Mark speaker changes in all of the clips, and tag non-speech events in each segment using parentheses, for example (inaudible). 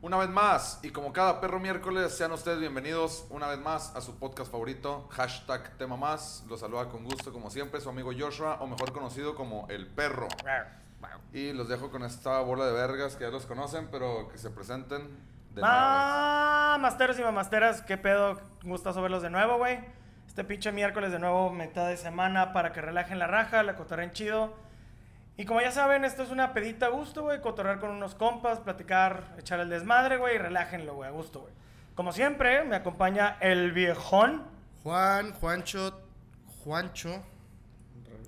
Speaker 1: Una vez más, y como cada perro miércoles, sean ustedes bienvenidos una vez más a su podcast favorito, hashtag tema más. Los saluda con gusto como siempre su amigo Joshua, o mejor conocido como el perro. Y los dejo con esta bola de vergas que ya los conocen, pero que se presenten de nuevo.
Speaker 2: Ah, masteros y mamasteras, qué pedo, gustazo verlos de nuevo, güey. Este pinche miércoles de nuevo, mitad de semana para que relajen la raja, la cotorren chido. Y como ya saben, esto es una pedita a gusto, güey, cotorrear con unos compas, platicar, echar el desmadre, güey, y relájenlo, güey, a gusto, güey. Como siempre, me acompaña el viejón.
Speaker 3: Juan, Juancho, Juancho.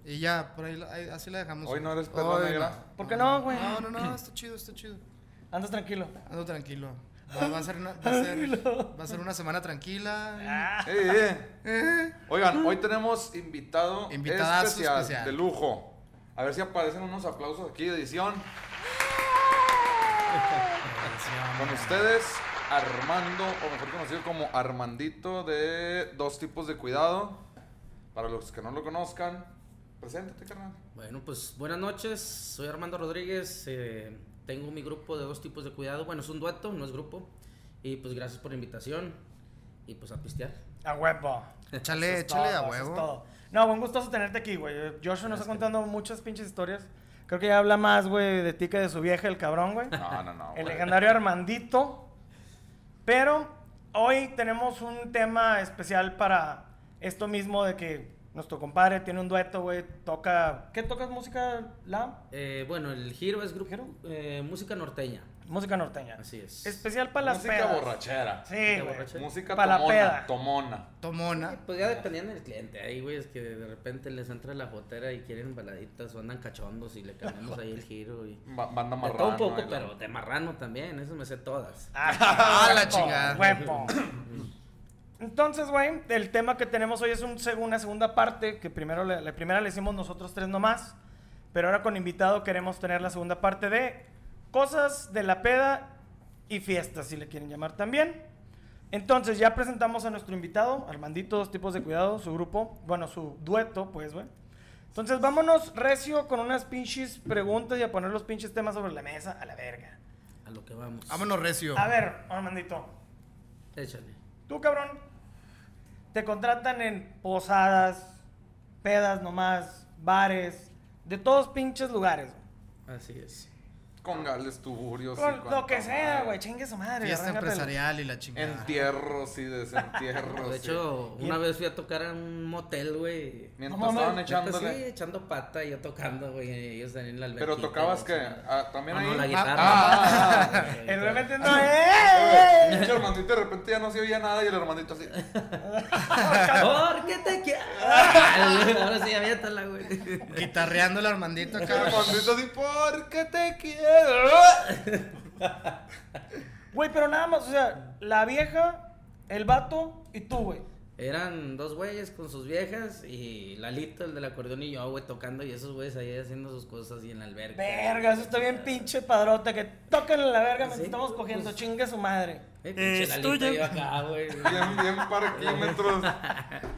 Speaker 3: Y ya, por ahí, la- ahí- así la dejamos.
Speaker 1: Hoy no eres ¿eh? perro
Speaker 3: Hoy
Speaker 1: negra.
Speaker 2: ¿Por qué no, güey?
Speaker 3: No, no, no, está chido, está chido.
Speaker 2: Andas tranquilo.
Speaker 3: Ando tranquilo. Va, va a, ser una, va, a ser, va a ser una semana tranquila.
Speaker 2: Ah,
Speaker 1: Eh, eh. Oigan, hoy tenemos invitado
Speaker 3: Invitadazo
Speaker 1: especial,
Speaker 3: especial.
Speaker 1: de lujo. A ver si aparecen unos aplausos aquí de edición. Con ustedes, Armando, o mejor conocido como Armandito de Dos Tipos de Cuidado. Para los que no lo conozcan, preséntate, carnal.
Speaker 4: Bueno, pues buenas noches, soy Armando Rodríguez, eh, tengo mi grupo de dos tipos de cuidado, bueno, es un dueto, no es grupo, y pues gracias por la invitación, y pues a pistear.
Speaker 2: a huevo.
Speaker 3: Échale,
Speaker 2: Eso es
Speaker 3: échale a
Speaker 2: todo, eso es
Speaker 3: huevo.
Speaker 2: todo. No, buen gustoso tenerte aquí, güey. Joshua nos está contando muchas pinches historias. Creo que ya habla más, güey, de ti que de su vieja, el cabrón, güey.
Speaker 1: No, no, no.
Speaker 2: el
Speaker 1: güey.
Speaker 2: legendario Armandito. Pero hoy tenemos un tema especial para esto mismo de que nuestro compadre tiene un dueto, güey. Toca... ¿Qué tocas música, la?
Speaker 4: Eh, bueno, el giro es grupo,
Speaker 2: ¿Giro?
Speaker 4: eh, música norteña,
Speaker 2: Música norteña.
Speaker 4: Así es.
Speaker 2: Especial para las
Speaker 1: Música
Speaker 2: pedas.
Speaker 1: borrachera.
Speaker 2: Sí,
Speaker 4: Música
Speaker 2: güey.
Speaker 4: borracha.
Speaker 1: Música
Speaker 2: Pa' la
Speaker 1: tomona.
Speaker 2: peda.
Speaker 1: Tomona.
Speaker 3: Tomona.
Speaker 4: pues ya dependiendo del cliente, ahí güey, es que de repente les entra la jotera y quieren baladitas o andan cachondos y le cambiamos ahí el giro y...
Speaker 1: Ba- Banda
Speaker 4: De
Speaker 1: marrana.
Speaker 4: todo un poco,
Speaker 1: ahí la-
Speaker 4: pero de marrano también, eso me sé todas.
Speaker 2: Ah,
Speaker 3: la
Speaker 2: huevo,
Speaker 3: chingada. (clears throat)
Speaker 2: huevo. Entonces, güey, el tema que tenemos hoy es un seg- una segunda parte, que primero le- la primera la hicimos nosotros tres nomás, pero ahora con invitado queremos tener la segunda parte de cosas de la peda y fiestas, si le quieren llamar también. Entonces, ya presentamos a nuestro invitado, Armandito, dos tipos de cuidado, su grupo, bueno, su dueto, pues, güey. Entonces, vámonos recio con unas pinches preguntas y a poner los pinches temas sobre la mesa, a la verga.
Speaker 4: A lo que vamos.
Speaker 3: Vámonos recio.
Speaker 2: A ver, Armandito,
Speaker 4: Échale.
Speaker 2: Tú, cabrón, te contratan en posadas, pedas nomás, bares, de todos pinches lugares. güey.
Speaker 4: Así es.
Speaker 1: Con gales, tuburios. y
Speaker 2: Con lo
Speaker 1: cuanta
Speaker 2: que sea,
Speaker 1: madre.
Speaker 2: güey, chingue su madre.
Speaker 3: Fiesta
Speaker 2: arráncatelo.
Speaker 3: empresarial y la chingada.
Speaker 1: Entierros y desentierros.
Speaker 4: Pues, De
Speaker 1: y-
Speaker 4: hecho,
Speaker 2: Y-
Speaker 4: una vez fui a tocar a un motel, güey.
Speaker 1: mientras
Speaker 2: no mames,
Speaker 1: estaban
Speaker 4: Neta,
Speaker 1: echándole.
Speaker 4: Sí, echando pata y yo tocando, güey. Ellos en la
Speaker 1: pero
Speaker 4: alberquita,
Speaker 1: tocabas que.
Speaker 4: güey,
Speaker 1: ah, También
Speaker 4: No,
Speaker 1: ahí.
Speaker 4: no, la guitarra.
Speaker 1: Ah,
Speaker 2: (laughs)
Speaker 4: (laughs)
Speaker 1: ah, Eh,
Speaker 4: sí.
Speaker 2: El realmente no eh,
Speaker 1: (laughs)
Speaker 2: es.
Speaker 1: Pinche Armandito de repente ya no se oía nada y el Armandito así.
Speaker 4: ¿Por qué te
Speaker 1: (laughs)
Speaker 4: quiero? Ahora sí, aviéntala, güey. (laughs)
Speaker 3: Guitarreando el Armandito
Speaker 1: El (laughs)
Speaker 3: acá.
Speaker 1: Armandito así, ¿por qué te quiero?
Speaker 2: Güey, pero nada más, o sea, la vieja, el vato y tú, güey.
Speaker 4: Eran dos güeyes con sus viejas y Lalito, el del acordeón, y yo, güey, tocando. Y esos güeyes ahí haciendo sus cosas y en la alberca.
Speaker 2: Verga, eso está bien pinche padrota, que tóquenle la verga mientras
Speaker 4: Sí,
Speaker 2: estamos
Speaker 4: pues,
Speaker 2: cogiendo,
Speaker 4: pues.
Speaker 2: chingue su madre.
Speaker 4: Eh, pinche
Speaker 3: Es
Speaker 4: Lalito,
Speaker 3: tuyo.
Speaker 4: yo acá,
Speaker 1: (laughs)
Speaker 4: güey.
Speaker 1: Bien, bien para kilómetros.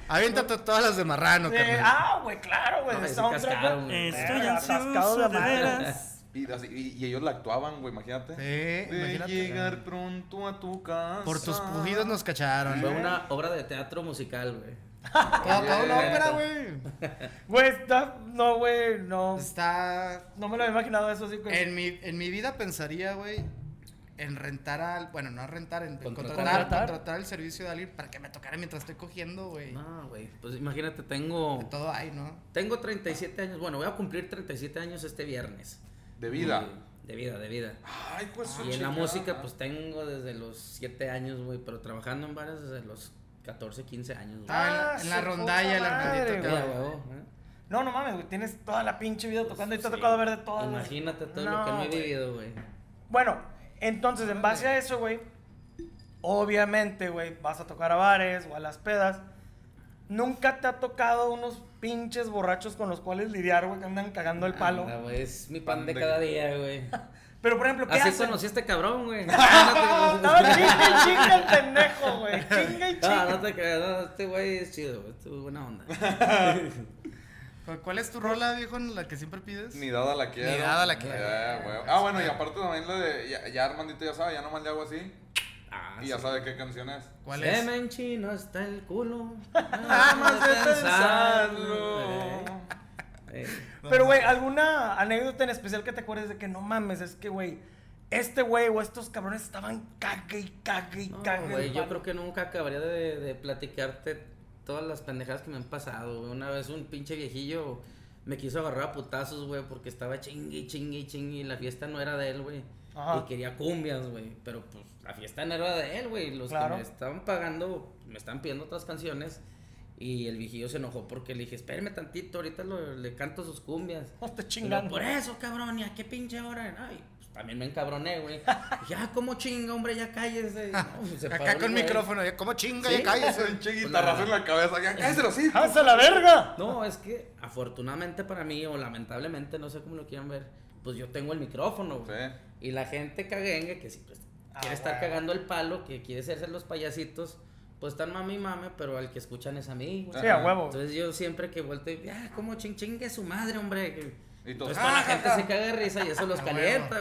Speaker 3: Aviéntate todas las de marrano,
Speaker 2: Sí,
Speaker 3: carnal.
Speaker 2: ah, güey,
Speaker 1: pues,
Speaker 2: claro, güey,
Speaker 4: No,
Speaker 2: de
Speaker 4: sí
Speaker 2: soundtrack,
Speaker 4: cascaron,
Speaker 2: güey.
Speaker 4: güey.
Speaker 2: Verga,
Speaker 5: Estoy
Speaker 2: rascado
Speaker 5: ansioso
Speaker 2: la
Speaker 5: de
Speaker 2: madre.
Speaker 5: veras.
Speaker 1: Y, así- y- y ellos la actuaban, güey, imagínate.
Speaker 3: Sí,
Speaker 1: De
Speaker 3: imagínate.
Speaker 1: llegar pronto a tu casa.
Speaker 3: Por tus pujidos nos cacharon.
Speaker 4: Fue una obra de teatro musical, güey.
Speaker 3: Pa- pa' una ópera, güey.
Speaker 2: Güey, está. No, güey, no.
Speaker 3: Está
Speaker 2: No me lo había imaginado eso, sí,
Speaker 4: Pues
Speaker 2: güey.
Speaker 3: En mi, en mi vida pensaría, güey, en rentar al. Bueno, no rentar, en
Speaker 4: Contratar.
Speaker 3: contratar,
Speaker 2: Contratar.
Speaker 3: contratar el servicio de alguien para que me tocara mientras estoy cogiendo, güey.
Speaker 4: No, güey. Pues imagínate, tengo.
Speaker 3: De todo hay, ¿no?
Speaker 4: Tengo 37 años. Bueno, voy a cumplir 37 años este viernes.
Speaker 1: De vida.
Speaker 4: Y- de vida, de vida.
Speaker 1: Ay, pues. su
Speaker 4: Y en la
Speaker 1: chingada.
Speaker 4: música, pues tengo desde los 7 años, güey, pero trabajando en bares desde los 14, 15 años, güey.
Speaker 3: Estaba en la-
Speaker 2: Ah,
Speaker 3: en la
Speaker 2: su
Speaker 3: rondalla el
Speaker 2: puta
Speaker 3: Armandito
Speaker 2: madre,
Speaker 3: acá,
Speaker 2: güey.
Speaker 4: Ya, huevo, ¿eh?
Speaker 2: No, no mames, güey. Tienes toda la pinche vida tocando y te ha
Speaker 4: Sí.
Speaker 2: tocado ver de todas. las-
Speaker 4: Imagínate todo
Speaker 2: No,
Speaker 4: lo que no he
Speaker 2: güey.
Speaker 4: vivido, güey.
Speaker 2: Bueno, entonces, en base a eso, güey. Obviamente, güey, vas a tocar a bares o a las pedas. Nunca te ha tocado unos pinches borrachos con los cuales lidiar, güey, que andan cagando el palo.
Speaker 4: Anda, güey, es mi pan
Speaker 1: Pan
Speaker 4: de
Speaker 1: de-
Speaker 4: cada día, güey.
Speaker 2: Pero, por ejemplo, (laughs) ¿qué
Speaker 4: Así
Speaker 2: hacen?
Speaker 4: conocí a este
Speaker 2: (laughs)
Speaker 4: cabrón, güey. (laughs)
Speaker 2: Ah, Estaba chinga y chinga el pendejo, güey. Chinga y
Speaker 4: No, no
Speaker 2: chinga.
Speaker 1: (laughs)
Speaker 4: te creas, no, este güey es chido, güey, este güey es buena onda.
Speaker 3: ¿Cu- ¿Cuál es tu rola, viejo, en la que siempre pides?
Speaker 1: Ni dada la quiero.
Speaker 3: Ni dada la quiero.
Speaker 1: Eh, güey. Ah, bueno, y aparte también la de. Ya, ya Armandito ya sabe, ya nomás le hago así.
Speaker 4: Ah,
Speaker 1: Y ya sabe qué canción es.
Speaker 3: ¿Cuál
Speaker 4: Se
Speaker 3: es?
Speaker 4: me enchina hasta el culo. (laughs)
Speaker 1: Nada
Speaker 4: Nada
Speaker 1: más de
Speaker 4: Eh,
Speaker 1: pensarlo.
Speaker 4: eh.
Speaker 2: Pero, güey, ¿alguna anécdota en especial que te acuerdes de que no mames? Es que, güey, este güey o estos cabrones estaban cague y cague y
Speaker 4: No,
Speaker 2: cague.
Speaker 4: güey, yo creo que nunca acabaría de, de platicarte todas las pendejadas que me han pasado. güey. Una vez un pinche viejillo me quiso agarrar a putazos, güey, porque estaba chingui, chingui, chingui. y La fiesta no era de él, güey.
Speaker 2: Ajá.
Speaker 4: Y quería cumbias, güey. Pero pues la fiesta no era de él, güey. Los
Speaker 2: Claro.
Speaker 4: que me estaban pagando, me estaban pidiendo otras canciones. Y el viejillo se enojó porque le dije, espérame tantito, ahorita lo- le canto sus cumbias.
Speaker 2: (laughs) No te
Speaker 4: Y luego,
Speaker 2: chingando.
Speaker 4: por eso, cabrón, ¿y a qué pinche hora? Ay, pues también me encabroné, güey. ya, ¿cómo chinga, hombre? Ya cállese. No, pues, se paró
Speaker 3: Acá
Speaker 4: el
Speaker 3: con
Speaker 4: güey.
Speaker 3: micrófono, ya, ¿cómo chinga?
Speaker 4: Sí.
Speaker 3: Ya cállese.
Speaker 4: (laughs)
Speaker 1: Ese pinche guitarrazo en Pues la Ah. cabeza. Ya cállese sí.
Speaker 2: ¡Haz a la verga!
Speaker 4: No, es que afortunadamente para mí, o lamentablemente, no sé cómo lo quieran ver, pues yo tengo el micrófono, güey.
Speaker 1: Sí.
Speaker 4: Y la gente caguengue que siempre está-
Speaker 2: Ah,
Speaker 4: quiere estar
Speaker 2: güey.
Speaker 4: cagando el palo, que quiere hacerse los payasitos, pues están mami y mame, pero al que escuchan es a mí, güey.
Speaker 2: Sí, a
Speaker 1: Ajá.
Speaker 2: huevo.
Speaker 4: Entonces yo siempre que volteo, ya, ¿cómo ching chingue su madre, hombre?
Speaker 1: Y todos, "Ah,
Speaker 4: Entonces toda Pues la
Speaker 1: "Ja, ja,
Speaker 4: gente
Speaker 1: ja".
Speaker 4: se caga de risa y eso los
Speaker 3: Ah,
Speaker 4: calienta,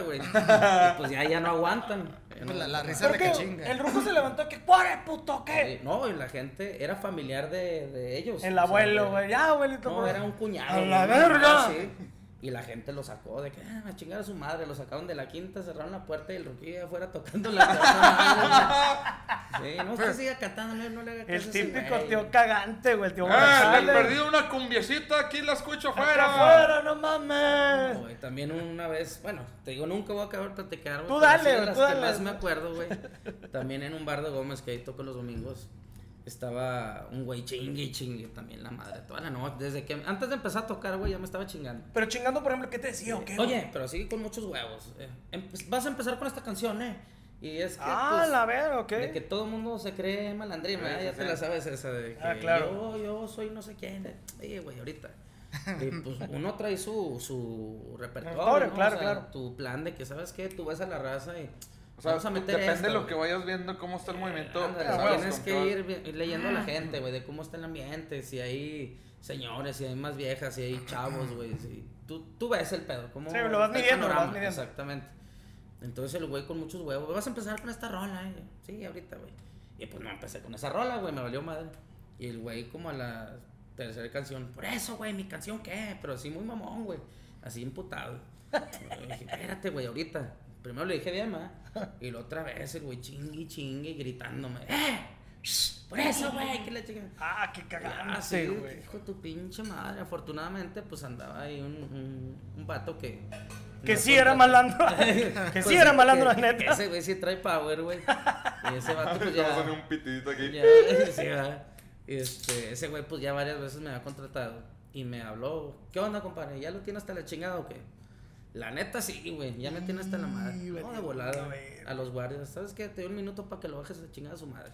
Speaker 3: (laughs)
Speaker 4: güey. Y pues ya, ya no aguantan. Ya no
Speaker 3: Pues la- la
Speaker 4: aguantan.
Speaker 3: risa
Speaker 2: Pero
Speaker 3: la
Speaker 2: que
Speaker 3: que chinga.
Speaker 2: el rujo se levantó que, ¡cuare, puto, qué!
Speaker 4: Sí, No, y la gente era familiar de, de ellos.
Speaker 2: El
Speaker 4: pues, o sea,
Speaker 2: abuelo,
Speaker 4: de-
Speaker 2: güey. Ya, abuelito.
Speaker 4: No,
Speaker 2: por-
Speaker 4: era un cuñado.
Speaker 2: ¡A
Speaker 4: güey,
Speaker 2: la
Speaker 4: una
Speaker 2: verga!
Speaker 4: mamá así. Y la gente lo sacó de que, ah, a chingar a su madre. Lo sacaron de la quinta, cerraron la puerta y el ruquillo afuera tocando la puerta.
Speaker 2: (laughs)
Speaker 4: sí, no, usted siga cantando, no, no le haga caso
Speaker 2: El
Speaker 4: a ese
Speaker 2: típico
Speaker 4: güey.
Speaker 2: tío cagante, güey. El tío
Speaker 1: Eh,
Speaker 2: González.
Speaker 1: le he perdido una cumbiecita, aquí la escucho
Speaker 2: ¡Fuera,
Speaker 1: afuera.
Speaker 2: fuera! ¡No mames!
Speaker 4: Güey, también una vez, bueno, te digo, nunca voy a acabar de platicar. güey,
Speaker 2: Tú
Speaker 4: pero
Speaker 2: dale,
Speaker 4: sí de
Speaker 2: güey,
Speaker 4: las
Speaker 2: tú
Speaker 4: que
Speaker 2: dale.
Speaker 4: más me acuerdo, güey. También en un bar de Gómez que ahí toco los domingos. Estaba un güey chingue, chingue también la madre. Toda la noche, desde que antes de empezar a tocar, güey, ya me estaba chingando.
Speaker 2: Pero chingando, por ejemplo, ¿qué te decía o qué? güey?
Speaker 4: Oye, pero sigue con muchos huevos. eh. Empe- vas a empezar con esta canción, ¿eh? Y es que.
Speaker 2: Ah,
Speaker 4: pues,
Speaker 2: la verga, ok.
Speaker 4: De que todo el mundo se cree malandrín,
Speaker 1: Sí,
Speaker 4: ¿verdad?
Speaker 1: sí,
Speaker 4: ya
Speaker 1: sí.
Speaker 4: te la sabes esa de que
Speaker 2: Ah, claro.
Speaker 4: yo, yo soy no sé quién. Oye, güey, ahorita. Y
Speaker 2: (laughs)
Speaker 4: pues uno trae su, su repertorio,
Speaker 2: Repertorio,
Speaker 4: ¿no?
Speaker 2: claro,
Speaker 4: O sea,
Speaker 2: claro.
Speaker 4: Tu plan de que, ¿sabes qué? Tú vas a la raza y
Speaker 1: O sea,
Speaker 4: vamos a meter
Speaker 1: depende
Speaker 4: esto,
Speaker 1: de lo
Speaker 4: güey.
Speaker 1: que vayas viendo, cómo está el movimiento.
Speaker 4: Ándale,
Speaker 1: que sabes
Speaker 4: tienes
Speaker 1: con
Speaker 4: que
Speaker 1: qué vas. (laughs)
Speaker 4: ir, vi- ir leyendo a
Speaker 2: Ah.
Speaker 4: la gente, güey, de cómo está el ambiente, si hay señores, si hay más viejas, si hay chavos, güey. si- tú, tú ves el pedo, cómo
Speaker 2: Sí, lo vas
Speaker 4: está el
Speaker 2: midiendo, lo vas
Speaker 4: panorama,
Speaker 2: midiendo.
Speaker 4: Exactamente. Entonces el güey con muchos huevos, vas a empezar con esta rola, eh. Sí, ahorita, güey. Y pues no empecé con esa rola, güey, me valió madre. Y el güey como a la tercera canción, por eso, güey, mi canción qué, pero así muy mamón, güey. Así imputado. Y dije, espérate, güey, ahorita. Primero le dije bien, ma. Y la otra vez el güey chingui, chingue, gritándome, ¡eh! shh, Por eso, güey, que la chingada.
Speaker 2: Ah, qué
Speaker 4: Ah,
Speaker 2: cagante,
Speaker 4: sí,
Speaker 2: güey.
Speaker 4: hijo de tu pinche madre. Afortunadamente, pues andaba ahí un, un, un vato que.
Speaker 2: Que
Speaker 4: no
Speaker 2: sí era
Speaker 4: contrató.
Speaker 2: malandro. (laughs) que
Speaker 4: (laughs) Pues
Speaker 2: sí era
Speaker 4: que-
Speaker 2: malandro, la
Speaker 4: que
Speaker 2: neta.
Speaker 4: (laughs) Ese güey sí trae power, güey. Y ese
Speaker 1: (laughs)
Speaker 4: vato, pues
Speaker 1: Estamos en
Speaker 4: ya.
Speaker 1: un pitidito aquí.
Speaker 4: ya- (laughs) sí, va. Este, ese güey, pues ya varias veces me había contratado. Y me habló, ¿qué onda, compadre? ¿Ya lo tiene hasta la chingada o qué? La neta sí, güey, ya me tiene hasta la madre.
Speaker 2: Y,
Speaker 4: No, de
Speaker 2: vale, a
Speaker 4: volada.
Speaker 2: ver.
Speaker 4: A los guardias, ¿sabes qué? Te doy un minuto para que lo bajes a chingada a su madre.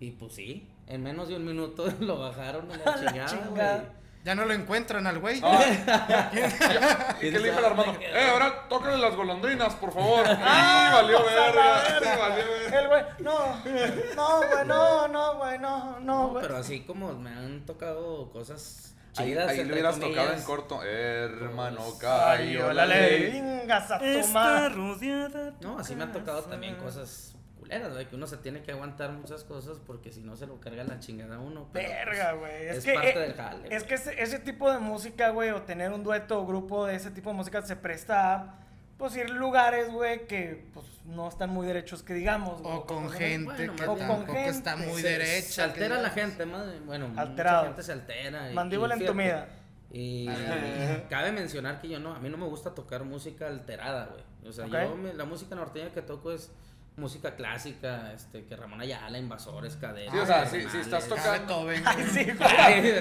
Speaker 4: Y pues sí, en menos de un minuto (laughs) lo bajaron a
Speaker 2: (laughs)
Speaker 4: la
Speaker 2: A la
Speaker 4: chingada,
Speaker 2: chingada.
Speaker 4: güey.
Speaker 3: Ya no lo encuentran al güey.
Speaker 1: (laughs)
Speaker 4: (laughs) Ah.
Speaker 1: No, ¿Y qué le dijo el Armando? Eh, ahora tócale las golondrinas, por
Speaker 4: (laughs)
Speaker 1: favor. Ah, valió
Speaker 2: Vamos a la
Speaker 1: verga. sí, valió verga.
Speaker 2: El güey, no, no, güey, no, no, güey, no, no,
Speaker 4: No,
Speaker 2: güey.
Speaker 4: pero así como me han tocado cosas
Speaker 1: Ahí,
Speaker 4: chidas.
Speaker 1: ahí
Speaker 4: entre
Speaker 1: le hubieras
Speaker 4: comillas.
Speaker 1: tocado en corto. Hermano,
Speaker 4: Pues,
Speaker 1: cayó la ley.
Speaker 2: Vengas a tomar.
Speaker 5: rodeada.
Speaker 4: No, así me han tocado también cosas culeras, güey, que uno se tiene que aguantar muchas cosas porque si no se lo carga la chingada a uno. pero, pues,
Speaker 2: Verga, güey. Es,
Speaker 4: es
Speaker 2: que,
Speaker 4: parte
Speaker 2: eh,
Speaker 4: del jale,
Speaker 2: es
Speaker 4: güey.
Speaker 2: que ese, ese tipo de música, güey, o tener un dueto o grupo de ese tipo de música se presta a, pues, ir a lugares, güey, que, pues, no están muy derechos que digamos. güey,
Speaker 3: O con
Speaker 2: cosas así.
Speaker 3: gente
Speaker 4: Bueno,
Speaker 3: que
Speaker 4: o con
Speaker 3: tampoco
Speaker 2: gente.
Speaker 3: está muy
Speaker 4: se-
Speaker 3: derecha.
Speaker 4: Se altera
Speaker 3: que
Speaker 4: la
Speaker 3: digamos.
Speaker 4: gente, madre. Bueno, mucha
Speaker 2: Alterado.
Speaker 4: gente se altera. y-
Speaker 2: Mandíbula
Speaker 4: y fíjate, (laughs)
Speaker 2: entumida.
Speaker 4: Y
Speaker 3: Ah.
Speaker 4: cabe mencionar que yo no, a mí no me gusta tocar música alterada, güey. O sea,
Speaker 2: Ok.
Speaker 4: yo me- la música norteña que toco es música clásica, este, que Ramón Ayala, Invasores, Cadena.
Speaker 1: Sí, o sea, si- si estás
Speaker 3: Acá
Speaker 1: tocando-
Speaker 4: (laughs)
Speaker 3: Beethoven,
Speaker 2: Ay,
Speaker 3: güey.
Speaker 2: sí,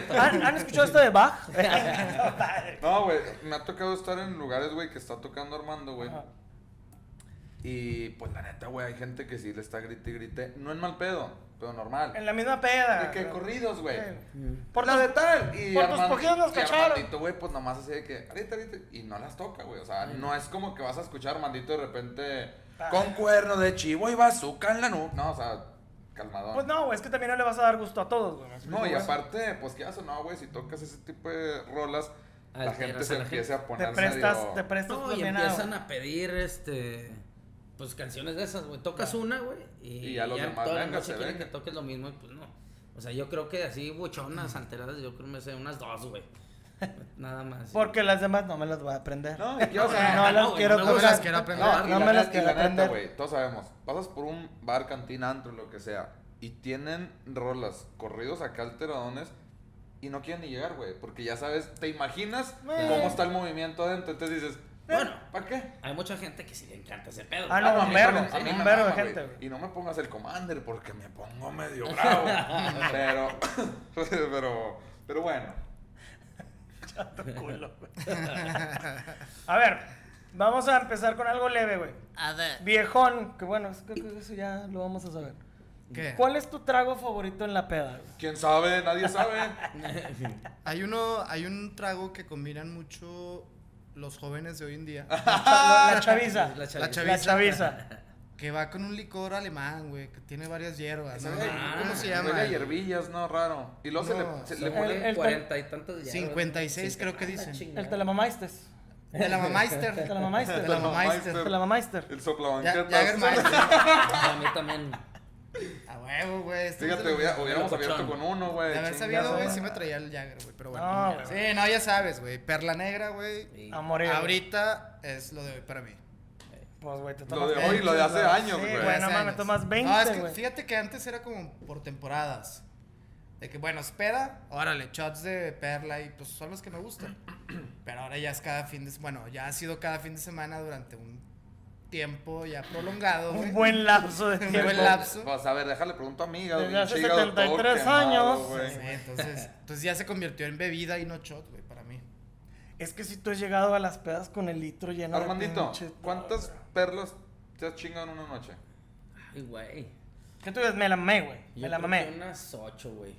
Speaker 2: güey. ¿Han, han escuchado esto de Bach? (laughs) No, padre.
Speaker 1: No, güey, me ha tocado estar en lugares, güey, que está tocando Armando, güey.
Speaker 2: Ajá.
Speaker 1: Y pues la neta, güey, hay gente que sí le está grite y grite. No en mal pedo, pero normal.
Speaker 2: En la misma peda.
Speaker 1: De que
Speaker 2: güey.
Speaker 1: corridos, güey.
Speaker 2: Por
Speaker 1: la
Speaker 2: tus-
Speaker 1: de tal. Y
Speaker 2: por tus
Speaker 1: Armando-
Speaker 2: cogidas nos
Speaker 1: y
Speaker 2: cacharon.
Speaker 1: Armandito, güey, pues nomás así de que, ahorita, ahorita. Y no las toca, güey. O sea, no es como que vas a escuchar a Armandito de repente
Speaker 2: Ah.
Speaker 1: con cuerno de chivo y bazooka en la nuca. No, o sea, calmadón.
Speaker 2: Pues no, güey, es que también no le vas a dar gusto a todos, güey. ¿me explico,
Speaker 1: No, y
Speaker 2: güey?
Speaker 1: aparte, pues qué haces, no, güey, si tocas ese tipo de rolas, la
Speaker 4: Alteras
Speaker 1: gente
Speaker 4: a
Speaker 1: se
Speaker 4: la
Speaker 1: empieza a
Speaker 2: Te
Speaker 1: poner
Speaker 2: prestas,
Speaker 1: medio-
Speaker 2: te prestas
Speaker 4: No, y
Speaker 2: también a-
Speaker 4: empiezan a pedir este pues canciones de esas, güey. Tocas una, güey, y,
Speaker 1: Y ya los demás,
Speaker 4: toda la
Speaker 1: venga,
Speaker 4: noche
Speaker 1: se
Speaker 4: quieren que
Speaker 1: venga.
Speaker 4: toques lo mismo, y pues no. O sea, yo creo que así
Speaker 2: (clears throat)
Speaker 4: buchonas, alteradas, yo creo que me sé unas dos, güey. Nada más.
Speaker 2: Porque las demás no me las voy a aprender.
Speaker 1: No, y quiero saber-
Speaker 2: (laughs) no, las
Speaker 4: güey,
Speaker 2: quiero
Speaker 4: me
Speaker 2: tocar.
Speaker 4: gusta.
Speaker 3: No las quiero aprender.
Speaker 1: No, y la
Speaker 2: No me
Speaker 1: neta-
Speaker 2: las
Speaker 1: y
Speaker 2: quiero
Speaker 1: la neta,
Speaker 2: aprender.
Speaker 1: güey, todos sabemos. Pasas por un bar, cantina, antro, lo que sea, y tienen rolas, corridos acá alteradones, y no quieren ni llegar, güey, porque ya sabes, te imaginas
Speaker 2: Güey.
Speaker 1: cómo está el movimiento adentro, entonces dices,
Speaker 4: Bueno.
Speaker 1: ¿para qué?
Speaker 4: Hay mucha gente que sí le encanta ese pedo.
Speaker 2: Ah,
Speaker 4: güey.
Speaker 2: no,
Speaker 1: a
Speaker 2: un
Speaker 1: mí
Speaker 4: (laughs)
Speaker 2: vergo,
Speaker 1: me- a
Speaker 2: sí,
Speaker 1: mí
Speaker 2: un
Speaker 1: me
Speaker 2: vergo de
Speaker 1: mama, güey.
Speaker 2: gente, güey.
Speaker 1: Y no me pongas el commander porque me pongo medio bravo. pero, (laughs) pero, pero bueno.
Speaker 2: Chato culo, güey. A ver, vamos a empezar con algo leve, güey.
Speaker 3: A ver.
Speaker 2: Viejón, que bueno, es que- que eso ya lo vamos a saber.
Speaker 3: ¿Qué?
Speaker 2: ¿Cuál es tu trago favorito en la peda? güey?
Speaker 1: ¿Quién sabe? Nadie sabe.
Speaker 3: Hay uno, hay un trago que combinan mucho los jóvenes de hoy en día.
Speaker 2: La, la chaviza.
Speaker 4: Ah, La chaviza.
Speaker 3: La
Speaker 2: La chaviza.
Speaker 3: Que va con un licor alemán, güey, que tiene varias hierbas. ¿no?
Speaker 1: Sabe-
Speaker 3: ¿Cómo Ah, se llama?
Speaker 1: Huele a hierbillas, no, raro. Y luego
Speaker 3: No,
Speaker 1: se le, se
Speaker 4: Le
Speaker 1: le pone-
Speaker 2: El- el-
Speaker 4: ponen cuarenta y tantos ya, güey.
Speaker 3: 56 creo que
Speaker 4: Cincuenta,
Speaker 3: dicen.
Speaker 4: chingada.
Speaker 2: El te la mamaiste.
Speaker 3: De la mamaister.
Speaker 2: Te la mamaiste.
Speaker 3: De la mamaister.
Speaker 2: Te la mamaiste.
Speaker 1: el
Speaker 3: Ya-
Speaker 1: soplabanquetas.
Speaker 3: Jagermeister.
Speaker 4: Pues, A mí también.
Speaker 3: A huevo, güey. este
Speaker 1: Fíjate,
Speaker 3: es
Speaker 1: hubiera-
Speaker 3: el-
Speaker 1: hubiéramos
Speaker 4: Locochón.
Speaker 1: abierto con uno, güey.
Speaker 3: De haber
Speaker 1: chinga.
Speaker 3: sabido, güey,
Speaker 2: madre.
Speaker 3: sí me traía el Jagger, güey, pero
Speaker 2: No,
Speaker 3: bueno.
Speaker 2: güey.
Speaker 3: sí, no, ya sabes, güey. Perla negra, güey.
Speaker 4: Sí.
Speaker 2: A morir.
Speaker 3: Ahorita es lo de hoy para mí.
Speaker 2: Pues, güey, te
Speaker 1: Lo
Speaker 2: tomas
Speaker 1: de
Speaker 3: hoy y lo de
Speaker 1: hace
Speaker 2: güey.
Speaker 1: años,
Speaker 2: Sí,
Speaker 1: güey.
Speaker 2: güey,
Speaker 3: Hace
Speaker 2: no mames,
Speaker 3: años.
Speaker 2: tomas
Speaker 3: No, es
Speaker 2: 20,
Speaker 3: que
Speaker 2: güey.
Speaker 3: fíjate que antes era como por temporadas. De que, bueno, espera, órale, shots de perla y pues son los que me
Speaker 2: (clears throat)
Speaker 3: gustan. Pero ahora ya es cada fin de Bueno, ya ha sido cada fin de semana durante un tiempo ya prolongado. güey.
Speaker 2: Un buen lapso de
Speaker 3: (laughs) Un
Speaker 2: tiempo.
Speaker 3: buen lapso.
Speaker 1: Pues a ver, déjale pregunto a amiga.
Speaker 2: Desde
Speaker 1: güey,
Speaker 2: hace
Speaker 1: chica, todo
Speaker 2: 73
Speaker 1: quemado,
Speaker 2: años.
Speaker 1: güey.
Speaker 3: Sí, entonces,
Speaker 2: (laughs)
Speaker 3: entonces ya se convirtió en bebida y no shot, güey, para mí.
Speaker 2: Es que si tú has llegado a las pedas con el litro lleno de
Speaker 1: Armandito,
Speaker 2: pinche-
Speaker 1: ¿cuántas perlas te has chingado en una noche?
Speaker 4: Ay, güey.
Speaker 2: ¿Qué tú dices? Me la mamé, güey.
Speaker 4: Yo
Speaker 2: Me la
Speaker 4: creo que
Speaker 2: mamé.
Speaker 4: Unas ocho, güey.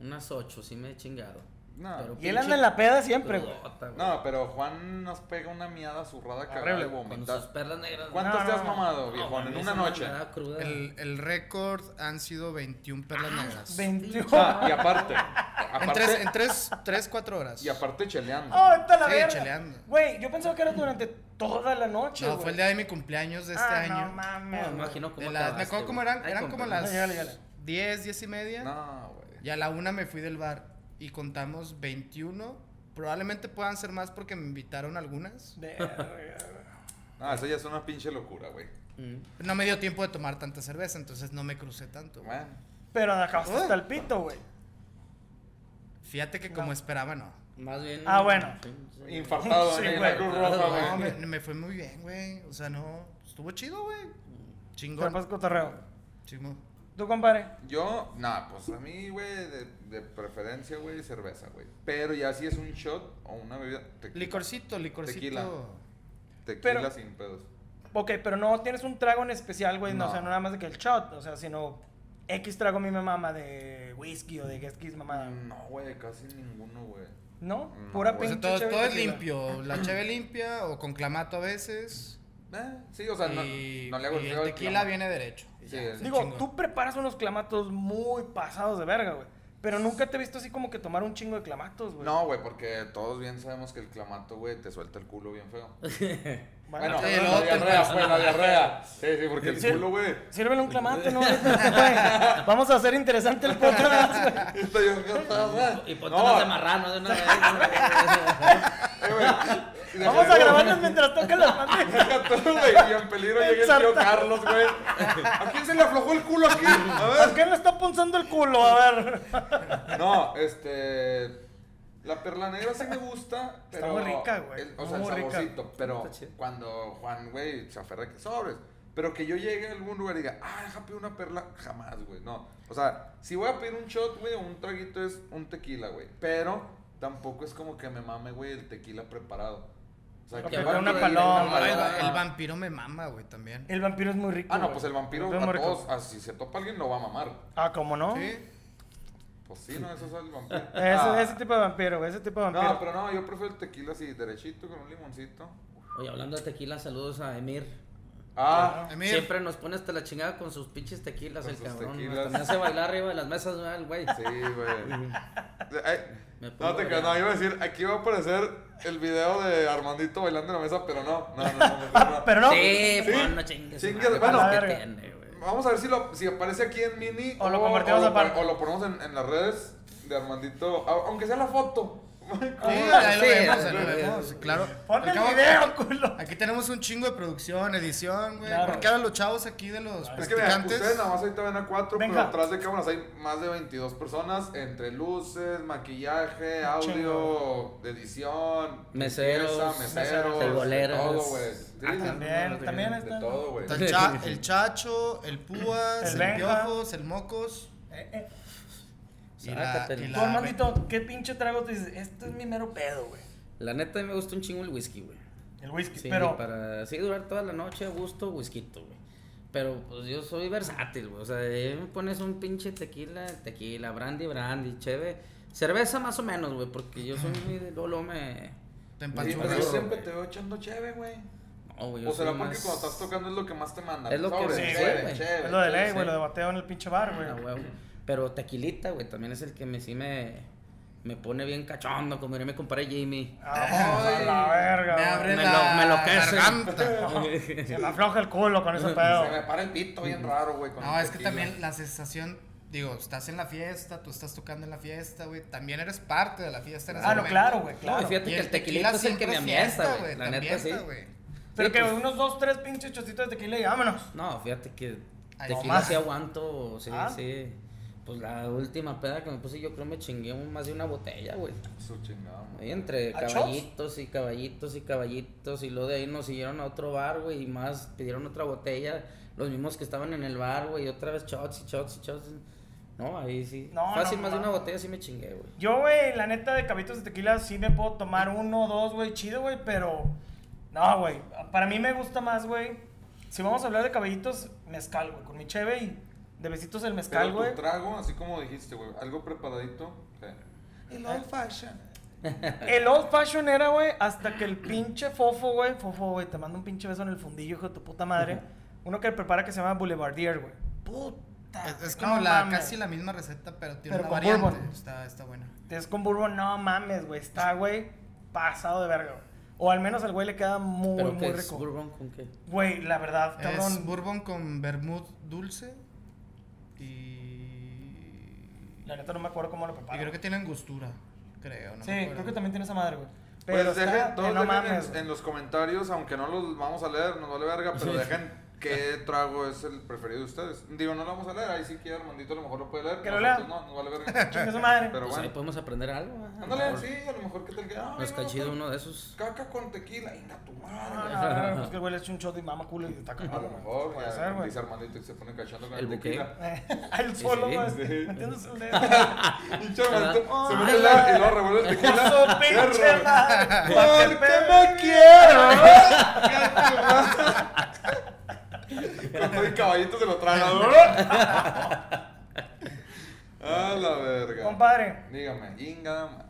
Speaker 4: Unas ocho, sí me he chingado.
Speaker 1: No.
Speaker 4: Pero
Speaker 2: Y él
Speaker 4: pinche
Speaker 2: anda en la peda siempre, güey.
Speaker 4: pelota, güey.
Speaker 1: No, pero Juan nos pega una miada zurrada cagada
Speaker 2: Horrible,
Speaker 1: de
Speaker 4: Con
Speaker 1: vomitar.
Speaker 4: sus perlas negras.
Speaker 1: ¿Cuántas
Speaker 2: No,
Speaker 1: te
Speaker 2: no,
Speaker 1: has
Speaker 2: no.
Speaker 1: mamado,
Speaker 4: No,
Speaker 1: viejón,
Speaker 4: mames,
Speaker 1: en una
Speaker 4: esa
Speaker 1: noche?
Speaker 4: mamada cruda.
Speaker 3: El,
Speaker 2: Ah.
Speaker 3: el récord han sido 21 perlas negras.
Speaker 2: 21.
Speaker 1: Ah, y aparte,
Speaker 3: En tres,
Speaker 1: aparte
Speaker 3: en tres, tres, cuatro horas.
Speaker 1: (laughs) y aparte cheleando.
Speaker 2: (laughs) ¡Oh, está la
Speaker 3: Sí,
Speaker 2: verga!
Speaker 3: cheleando.
Speaker 2: Güey, yo pensaba que era durante toda la noche,
Speaker 3: No,
Speaker 2: güey.
Speaker 3: fue el día de mi cumpleaños de este
Speaker 2: ah,
Speaker 3: año.
Speaker 2: no mames,
Speaker 4: No, me
Speaker 2: güey.
Speaker 4: imagino
Speaker 3: De
Speaker 4: cómo
Speaker 3: las- me acuerdo cómo eran, eran como las
Speaker 2: Llégale, llégale.
Speaker 3: 10, 10 y media.
Speaker 1: No, güey.
Speaker 3: Y a la una me fui del bar y contamos 21. Probablemente puedan ser más porque me invitaron algunas.
Speaker 2: Verga.
Speaker 1: No, eso ya es una pinche locura, güey.
Speaker 4: Mm,
Speaker 3: No me dio tiempo de tomar tanta cerveza, entonces no me crucé tanto. güey.
Speaker 1: Bueno.
Speaker 2: Pero acabaste
Speaker 3: Uy.
Speaker 2: hasta el pito, güey.
Speaker 3: Fíjate que como
Speaker 2: No.
Speaker 3: esperaba, no.
Speaker 4: Más bien.
Speaker 2: Ah, bueno.
Speaker 4: sí, sí.
Speaker 1: Infartado
Speaker 2: Sí,
Speaker 1: en la
Speaker 2: güey.
Speaker 1: Cruz
Speaker 4: No,
Speaker 1: Roja,
Speaker 3: No, me,
Speaker 1: güey.
Speaker 3: me fue muy bien, güey. O sea, no. Estuvo chido, güey. Chingón.
Speaker 2: Trampas cotorreo.
Speaker 3: Chingón.
Speaker 2: ¿Tú, compadre?
Speaker 1: Yo, nada, pues a mí, güey, de, de preferencia, güey, cerveza, güey. Pero ya si es un shot o una bebida, tequi-
Speaker 3: Licorcito, licorcito.
Speaker 1: Tequila. tequila
Speaker 2: Pero-
Speaker 1: sin pedos.
Speaker 2: Ok, pero no tienes un trago en especial, güey. No.
Speaker 1: No.
Speaker 2: O sea, no nada más de que el shot. O sea, sino X trago a mí me mama de whisky o de X mamada.
Speaker 1: No, güey, casi ninguno, güey.
Speaker 2: ¿No?
Speaker 1: Mm. No,
Speaker 2: Pura
Speaker 1: güey.
Speaker 3: O sea,
Speaker 2: pinche
Speaker 3: todo,
Speaker 2: cheve
Speaker 3: todo es
Speaker 2: tequila.
Speaker 3: limpio. La cheve limpia o con clamato a veces.
Speaker 1: Eh, sí, o sea, no,
Speaker 3: y,
Speaker 1: no le hago
Speaker 3: y
Speaker 1: feo
Speaker 3: el
Speaker 1: al
Speaker 3: tequila
Speaker 1: clamato.
Speaker 3: viene derecho. Y
Speaker 1: Sí,
Speaker 3: ya,
Speaker 1: el-
Speaker 3: se
Speaker 2: Digo,
Speaker 3: chingó.
Speaker 2: tú preparas unos clamatos muy pasados de verga, güey. Pero nunca te he visto así como que tomar un chingo de clamatos, güey.
Speaker 1: No, güey, porque todos bien sabemos que el clamato, güey, te suelta el culo bien feo. Bueno,
Speaker 2: Bueno,
Speaker 3: Sí,
Speaker 1: la,
Speaker 3: luego te
Speaker 1: diarrea,
Speaker 3: empiezas-
Speaker 1: fue la diarrea. Sí, sí, porque el
Speaker 2: Sí.
Speaker 1: culo, güey.
Speaker 2: sírvele un clamato, ¿no? Güey, Vamos a hacer interesante el podcast, güey.
Speaker 1: Está bien gastado, güey.
Speaker 4: Y ponte
Speaker 1: No,
Speaker 4: unas de marrano de una vez. (laughs) güey.
Speaker 1: eh, güey.
Speaker 2: Vamos a grabarnos mientras tocan
Speaker 1: (laughs)
Speaker 2: las bandas.
Speaker 1: Deja tú, güey, y en peligro llega el tío
Speaker 2: Ensartado.
Speaker 1: Carlos, güey. ¿A quién se le aflojó el culo aquí? A ver.
Speaker 2: ¿Por qué le está punzando el culo? A ver.
Speaker 1: No, este. La perla negra sí me gusta, pero.
Speaker 2: muy rica, güey.
Speaker 1: el- o sea, el
Speaker 2: Muy rica.
Speaker 1: saborcito. Pero
Speaker 4: Está chido.
Speaker 1: cuando Juan, güey, se aferra que sobres. Pero que yo llegue a algún lugar y diga, ah, déjame una perla, jamás, güey. No. O sea, si voy a pedir un shot, güey, o un traguito es un tequila, güey. Pero tampoco es como que me mame, güey, el tequila preparado. O sea,
Speaker 2: Porque
Speaker 1: va
Speaker 2: con
Speaker 1: con
Speaker 2: una
Speaker 1: el-
Speaker 2: paloma,
Speaker 1: una
Speaker 3: No, el,
Speaker 1: paloma.
Speaker 3: el vampiro me mama, güey, también.
Speaker 2: El vampiro es muy rico.
Speaker 1: Ah, no,
Speaker 2: güey.
Speaker 1: pues el vampiro
Speaker 2: Es muy
Speaker 1: a
Speaker 2: rico.
Speaker 1: todos, ah, si se topa alguien, lo va a mamar.
Speaker 2: Ah, ¿cómo no?
Speaker 3: Sí.
Speaker 1: Pues sí, no, eso es el vampiro.
Speaker 2: Ese,
Speaker 1: Ah.
Speaker 2: ese tipo de vampiro, güey, ese tipo de vampiro.
Speaker 1: No, pero no, yo prefiero el tequila así, derechito, con un limoncito.
Speaker 4: Oye, hablando de tequila, saludos a Emir.
Speaker 1: Ah,
Speaker 3: Emir,
Speaker 4: Siempre nos pone hasta la chingada con sus pinches tequilas,
Speaker 1: Con
Speaker 4: el
Speaker 1: sus
Speaker 4: cabrón.
Speaker 1: tequilas.
Speaker 4: hasta me hace bailar arriba de las mesas, ¿verdad, el güey.
Speaker 1: sí, güey. Ay,
Speaker 4: Ah. Me
Speaker 1: No
Speaker 4: pongo
Speaker 1: te creas,
Speaker 4: bravo.
Speaker 1: no, iba a decir, aquí va a aparecer el video de Armandito bailando en la mesa, pero no, no, no, no, mejor no.
Speaker 2: Pero no.
Speaker 4: Sí,
Speaker 1: Sí.
Speaker 4: pues, no chingues.
Speaker 1: Chingues,
Speaker 4: madre,
Speaker 1: bueno.
Speaker 4: ¿qué
Speaker 2: A ver.
Speaker 4: tiene, güey?
Speaker 1: Vamos a ver si, lo, si aparece aquí en Mini
Speaker 2: O lo compartimos
Speaker 1: o lo,
Speaker 2: aparte.
Speaker 1: o lo ponemos en, en las redes de Armandito, a- aunque sea la foto.
Speaker 3: Sí, ahí lo
Speaker 4: Sí,
Speaker 3: vemos, ahí
Speaker 4: sí,
Speaker 3: lo
Speaker 4: sí.
Speaker 3: vemos, claro.
Speaker 2: Ponme
Speaker 3: Al
Speaker 2: el
Speaker 3: cabo,
Speaker 2: video, culo.
Speaker 3: Aquí tenemos un chingo de producción, edición, güey.
Speaker 2: Claro.
Speaker 3: Porque ahora los chavos aquí de los
Speaker 1: Es que vean,
Speaker 3: practicantes.
Speaker 1: ustedes nada más ahorita ven a cuatro,
Speaker 2: Venga.
Speaker 1: pero atrás de cámaras hay más de 22 personas, entre luces, maquillaje, audio, edición,
Speaker 4: Meseros,
Speaker 1: limpieza, meseros,
Speaker 4: futboleros.
Speaker 1: de todo, güey.
Speaker 4: Ah,
Speaker 1: Sí,
Speaker 2: También, también
Speaker 1: de
Speaker 2: está.
Speaker 1: todo, güey.
Speaker 3: Está
Speaker 1: (laughs)
Speaker 3: el, cha- el Chacho, el Púas,
Speaker 2: El
Speaker 3: el,
Speaker 2: Benja.
Speaker 3: Piojos, el Mocos.
Speaker 2: Eh, eh.
Speaker 3: Y la-
Speaker 4: Sácatelo.
Speaker 3: y
Speaker 2: Tú, Armandito, ¿qué pinche trago te dices? Esto es mi mero pedo, güey.
Speaker 4: La neta, a mí me gusta un chingo el whisky, güey.
Speaker 2: El whisky,
Speaker 4: Sí,
Speaker 2: pero.
Speaker 4: para así durar toda la noche a gusto, whisky, güey. Pero pues yo soy versátil, güey. O sea, de- me pones un pinche tequila, tequila, brandy, brandy, cheve. Cerveza más o menos, güey, porque yo soy muy de Lolo me.
Speaker 1: Sí,
Speaker 3: Te
Speaker 1: pero
Speaker 3: empachurras.
Speaker 1: yo
Speaker 4: Pachurro,
Speaker 1: pues, siempre
Speaker 4: güey.
Speaker 1: te veo echando chévere, güey.
Speaker 4: No, güey, yo
Speaker 1: O será
Speaker 4: soy
Speaker 1: porque
Speaker 4: más-
Speaker 1: cuando estás tocando es lo que más te manda.
Speaker 4: Es lo que-
Speaker 1: Sobre,
Speaker 2: sí,
Speaker 1: chévere,
Speaker 4: güey.
Speaker 1: chévere.
Speaker 2: Es lo de ley,
Speaker 4: sí.
Speaker 2: güey, lo de bateo en el pinche bar,
Speaker 4: Ah,
Speaker 2: güey.
Speaker 4: huevo. Pero tequilita, güey, también es el que me, sí me, me pone bien cachondo, como diría mi compadre Jimmy.
Speaker 2: Ah, a la verga.
Speaker 3: Me
Speaker 2: güey.
Speaker 3: abre
Speaker 4: Me
Speaker 3: la
Speaker 4: lo- me enloquece.
Speaker 3: garganta.
Speaker 4: (laughs)
Speaker 2: Se me afloja el culo con (laughs) ese pedo.
Speaker 1: Se me para el pito bien raro, güey. con
Speaker 3: No,
Speaker 1: el
Speaker 3: es que
Speaker 1: tequila.
Speaker 3: también la sensación, digo, estás en la fiesta, tú estás tocando en la fiesta, güey. También eres parte de la fiesta. en ese
Speaker 2: Ah, no,
Speaker 3: momento.
Speaker 2: claro, güey,
Speaker 4: No, y
Speaker 2: claro.
Speaker 4: fíjate
Speaker 3: Y
Speaker 4: que el
Speaker 3: el
Speaker 4: tequilito
Speaker 3: tequila
Speaker 4: es el que me
Speaker 3: siempre
Speaker 4: amiesta,
Speaker 3: fiesta,
Speaker 4: güey.
Speaker 3: güey.
Speaker 4: La
Speaker 3: te
Speaker 4: neta, sí.
Speaker 3: ambienta, güey.
Speaker 2: Pero
Speaker 4: Sí,
Speaker 2: que
Speaker 4: pues,
Speaker 2: unos dos, tres pinches chocitos de tequila y vámonos.
Speaker 4: No, fíjate que
Speaker 3: Ay,
Speaker 4: tequila
Speaker 3: nomás.
Speaker 4: sí aguanto, sí,
Speaker 2: Ah.
Speaker 4: sí. Pues la última peda que me puse, yo creo me chingué un- más de una botella, güey.
Speaker 1: Su chingada, madre.
Speaker 4: Ahí entre
Speaker 2: ¿A shots?
Speaker 4: caballitos y caballitos y caballitos. Y luego de ahí nos siguieron a otro bar, güey. Y más pidieron otra botella. Los mismos que estaban en el bar, güey. Y otra vez shots y shots y shots. No, ahí sí.
Speaker 2: No,
Speaker 4: Fácil,
Speaker 2: no,
Speaker 4: más de una
Speaker 2: mames.
Speaker 4: botella sí me chingué, güey.
Speaker 2: Yo, güey, la neta de cabitos de tequila sí me puedo tomar uno o dos, güey, chido, güey, pero. No, güey. Para mí me gusta más, güey. Si vamos a hablar de caballitos, mezcal, güey. Con mi cheve y de besitos el
Speaker 1: Pero
Speaker 2: mezcal,
Speaker 1: tu
Speaker 2: güey.
Speaker 1: trago, así como dijiste, güey. Algo preparadito. El old fashion.
Speaker 2: El old fashion era, güey, hasta que el pinche fofo, güey. Fofo, güey, te mando un pinche beso en el fundillo, hijo de tu puta madre. Uno que prepara que se llama Boulevardier, güey. Puta.
Speaker 3: Es, es
Speaker 2: no
Speaker 3: como la,
Speaker 2: mames.
Speaker 3: casi la misma receta, pero tiene
Speaker 2: Pero
Speaker 3: una
Speaker 2: con
Speaker 3: variante.
Speaker 2: bourbon.
Speaker 3: Está, está buena.
Speaker 2: Es con bourbon, no mames, güey. Está, güey, pasado de verga, güey. O al menos al güey le queda muy,
Speaker 4: Pero
Speaker 2: muy
Speaker 4: que es
Speaker 2: rico.
Speaker 4: bourbon con qué.
Speaker 2: Güey, la verdad, cabrón.
Speaker 3: Es bourbon con vermut dulce y...
Speaker 2: La neta no me acuerdo cómo lo
Speaker 3: Y
Speaker 2: preparan.
Speaker 3: creo que tienen gustura, creo. No
Speaker 2: sí,
Speaker 3: me
Speaker 2: creo que
Speaker 3: acuerdo.
Speaker 2: también tiene esa madre, güey.
Speaker 1: Pues
Speaker 2: Pero está
Speaker 1: dejen,
Speaker 2: que
Speaker 1: todos
Speaker 2: no
Speaker 1: dejen
Speaker 2: mames.
Speaker 1: en,
Speaker 2: güey.
Speaker 1: en los comentarios, aunque no los vamos a leer, nos vale verga, pero
Speaker 4: (laughs)
Speaker 1: dejen qué trago es el preferido de ustedes. Digo, no lo vamos a leer, ahí sí que Armandito a lo mejor lo puede leer.
Speaker 2: Que lo
Speaker 1: nosotros
Speaker 2: lea.
Speaker 1: No, nos vale verga.
Speaker 2: (laughs) Chingue
Speaker 1: (laughs)
Speaker 2: su madre.
Speaker 1: Pero
Speaker 4: Pues ahí
Speaker 1: bueno.
Speaker 4: podemos aprender algo. ¿eh? A lo
Speaker 1: Ándale,
Speaker 4: mejor
Speaker 1: sí, a lo mejor que te queda.
Speaker 4: Nos está chido uno de esos.
Speaker 1: Caca con tequila, venga tu madre.
Speaker 2: No,
Speaker 1: güey.
Speaker 2: no, no, es que el güey le echa un shot y mama culo y está
Speaker 1: A
Speaker 2: cagado.
Speaker 1: lo
Speaker 2: güey.
Speaker 1: mejor,
Speaker 2: Puede
Speaker 1: ya,
Speaker 2: ser, güey.
Speaker 1: dice Armandito y se pone cachando con
Speaker 4: El
Speaker 1: el
Speaker 4: buque. (laughs)
Speaker 1: tequila.
Speaker 2: (laughs) Al solo,
Speaker 4: sí.
Speaker 2: güey.
Speaker 1: Sí. (laughs)
Speaker 2: ¿Me entiendes? El de-
Speaker 1: Pinche Armandito, se
Speaker 2: Ay,
Speaker 1: mete el
Speaker 2: güey.
Speaker 1: ar y luego revuelve
Speaker 2: (laughs)
Speaker 1: el tequila.
Speaker 2: Ah, Su pinche
Speaker 1: Perro.
Speaker 2: madre.
Speaker 1: Porque
Speaker 2: Pa' que
Speaker 1: me
Speaker 2: (laughs)
Speaker 1: quiero. Con todo el caballito se
Speaker 2: (laughs)
Speaker 1: lo traga. (laughs) ¿no? A la verga.
Speaker 2: Compadre.
Speaker 1: Dígame, ingada madre.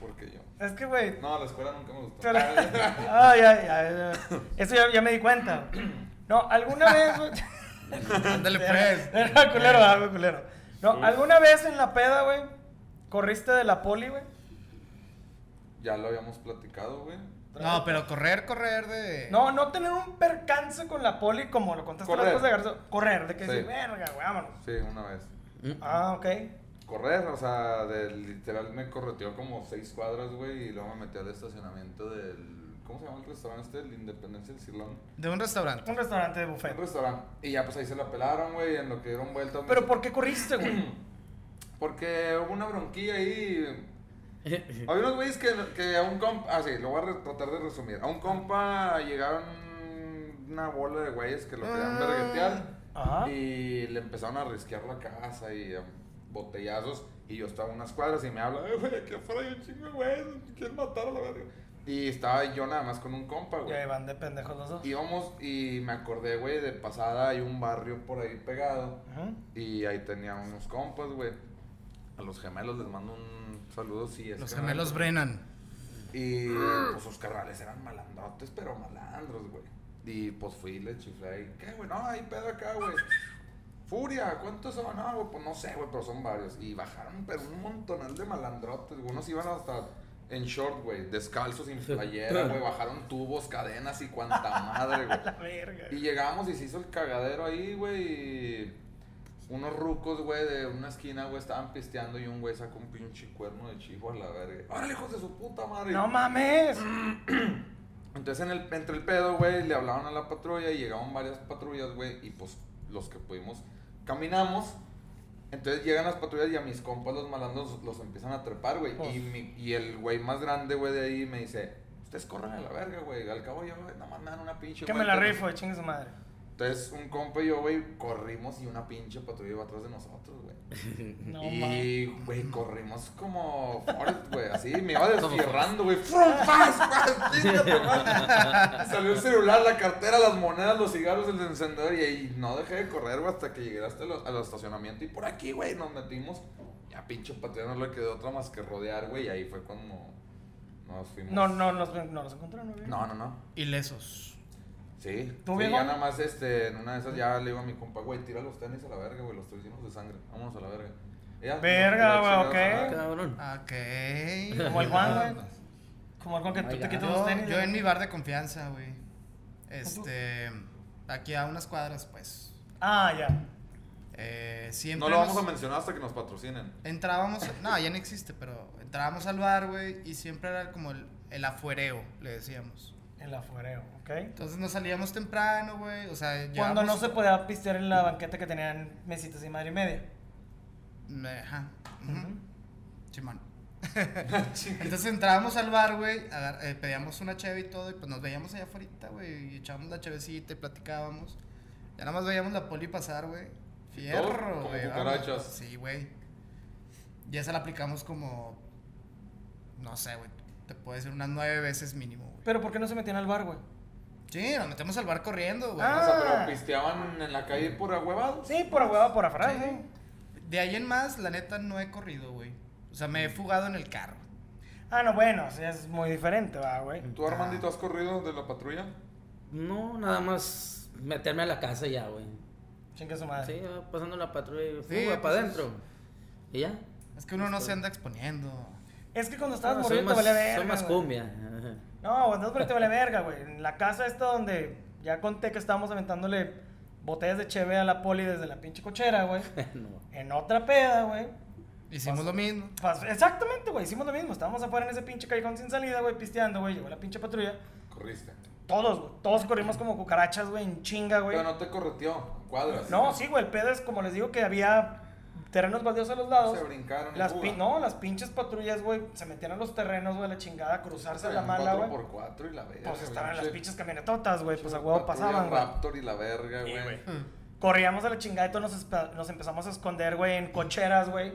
Speaker 1: ¿Por qué yo?
Speaker 2: Es que, güey.
Speaker 1: No, la escuela nunca me gustó.
Speaker 2: Pero- Ay, ay, ay, ay. Eso ya, ya me di cuenta. No, alguna vez, güey. (laughs)
Speaker 3: Ándale, pues.
Speaker 2: Era culero, algo culero. No, alguna vez en la peda, güey, corriste de la poli, güey.
Speaker 1: (laughs) Ya lo habíamos platicado, güey.
Speaker 3: No, pero correr, correr de...
Speaker 2: No, no tener un percance con la poli como lo contaste
Speaker 1: Correr.
Speaker 2: las cosas de Garzo. Correr, de que
Speaker 1: Sí.
Speaker 2: dices, verga, güey, vámonos.
Speaker 1: Sí, una vez.
Speaker 4: Mm.
Speaker 2: Ah, ok.
Speaker 1: Correr, o sea, de- literal me correteó como seis cuadras, güey, y luego me metí al estacionamiento del. ¿Cómo se llama el restaurante este? El Independencia del Silón.
Speaker 3: De un restaurante.
Speaker 2: Un restaurante de
Speaker 1: Un
Speaker 2: buffet.
Speaker 1: restaurante. Y ya pues ahí se la pelaron, güey, en lo que dieron vueltas. me
Speaker 2: Pero
Speaker 1: se-
Speaker 2: ¿por qué corriste, güey?
Speaker 1: Porque hubo una bronquilla ahí. Había unos güeyes que, que a un compa. Ah, sí, lo voy a re- tratar de resumir. A un compa llegaron una bola de güeyes que lo querían
Speaker 3: Ah.
Speaker 1: verguetear.
Speaker 2: Ajá.
Speaker 1: Y le empezaron a risquear la casa y um, botellazos. Y yo estaba a unas cuadras y me habla, "Eh, güey, aquí afuera hay un chingo de güeyes, quieren matar a la verga. Y estaba yo nada más con un compa,
Speaker 2: Y
Speaker 1: güey.
Speaker 2: ahí van de pendejos los dos.
Speaker 1: Íbamos y me acordé, güey, de pasada hay un barrio por ahí pegado.
Speaker 2: Ujú.
Speaker 1: Y ahí tenía unos compas, güey. A los gemelos les mando un saludo, sí. es
Speaker 3: Los
Speaker 1: que no-
Speaker 3: gemelos Brennan.
Speaker 1: Y pues sus carnales eran malandrotes, pero malandros, güey. Y pues fui y le chiflé ahí. ¿Qué, güey? No, hay pedo acá, güey. Furia, ¿cuántos son? No, güey, pues no sé, güey, pero son varios. Y bajaron, pero un montonal de malandrotes. güey. Unos iban hasta en short, güey, descalzos, sin playera, güey. Bajaron tubos, cadenas y cuanta madre, güey.
Speaker 2: La verga.
Speaker 1: Y llegamos y se hizo el cagadero ahí, güey. y Unos rucos, güey, de una esquina, güey, estaban pisteando y un güey sacó un pinche cuerno de chivo a la verga. ¡Órale, hijos de su puta madre!
Speaker 2: No mames.
Speaker 1: Entonces, en el, entre el pedo, güey, le hablaban a la patrulla y llegaban varias patrullas, güey, y pues los que pudimos caminamos. Entonces llegan las patrullas y a mis compas, los malandros, los empiezan a trepar, güey.
Speaker 2: Pues.
Speaker 1: Y, mi- y el güey más grande, güey, de ahí me dice: Ustedes corran a la verga, güey. Al cabo, yo, güey, nomás me dan una pinche.
Speaker 2: Que me la
Speaker 1: vuelta, no sé
Speaker 2: rifo, chingue su madre.
Speaker 1: entonces, un compa y yo, güey, corrimos y una pinche patrulla iba atrás de nosotros, güey.
Speaker 2: No mames.
Speaker 1: y, güey, corrimos como Forrest, güey, así, me iba destierrando, güey. ¡Frum, fas, fas! ¡Chinga tu madre! (laughs) Salió el celular, la cartera, las monedas, los cigarros, el encendedor y ahí no dejé de correr, güey, hasta que llegué hasta el, al estacionamiento. Y por aquí, güey, nos metimos. Ya, pinche patrulla, no le quedó otra más que rodear, güey, y ahí fue cuando nos fuimos.
Speaker 2: No, no, nos, no nos encontraron, güey.
Speaker 1: No, no, no.
Speaker 3: Ilesos.
Speaker 1: Sí.
Speaker 2: ¿Tú,
Speaker 1: sí,
Speaker 2: viejo?
Speaker 1: ya nada más este, en una de esas ya le digo a mi compa, güey, tira los tenis a la verga, güey, los estoy llenos de sangre. Vámonos a la verga. Ella,
Speaker 2: Verga,
Speaker 1: no,
Speaker 2: güey,
Speaker 1: la
Speaker 2: ok.
Speaker 1: chingada,
Speaker 4: Cabrón.
Speaker 3: Ok.
Speaker 2: Como el Juan, güey. Como el Juan que
Speaker 4: Ah,
Speaker 2: tú te
Speaker 4: ya.
Speaker 2: quitas los
Speaker 3: Yo,
Speaker 2: tenis.
Speaker 3: yo
Speaker 2: güey.
Speaker 3: en mi bar de confianza, güey. Este. Aquí a unas cuadras, pues.
Speaker 2: Ah, ya.
Speaker 3: Eh,
Speaker 1: no,
Speaker 3: siempre.
Speaker 1: No lo vamos a
Speaker 3: nos-
Speaker 1: mencionar hasta que nos patrocinen.
Speaker 3: Entrábamos. No, ya no existe, pero entrábamos al bar, güey. Y siempre era como el, el afuereo, le decíamos.
Speaker 2: El afuereo, ¿ok?
Speaker 3: Entonces nos salíamos temprano, güey. O sea,
Speaker 2: Cuando
Speaker 3: llegábamos-
Speaker 2: no se podía pistear en la banqueta que tenían mesitas y madre y media.
Speaker 3: Me- Ajá. ujú,
Speaker 2: Ujú.
Speaker 1: (laughs)
Speaker 3: Simón. (laughs) Entonces entrábamos al bar, güey, agar- eh, pedíamos una cheve y todo, y pues nos veíamos allá afuera, güey, y echábamos la chevecita y platicábamos. Ya nada más veíamos la poli pasar, güey.
Speaker 1: Todo
Speaker 3: Fierro,
Speaker 1: como
Speaker 3: güey.
Speaker 1: cucarachas.
Speaker 3: vámonos. Sí, güey. Ya esa la aplicamos como. No sé, güey. Te puede decir unas nueve veces mínimo, güey.
Speaker 2: Pero ¿por qué no se metían al bar, güey?
Speaker 3: Sí, nos metemos al bar corriendo, güey.
Speaker 2: Ah.
Speaker 1: O sea, pero pisteaban en la calle por ahuevados.
Speaker 2: Sí, por hueva, por afuera,
Speaker 3: Sí.
Speaker 2: sí.
Speaker 3: De ahí en más, la neta, no he corrido, güey. O sea,
Speaker 1: Mm.
Speaker 3: me he fugado en el carro.
Speaker 2: Ah, no, bueno, sí, es muy diferente, va, güey.
Speaker 1: ¿Tú, Armandito, has corrido de la patrulla?
Speaker 4: No, nada más meterme a la casa y ya, güey.
Speaker 2: Chingue su madre.
Speaker 4: Sí, ya pasando la patrulla y fuga
Speaker 3: Sí, pues
Speaker 4: para
Speaker 3: es-
Speaker 4: adentro. ¿Y ya?
Speaker 3: Es que uno no se anda exponiendo.
Speaker 2: Es que cuando estabas
Speaker 4: Ah, soy
Speaker 2: morrido te
Speaker 4: más,
Speaker 2: valía verga.
Speaker 4: soy más
Speaker 2: güey.
Speaker 4: cumbia. (laughs) Ajá.
Speaker 2: No, cuando estabas morrido te valía verga, güey. En la casa esta donde ya conté que estábamos aventándole botellas de cheve a la poli desde la pinche cochera,
Speaker 4: (laughs)
Speaker 2: güey.
Speaker 4: no.
Speaker 2: En otra peda, güey.
Speaker 3: Hicimos lo mismo.
Speaker 2: Pas- Exactamente, güey. Hicimos lo mismo. Estábamos afuera en ese pinche callejón sin salida, güey, pisteando, güey. Llegó la pinche patrulla.
Speaker 1: Corriste.
Speaker 2: Todos, güey. Todos corrimos como cucarachas, güey, en chinga, güey.
Speaker 1: Pero no te correteó, cuadras.
Speaker 2: No, sí, güey, el pedo es como les digo que había terrenos baldíos a los lados.
Speaker 1: Se brincaron y
Speaker 2: Las
Speaker 1: fuga.
Speaker 2: pin- no, las pinches patrullas, güey, se metían a los terrenos, güey, a la chingada, a cruzarse a pues, la mala, güey.
Speaker 1: por cuatro y la verga.
Speaker 2: Pues estaban las
Speaker 1: pinche-
Speaker 2: pinches camionetotas, güey, pues a huevo
Speaker 1: patrulla
Speaker 2: pasaban, güey.
Speaker 1: Raptor y la verga,
Speaker 2: Sí,
Speaker 1: güey.
Speaker 2: güey. Corríamos a la chingada y todos nos, espa- nos empezamos a esconder, güey, en cocheras, güey,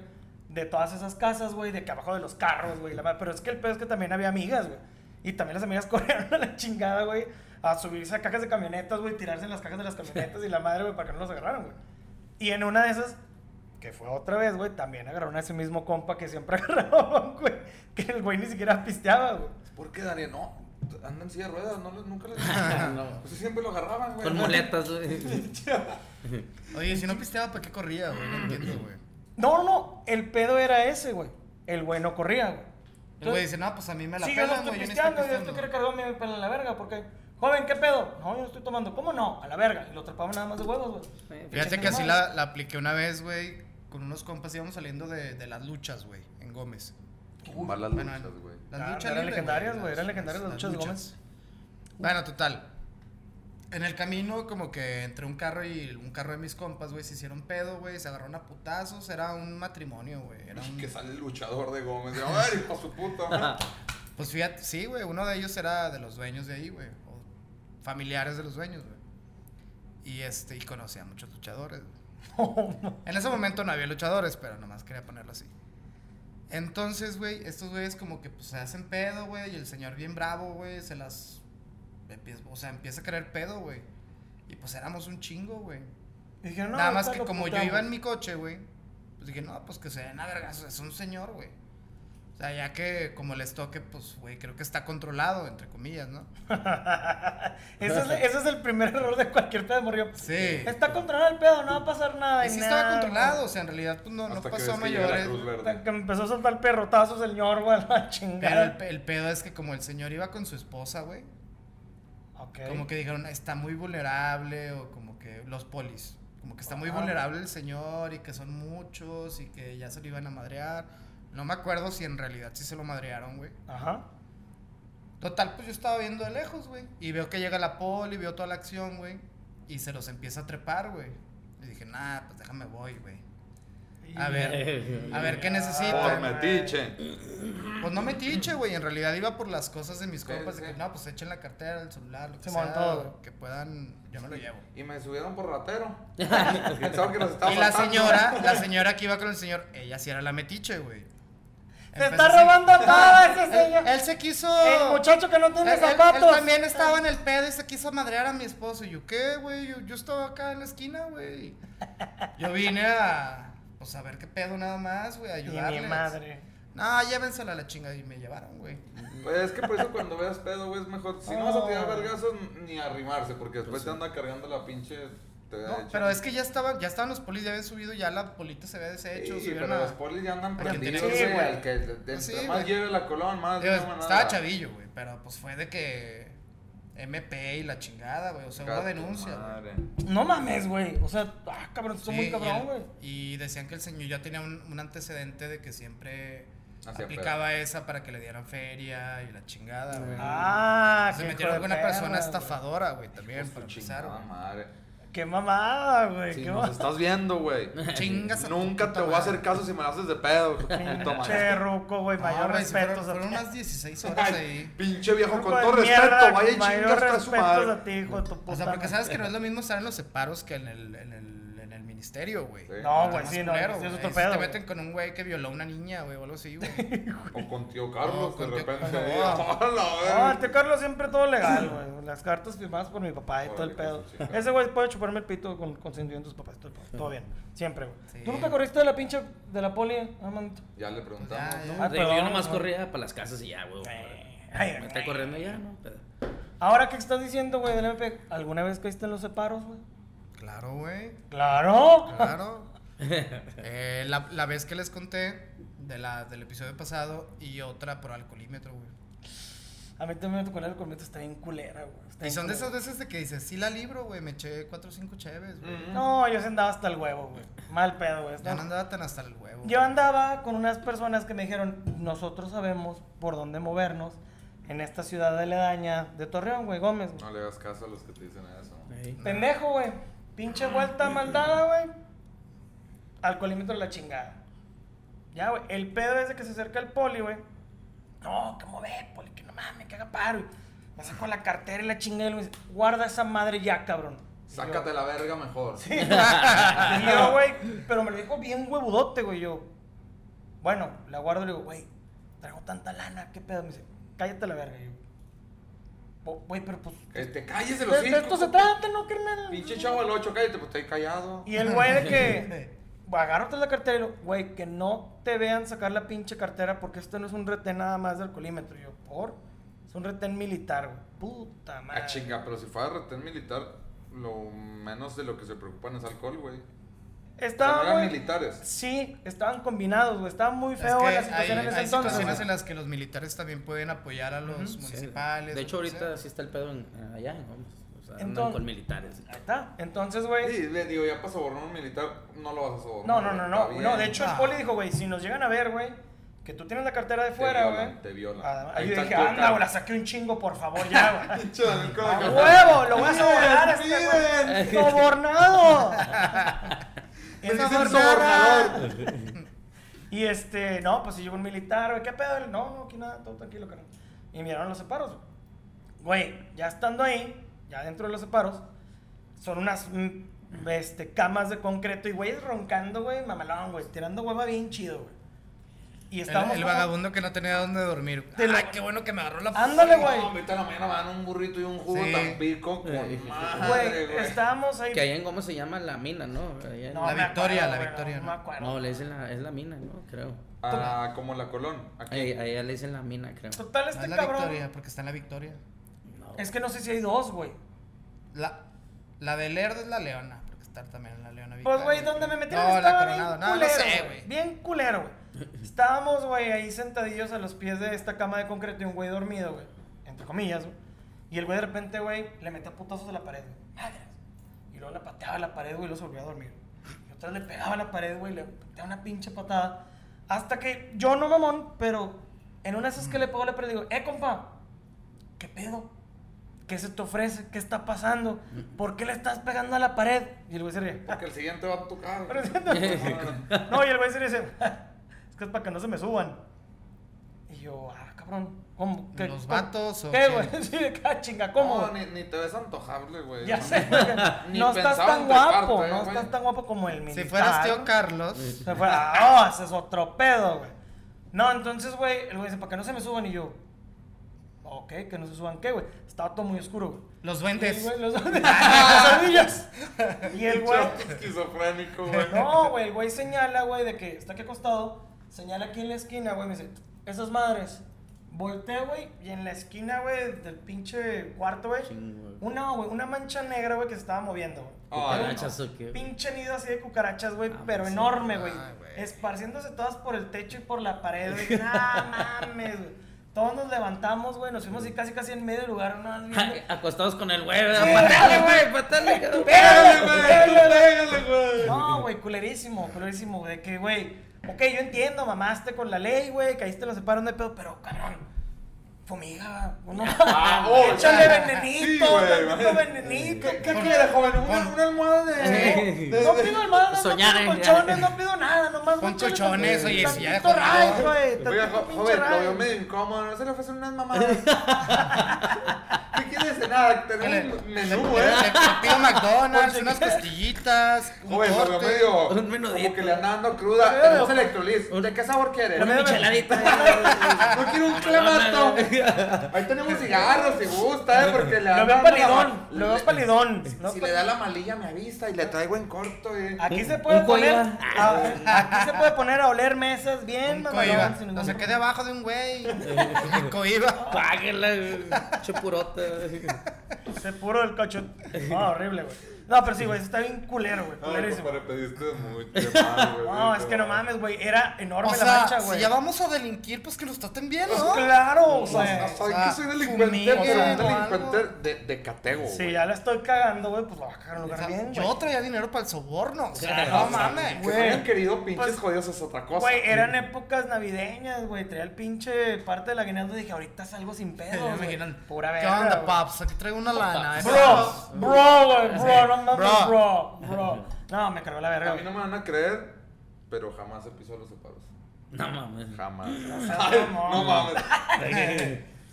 Speaker 2: de todas esas casas, güey, de que abajo de los carros, güey. la madre. Pero es que el pedo es que también había amigas, güey. Y también las amigas (laughs) corrieron a la chingada, güey, a subirse a cajas de camionetas, güey, tirarse en las cajas de las camionetas y la madre, güey, para que no los agarraran, güey. Y en una de esas, que fue otra vez, güey, también agarraron a ese mismo compa que siempre (laughs) agarraban, güey, que el güey ni siquiera pisteaba, güey.
Speaker 1: ¿Por qué, Daniel? No, andan en silla de ruedas, no, les- nunca (laughs) les...
Speaker 4: No.
Speaker 1: Pues sí, siempre lo agarraban, güey.
Speaker 4: Con muletas, güey.
Speaker 3: Oye, si no pisteaba, ¿para qué corría, güey? No entiendo, güey.
Speaker 2: No, no, el pedo era ese, güey. El güey no corría, güey.
Speaker 3: El güey dice, no, pues a mí me la
Speaker 2: Sí, yo no
Speaker 3: pelan,
Speaker 2: estoy
Speaker 3: güey. Yo no
Speaker 2: pisteando, yo
Speaker 3: pisteando".
Speaker 2: estoy que recargó mi pelo en la verga, porque, joven, ¿qué pedo? No, yo no estoy tomando. ¿Cómo no? A la verga. Y lo atrapaban nada más de huevos, güey.
Speaker 4: pues,
Speaker 3: Fíjate que
Speaker 2: Pinche
Speaker 3: así
Speaker 2: madre.
Speaker 3: la, la apliqué una vez, güey. Con unos compas íbamos saliendo de, de las luchas, güey, en Gómez.
Speaker 1: Malas
Speaker 3: Bueno,
Speaker 1: luchas, güey.
Speaker 3: Las
Speaker 2: Ah,
Speaker 3: luchas
Speaker 2: eran
Speaker 3: libres,
Speaker 2: legendarias, güey, eran legendarias las luchas de
Speaker 3: Bueno, total. En el camino, como que entre un carro y un carro de mis compas, güey, se hicieron pedo, güey, se agarraron a putazos. Era un matrimonio, güey.
Speaker 1: (laughs)
Speaker 3: Era un-
Speaker 1: Que sale el luchador de Gómez. de, Ay, hijo de su puta (laughs) madre".
Speaker 3: Pues fíjate, sí, güey, uno de ellos era de los dueños de ahí, güey, o familiares de los dueños, güey. Y este, y conocía a muchos luchadores. güey. En ese momento no había luchadores, pero nomás quería ponerlo así. Entonces, güey, estos güeyes como que pues, se hacen pedo, güey, y el señor bien bravo, güey, se las empieza, o sea, empieza a querer pedo, güey. Y pues éramos un chingo, güey.
Speaker 2: Y dijeron, no,
Speaker 3: Nada más
Speaker 2: ahorita
Speaker 3: que
Speaker 2: lo
Speaker 3: como yo
Speaker 2: putamos.
Speaker 3: iba en mi coche, güey, pues dije, no, pues que se den a vergas, es un señor, güey. O sea, ya que como les toque, pues, güey, creo que está controlado, entre comillas, ¿no?
Speaker 2: Ese es, ese es el primer error de cualquier pedo, morrió.
Speaker 3: Sí.
Speaker 2: Está controlado el pedo, no va a pasar nada.
Speaker 3: Y
Speaker 2: y
Speaker 3: sí
Speaker 2: nada.
Speaker 3: estaba controlado, o sea, en realidad, pues, no, no
Speaker 1: Hasta que
Speaker 3: pasó a
Speaker 1: ves que llega la
Speaker 3: mayores.
Speaker 1: Cruz
Speaker 2: Hasta
Speaker 1: Verde.
Speaker 2: Que empezó a soltar perrotazos el ñor, güey, (laughs) a la
Speaker 3: Pero el,
Speaker 2: chingada.
Speaker 3: pe- el pedo es que como el señor iba con su esposa, güey,
Speaker 2: Ok.
Speaker 3: como que dijeron, está muy vulnerable, o como que los polis, como que está muy
Speaker 2: Ah.
Speaker 3: vulnerable el señor y que son muchos y que ya se lo iban a madrear. No me acuerdo si en realidad sí se lo madrearon, güey.
Speaker 2: Ajá.
Speaker 3: Total, pues yo estaba viendo de lejos, güey. Y veo que llega la poli, veo toda la acción, güey. Y se los empieza a trepar, güey. Y dije, nah, pues déjame voy, güey. A ver,
Speaker 2: (laughs)
Speaker 3: a ver qué
Speaker 1: Por
Speaker 3: necesita.
Speaker 1: metiche.
Speaker 3: Pues no me tiche, güey. En realidad iba por las cosas de mis
Speaker 1: Sí,
Speaker 3: compas.
Speaker 1: sí.
Speaker 3: De que, no, pues echen la cartera, el celular, lo que
Speaker 2: Simón,
Speaker 3: sea.
Speaker 2: todo.
Speaker 3: güey, Que puedan, yo me lo llevo.
Speaker 1: Y me subieron por (laughs) ratero. Pensaban que nos estaban
Speaker 3: Y la
Speaker 1: matando.
Speaker 3: señora, la señora que iba con el señor, ella sí era la metiche, güey.
Speaker 2: ¡Se
Speaker 3: Empezó
Speaker 2: está
Speaker 3: así.
Speaker 2: robando todo
Speaker 3: (laughs)
Speaker 2: ese señor!
Speaker 3: Él, él se quiso.
Speaker 2: El muchacho que no
Speaker 3: Él,
Speaker 2: tiene
Speaker 3: él- él
Speaker 2: zapatos.
Speaker 3: también estaba en el pedo y se quiso madrear a mi esposo. Y yo, ¿qué, güey? Yo, yo estaba acá en la esquina, güey. Yo vine a. Pues a ver qué pedo nada más, güey, a
Speaker 2: Y
Speaker 3: ayudarles.
Speaker 2: mi madre.
Speaker 3: No, llévensela a la chinga. Y me llevaron, güey.
Speaker 1: Pues es que por eso cuando veas pedo, güey, es mejor. Si no vas a tirar vergazos, ni arrimarse, porque después te anda cargando la pinche. Te
Speaker 3: No, pero es que ya estaban, ya estaban los polis, ya habían subido, ya la polita se había deshecho.
Speaker 1: Sí,
Speaker 3: subieron
Speaker 1: pero
Speaker 3: a-
Speaker 1: los polis ya andan
Speaker 3: a quien
Speaker 1: prendidos,
Speaker 3: tiene que
Speaker 1: güey.
Speaker 2: ser.
Speaker 1: al que entre
Speaker 3: Sí, güey.
Speaker 1: más lleve la colón, más.
Speaker 3: Digo,
Speaker 1: no va
Speaker 3: estaba
Speaker 1: nada.
Speaker 3: chavillo, güey, pero pues fue de que MP y la chingada, güey. O sea,
Speaker 1: Gato,
Speaker 3: hubo denuncia. güey.
Speaker 1: madre. Pues
Speaker 2: No mames, güey. O sea, ah, cabrón, esto
Speaker 3: Sí,
Speaker 2: es muy
Speaker 3: y
Speaker 2: cabrón,
Speaker 3: el-
Speaker 2: güey.
Speaker 3: Y, decían que el señor ya tenía un, un antecedente de que siempre
Speaker 1: Hacía
Speaker 3: aplicaba esa para que le dieran feria y la chingada, güey.
Speaker 2: Ah,
Speaker 3: se
Speaker 2: qué
Speaker 3: metieron
Speaker 2: hijo de
Speaker 3: alguna persona
Speaker 2: perra,
Speaker 3: estafadora, güey, también,
Speaker 1: Pues
Speaker 3: para
Speaker 1: tu
Speaker 3: empezar,
Speaker 1: chingada
Speaker 3: güey.
Speaker 1: madre.
Speaker 2: güey. Qué mamada, güey.
Speaker 1: Si
Speaker 2: qué
Speaker 1: nos
Speaker 2: (laughs) mamada.
Speaker 1: estás viendo, güey.
Speaker 3: (laughs) Chingas a tu
Speaker 1: Nunca
Speaker 3: puta
Speaker 1: te voy a
Speaker 3: madre.
Speaker 1: hacer caso si me lo haces de pedo. hijo de puta
Speaker 2: Che,
Speaker 1: madre.
Speaker 2: ruco, güey.
Speaker 3: No,
Speaker 2: Mayor
Speaker 3: güey, si fueron-
Speaker 2: respeto. (laughs)
Speaker 3: Fueron unas 16 horas
Speaker 1: Ay,
Speaker 3: ahí.
Speaker 1: pinche viejo, con
Speaker 2: Ruco de
Speaker 1: todo respeto,
Speaker 2: mierda,
Speaker 1: vaya y
Speaker 2: con mayor
Speaker 1: chingas a su
Speaker 2: respetos a
Speaker 1: madre.
Speaker 2: ti, hijo de tu
Speaker 3: O
Speaker 2: puta
Speaker 3: sea, porque
Speaker 2: madre.
Speaker 3: sabes que no es lo mismo estar en los separos que en el, en el, en el ministerio, güey.
Speaker 1: Sí.
Speaker 2: No,
Speaker 3: Está
Speaker 2: güey,
Speaker 3: más
Speaker 2: sí, no. sí,
Speaker 3: culero,
Speaker 2: es
Speaker 3: güey.
Speaker 2: otro
Speaker 3: Si
Speaker 2: pedo,
Speaker 3: Te
Speaker 2: güey.
Speaker 3: meten con un güey que violó a una niña, güey, o algo
Speaker 2: (laughs)
Speaker 3: así, güey.
Speaker 1: O con tío
Speaker 3: No,
Speaker 1: Carlos,
Speaker 3: con
Speaker 1: de
Speaker 3: tío
Speaker 1: repente.
Speaker 3: Carlos.
Speaker 1: digo, (laughs)
Speaker 2: No,
Speaker 1: "Hola,
Speaker 2: el tío Carlos siempre todo
Speaker 3: (laughs)
Speaker 2: legal, güey. Las cartas firmadas por mi papá y todo el
Speaker 1: Órale,
Speaker 2: pedo.
Speaker 3: pues,
Speaker 1: que su chingada.
Speaker 2: Ese güey puede chuparme el pito con consentimiento de tus papás. Todo, el pedo. Todo bien. Siempre, güey.
Speaker 3: Sí.
Speaker 2: ¿Tú no te corriste de la pinche de la poli, eh, Armando?
Speaker 1: Ya le preguntamos.
Speaker 3: Pues ya,
Speaker 1: ¿no?
Speaker 2: Ah,
Speaker 4: Digo,
Speaker 2: perdón,
Speaker 4: yo nomás
Speaker 2: perdón.
Speaker 4: corría para las casas y ya, güey.
Speaker 2: Eh, ay,
Speaker 4: Me está
Speaker 2: ay.
Speaker 4: corriendo ya, ¿no? Pero-
Speaker 2: Ahora, ¿qué estás diciendo, güey, del MP? ¿Alguna vez caíste en los separos, güey?
Speaker 3: Claro, güey.
Speaker 2: ¡Claro!
Speaker 3: Claro. Eh, la, la vez que les conté de la, del episodio pasado y otra por alcoholímetro, güey.
Speaker 2: A mí también me tocó la alcoholmeta, está bien culera, güey. está
Speaker 3: Y
Speaker 2: bien
Speaker 3: son de esas
Speaker 2: culera.
Speaker 3: veces de que dices, sí la libro, güey, me eché cuatro o cinco cheves, güey.
Speaker 1: Mm.
Speaker 2: No, yo se andaba hasta el huevo, güey. Mal pedo, güey.
Speaker 3: Ya
Speaker 2: estaba-
Speaker 3: no andaba tan hasta el huevo.
Speaker 2: Yo
Speaker 3: güey.
Speaker 2: andaba con unas personas que me dijeron, nosotros sabemos por dónde movernos en esta ciudad aledaña de Torreón, güey, Gómez, güey.
Speaker 1: No le hagas caso a los que te dicen eso.
Speaker 3: Ah,
Speaker 4: Ahí.
Speaker 2: Pendejo, güey. Pinche vuelta maldada, güey. Alcoholímetro de la chingada. Ya, güey. El pedo es de que se acerca el poli, güey. No, que move, poli, que no mames, que haga paro. güey. Me saco la cartera y la chingada y me dice, guarda esa madre ya, cabrón. Y yo-
Speaker 1: Sácate la verga mejor.
Speaker 2: Sí. Y
Speaker 1: (laughs)
Speaker 2: yo, güey, pero me lo dijo bien huevudote, güey. Yo, bueno, la guardo y le digo, güey, traigo tanta lana, qué pedo. Me dice, cállate la verga. Y yo, "Po- güey, pero pues.
Speaker 1: Que te calles de los
Speaker 2: De, de esto se trata, ¿no, carnal?
Speaker 1: Pinche chavo al 8, cállate, pues estoy callado.
Speaker 2: Y el güey de
Speaker 1: (laughs)
Speaker 2: que. "Pues, Agárrate la cartera y lo, güey, que no te vean sacar la pinche cartera porque esto no es un retén nada más del colímetro. Y yo, por. Es un retén militar, güey. Puta madre.
Speaker 1: Ah, chinga, pero si fuera retén militar, lo menos de lo que se preocupan es alcohol, güey.
Speaker 2: Estaba,
Speaker 1: O sea, no eran
Speaker 2: muy-
Speaker 1: militares.
Speaker 2: Sí, estaban combinados, güey. Estaba muy
Speaker 3: Es
Speaker 2: feo
Speaker 3: que
Speaker 2: la situación
Speaker 3: hay,
Speaker 2: en ese
Speaker 3: hay
Speaker 2: entonces.
Speaker 3: situaciones
Speaker 2: güey.
Speaker 3: en las que los militares también pueden apoyar a los
Speaker 4: Sí.
Speaker 3: municipales.
Speaker 4: De hecho,
Speaker 3: o lo que
Speaker 4: ahorita
Speaker 3: sea.
Speaker 4: sí está el pedo en, allá, en Gómez. O sea, andan
Speaker 2: Entonces-
Speaker 4: con militares.
Speaker 2: Ahí está. Entonces, güey.
Speaker 1: Sí, le digo, ya para sobornar a un militar, no lo vas a sobornar.
Speaker 2: no, no, no,
Speaker 1: güey,
Speaker 2: no.
Speaker 1: está bien.
Speaker 2: No, de hecho, el
Speaker 3: Ah.
Speaker 2: poli dijo, güey, si nos llegan a ver, güey, que tú tienes la cartera de
Speaker 1: Te
Speaker 2: fuera,
Speaker 1: violan,
Speaker 2: güey.
Speaker 1: Te violan.
Speaker 2: Ah,
Speaker 1: Ahí
Speaker 2: Ahí yo
Speaker 1: está
Speaker 2: dije,
Speaker 1: el Ah, tío
Speaker 2: anda,
Speaker 1: Carlos. (laughs)
Speaker 2: güey, la saqué un chingo, por favor, ya, güey.
Speaker 1: Pinche Daniel con la
Speaker 2: ¡A
Speaker 1: cara.
Speaker 2: huevo! ¡Lo voy a sobornar a este
Speaker 1: ¡Piden! (laughs)
Speaker 2: güey! ¡Sobornado!
Speaker 1: Me dicen
Speaker 2: sobornada.
Speaker 1: sobornador.
Speaker 2: Y este, no, pues si llegó un militar, güey, ¿qué pedo? No, no, aquí nada, todo tranquilo, carnal. Y miraron los separos. Güey, ya estando ahí, ya dentro de los separos, son unas mm, este, camas de concreto y güeyes roncando, güey, mamalón, güey, tirando hueva bien chido, güey. Y
Speaker 3: El,
Speaker 2: estábamos
Speaker 3: el
Speaker 2: como-
Speaker 3: vagabundo que no tenía dónde dormir.
Speaker 2: Te lo-
Speaker 3: Ay, qué bueno que me agarró la
Speaker 2: Ándale,
Speaker 3: güey.
Speaker 2: güey.
Speaker 1: No, ahorita en la mañana me dan un burrito y un jugo
Speaker 3: Sí.
Speaker 1: tampico con
Speaker 4: Sí.
Speaker 1: madre,
Speaker 2: Güey,
Speaker 1: güey.
Speaker 2: estábamos ahí.
Speaker 4: Que allá en cómo se llama la mina, ¿no? Allá en-
Speaker 2: No,
Speaker 4: no,
Speaker 3: La
Speaker 2: me
Speaker 3: Victoria,
Speaker 2: acuerdo,
Speaker 3: la
Speaker 2: güey,
Speaker 3: Victoria,
Speaker 2: No,
Speaker 3: ¿no?
Speaker 2: me acuerdo.
Speaker 4: le dicen la, es la mina, ¿no? Creo.
Speaker 1: Ah, como la Colón. Aquí.
Speaker 4: Ahí, ahí le dicen la mina, creo.
Speaker 2: Total,
Speaker 3: No
Speaker 2: este
Speaker 3: es Ah, la
Speaker 2: cabrón.
Speaker 3: victoria, porque está en la victoria.
Speaker 4: No.
Speaker 2: Es que no sé si hay dos, güey.
Speaker 3: La, la de Lerdo es la leona, porque está también en la leona
Speaker 2: Pues,
Speaker 3: victoria.
Speaker 2: güey, ¿dónde me metieron?
Speaker 3: No, la
Speaker 2: Estaba
Speaker 3: coronado.
Speaker 2: bien
Speaker 3: No, no
Speaker 2: culero,
Speaker 3: sé,
Speaker 2: güey.
Speaker 3: güey.
Speaker 2: Bien culero, güey. Estábamos, güey, ahí sentadillos a los pies de esta cama de concreto y un güey dormido, güey. Entre comillas, güey. Y el güey de repente, güey, le metía putazos a la pared, güey. Madres. Y luego le pateaba a la pared, güey, y lo volvía a dormir. Y otra vez le pegaba a la pared, güey, le pateaba una pinche patada. Hasta que yo no mamón, pero en una de esas que le pego a la pared, digo, eh, compa, ¿qué pedo? ¿Qué se te ofrece? ¿Qué está pasando? ¿Por qué le estás pegando a la pared? Y el güey se ríe.
Speaker 1: Porque el siguiente va a tocar.
Speaker 2: Pero siento- No, y el güey se dice, "Ah, es que es para que no se me suban. Y yo, ah, cabrón, ¿cómo? ¿Qué,
Speaker 3: ¿Los
Speaker 2: cómo?
Speaker 3: vatos o
Speaker 2: ¿Qué,
Speaker 3: qué?
Speaker 2: güey? (laughs) Sí, de cada chinga, ¿cómo?
Speaker 1: No, ni, ni te ves antojable, güey.
Speaker 2: ya
Speaker 1: No,
Speaker 2: sé,
Speaker 1: no. Ni
Speaker 2: güey. no estás
Speaker 1: pensaba
Speaker 2: tan
Speaker 1: en
Speaker 2: guapo,
Speaker 1: treparte,
Speaker 2: no
Speaker 1: güey.
Speaker 2: estás tan guapo como el militar.
Speaker 3: Si fueras tío Carlos,
Speaker 2: Se fuera, ah, oh, ese es otro pedo, güey. No, entonces, güey, el güey dice, para que no se me suban, y yo, ok, que no se suban, ¿qué, güey? Estaba todo muy oscuro, güey.
Speaker 3: los
Speaker 2: Y,
Speaker 3: duendes.
Speaker 2: güey, (laughs) los-
Speaker 1: (laughs)
Speaker 2: las ardillas. Y el güey,
Speaker 1: Pinche esquizofrénico, güey.
Speaker 2: Pues No, güey, el güey señala, güey, de que está aquí acostado, señala aquí en la esquina, güey, me dice, esas madres. Volteo, güey, y en la esquina, güey, del pinche cuarto, güey,
Speaker 4: Chingo.
Speaker 2: una, güey, una mancha negra, güey, que se estaba moviendo, güey.
Speaker 1: Ay, no.
Speaker 4: Cucarachas o qué.
Speaker 2: Pinche nido así de cucarachas, güey,
Speaker 4: Ah,
Speaker 2: pero
Speaker 4: pues sí.
Speaker 2: enorme, güey.
Speaker 3: Ay, güey.
Speaker 2: Esparciéndose todas por el techo y por la pared, güey. Nah, mames, güey. Todos nos levantamos, güey, nos fuimos así casi casi en medio del lugar, nada más
Speaker 4: Ja,
Speaker 2: viendo.
Speaker 4: Acostados con el güey, ¿verdad?
Speaker 2: Sí.
Speaker 4: patale, güey, patale. cabrón.
Speaker 1: Pégale, güey. Pégale, güey.
Speaker 2: No, güey, culerísimo, culerísimo, de que, güey, ok, yo entiendo, mamaste con la ley, güey, caíste en los separos, no hay pedo, pero, cabrón, fumiga, uno,
Speaker 1: Ah, oh,
Speaker 2: (laughs) échale
Speaker 1: ya.
Speaker 2: venenito,
Speaker 1: Sí, güey,
Speaker 2: tantito
Speaker 1: vale.
Speaker 2: venenito,
Speaker 1: ¿Qué, qué
Speaker 2: Por-
Speaker 1: quiere, joven? Una,
Speaker 3: Pon-
Speaker 1: una almohada de.
Speaker 4: Sí.
Speaker 1: de-
Speaker 2: No
Speaker 1: de-
Speaker 2: pido almohadas, no
Speaker 4: Soñar,
Speaker 2: pido
Speaker 4: eh,
Speaker 2: colchones,
Speaker 4: ya.
Speaker 2: no pido nada, nomás
Speaker 3: Pon
Speaker 2: colchones,
Speaker 3: colchones,
Speaker 2: tantito
Speaker 3: oye, si ya
Speaker 2: tantito
Speaker 3: dejó de-
Speaker 2: ray, güey,
Speaker 1: Oiga,
Speaker 2: tantito
Speaker 1: jo-
Speaker 2: pinche
Speaker 1: joven, lo
Speaker 2: ray.
Speaker 1: veo medio incómodo. No se le ofrecen unas mamadas. (laughs) ¿Qué quiere cenar? Tenemos
Speaker 3: Le- le-
Speaker 1: menú,
Speaker 3: le-
Speaker 1: eh.
Speaker 3: le pido McDonald's, unas costillitas, un
Speaker 1: Joven, lo veo
Speaker 3: corte.
Speaker 1: medio.
Speaker 4: Un menudito.
Speaker 1: Como que le andan dando
Speaker 2: Lo
Speaker 1: cruda.
Speaker 2: veo
Speaker 1: Tenemos
Speaker 2: medio-
Speaker 1: electrolis. ¿De qué sabor quiere?
Speaker 4: Una micheladita.
Speaker 1: No quiero un clamato. Ahí tenemos cigarros si gusta, ¿eh? Porque le
Speaker 2: Lo
Speaker 1: andan
Speaker 2: veo
Speaker 1: dando la
Speaker 2: palidón,
Speaker 1: ma-
Speaker 2: lo
Speaker 1: le-
Speaker 2: veo palidón. ¿no?
Speaker 1: Si le da la malilla, me avisa y le traigo en corto, eh.
Speaker 2: Aquí se
Speaker 4: Un-
Speaker 2: puede
Speaker 4: un
Speaker 2: poner,
Speaker 4: coiba.
Speaker 2: a- aquí se puede poner a oler mesas bien,
Speaker 3: Un
Speaker 2: mamalón,
Speaker 3: coiba.
Speaker 2: sin
Speaker 3: Lo
Speaker 2: ningún
Speaker 3: saqué de abajo de un güey. Un coiba.
Speaker 4: Páguela, güey. Chepurota.
Speaker 2: Se puro del cocho. No, horrible, güey. No, pero sí, güey, está bien culero, güey. Culerísimo.
Speaker 1: pediste mucho mal, Ah, güey.
Speaker 2: No, es que no mames, güey. Era enorme
Speaker 3: O
Speaker 2: la
Speaker 3: sea,
Speaker 2: mancha, güey.
Speaker 3: si ya vamos a delinquir, pues que nos traten bien, ¿no?
Speaker 2: Claro,
Speaker 1: O
Speaker 2: güey.
Speaker 1: sea,
Speaker 3: o
Speaker 1: ¿Sabes
Speaker 3: sea,
Speaker 1: que soy delincuente?
Speaker 3: fumiguen
Speaker 1: O sea,
Speaker 3: o algo.
Speaker 1: delincuente de, de catego, güey.
Speaker 2: Si ya la estoy cagando, güey, pues la voy a cagar en un
Speaker 3: O
Speaker 2: lugar
Speaker 3: sea,
Speaker 2: bien,
Speaker 3: yo
Speaker 2: güey.
Speaker 3: traía dinero para el soborno. O sea,
Speaker 4: Claro,
Speaker 3: no
Speaker 4: o sea,
Speaker 3: mames.
Speaker 1: Que se
Speaker 2: güey.
Speaker 1: hayan querido pinches
Speaker 2: Pues,
Speaker 1: jodidos es otra cosa.
Speaker 2: Güey, eran épocas navideñas, güey. Traía el pinche parte del aguinaldo y dije, ahorita salgo sin pedo.
Speaker 3: (laughs) (laughs) Ya me imaginan,
Speaker 2: Pura
Speaker 3: ¿Qué
Speaker 2: verga.
Speaker 3: onda,
Speaker 2: güey.
Speaker 3: paps? Aquí traigo una lana. ¿eh?
Speaker 2: Bro, bro, güey, bro, no mames,
Speaker 3: Bro.
Speaker 2: bro, bro. No, me cargó la verga.
Speaker 1: A mí
Speaker 2: güey.
Speaker 1: no me van a creer, pero jamás se pisó los separos.
Speaker 4: No
Speaker 1: (laughs)
Speaker 4: mames.
Speaker 1: Jamás.
Speaker 2: seas mamón.
Speaker 1: no mames.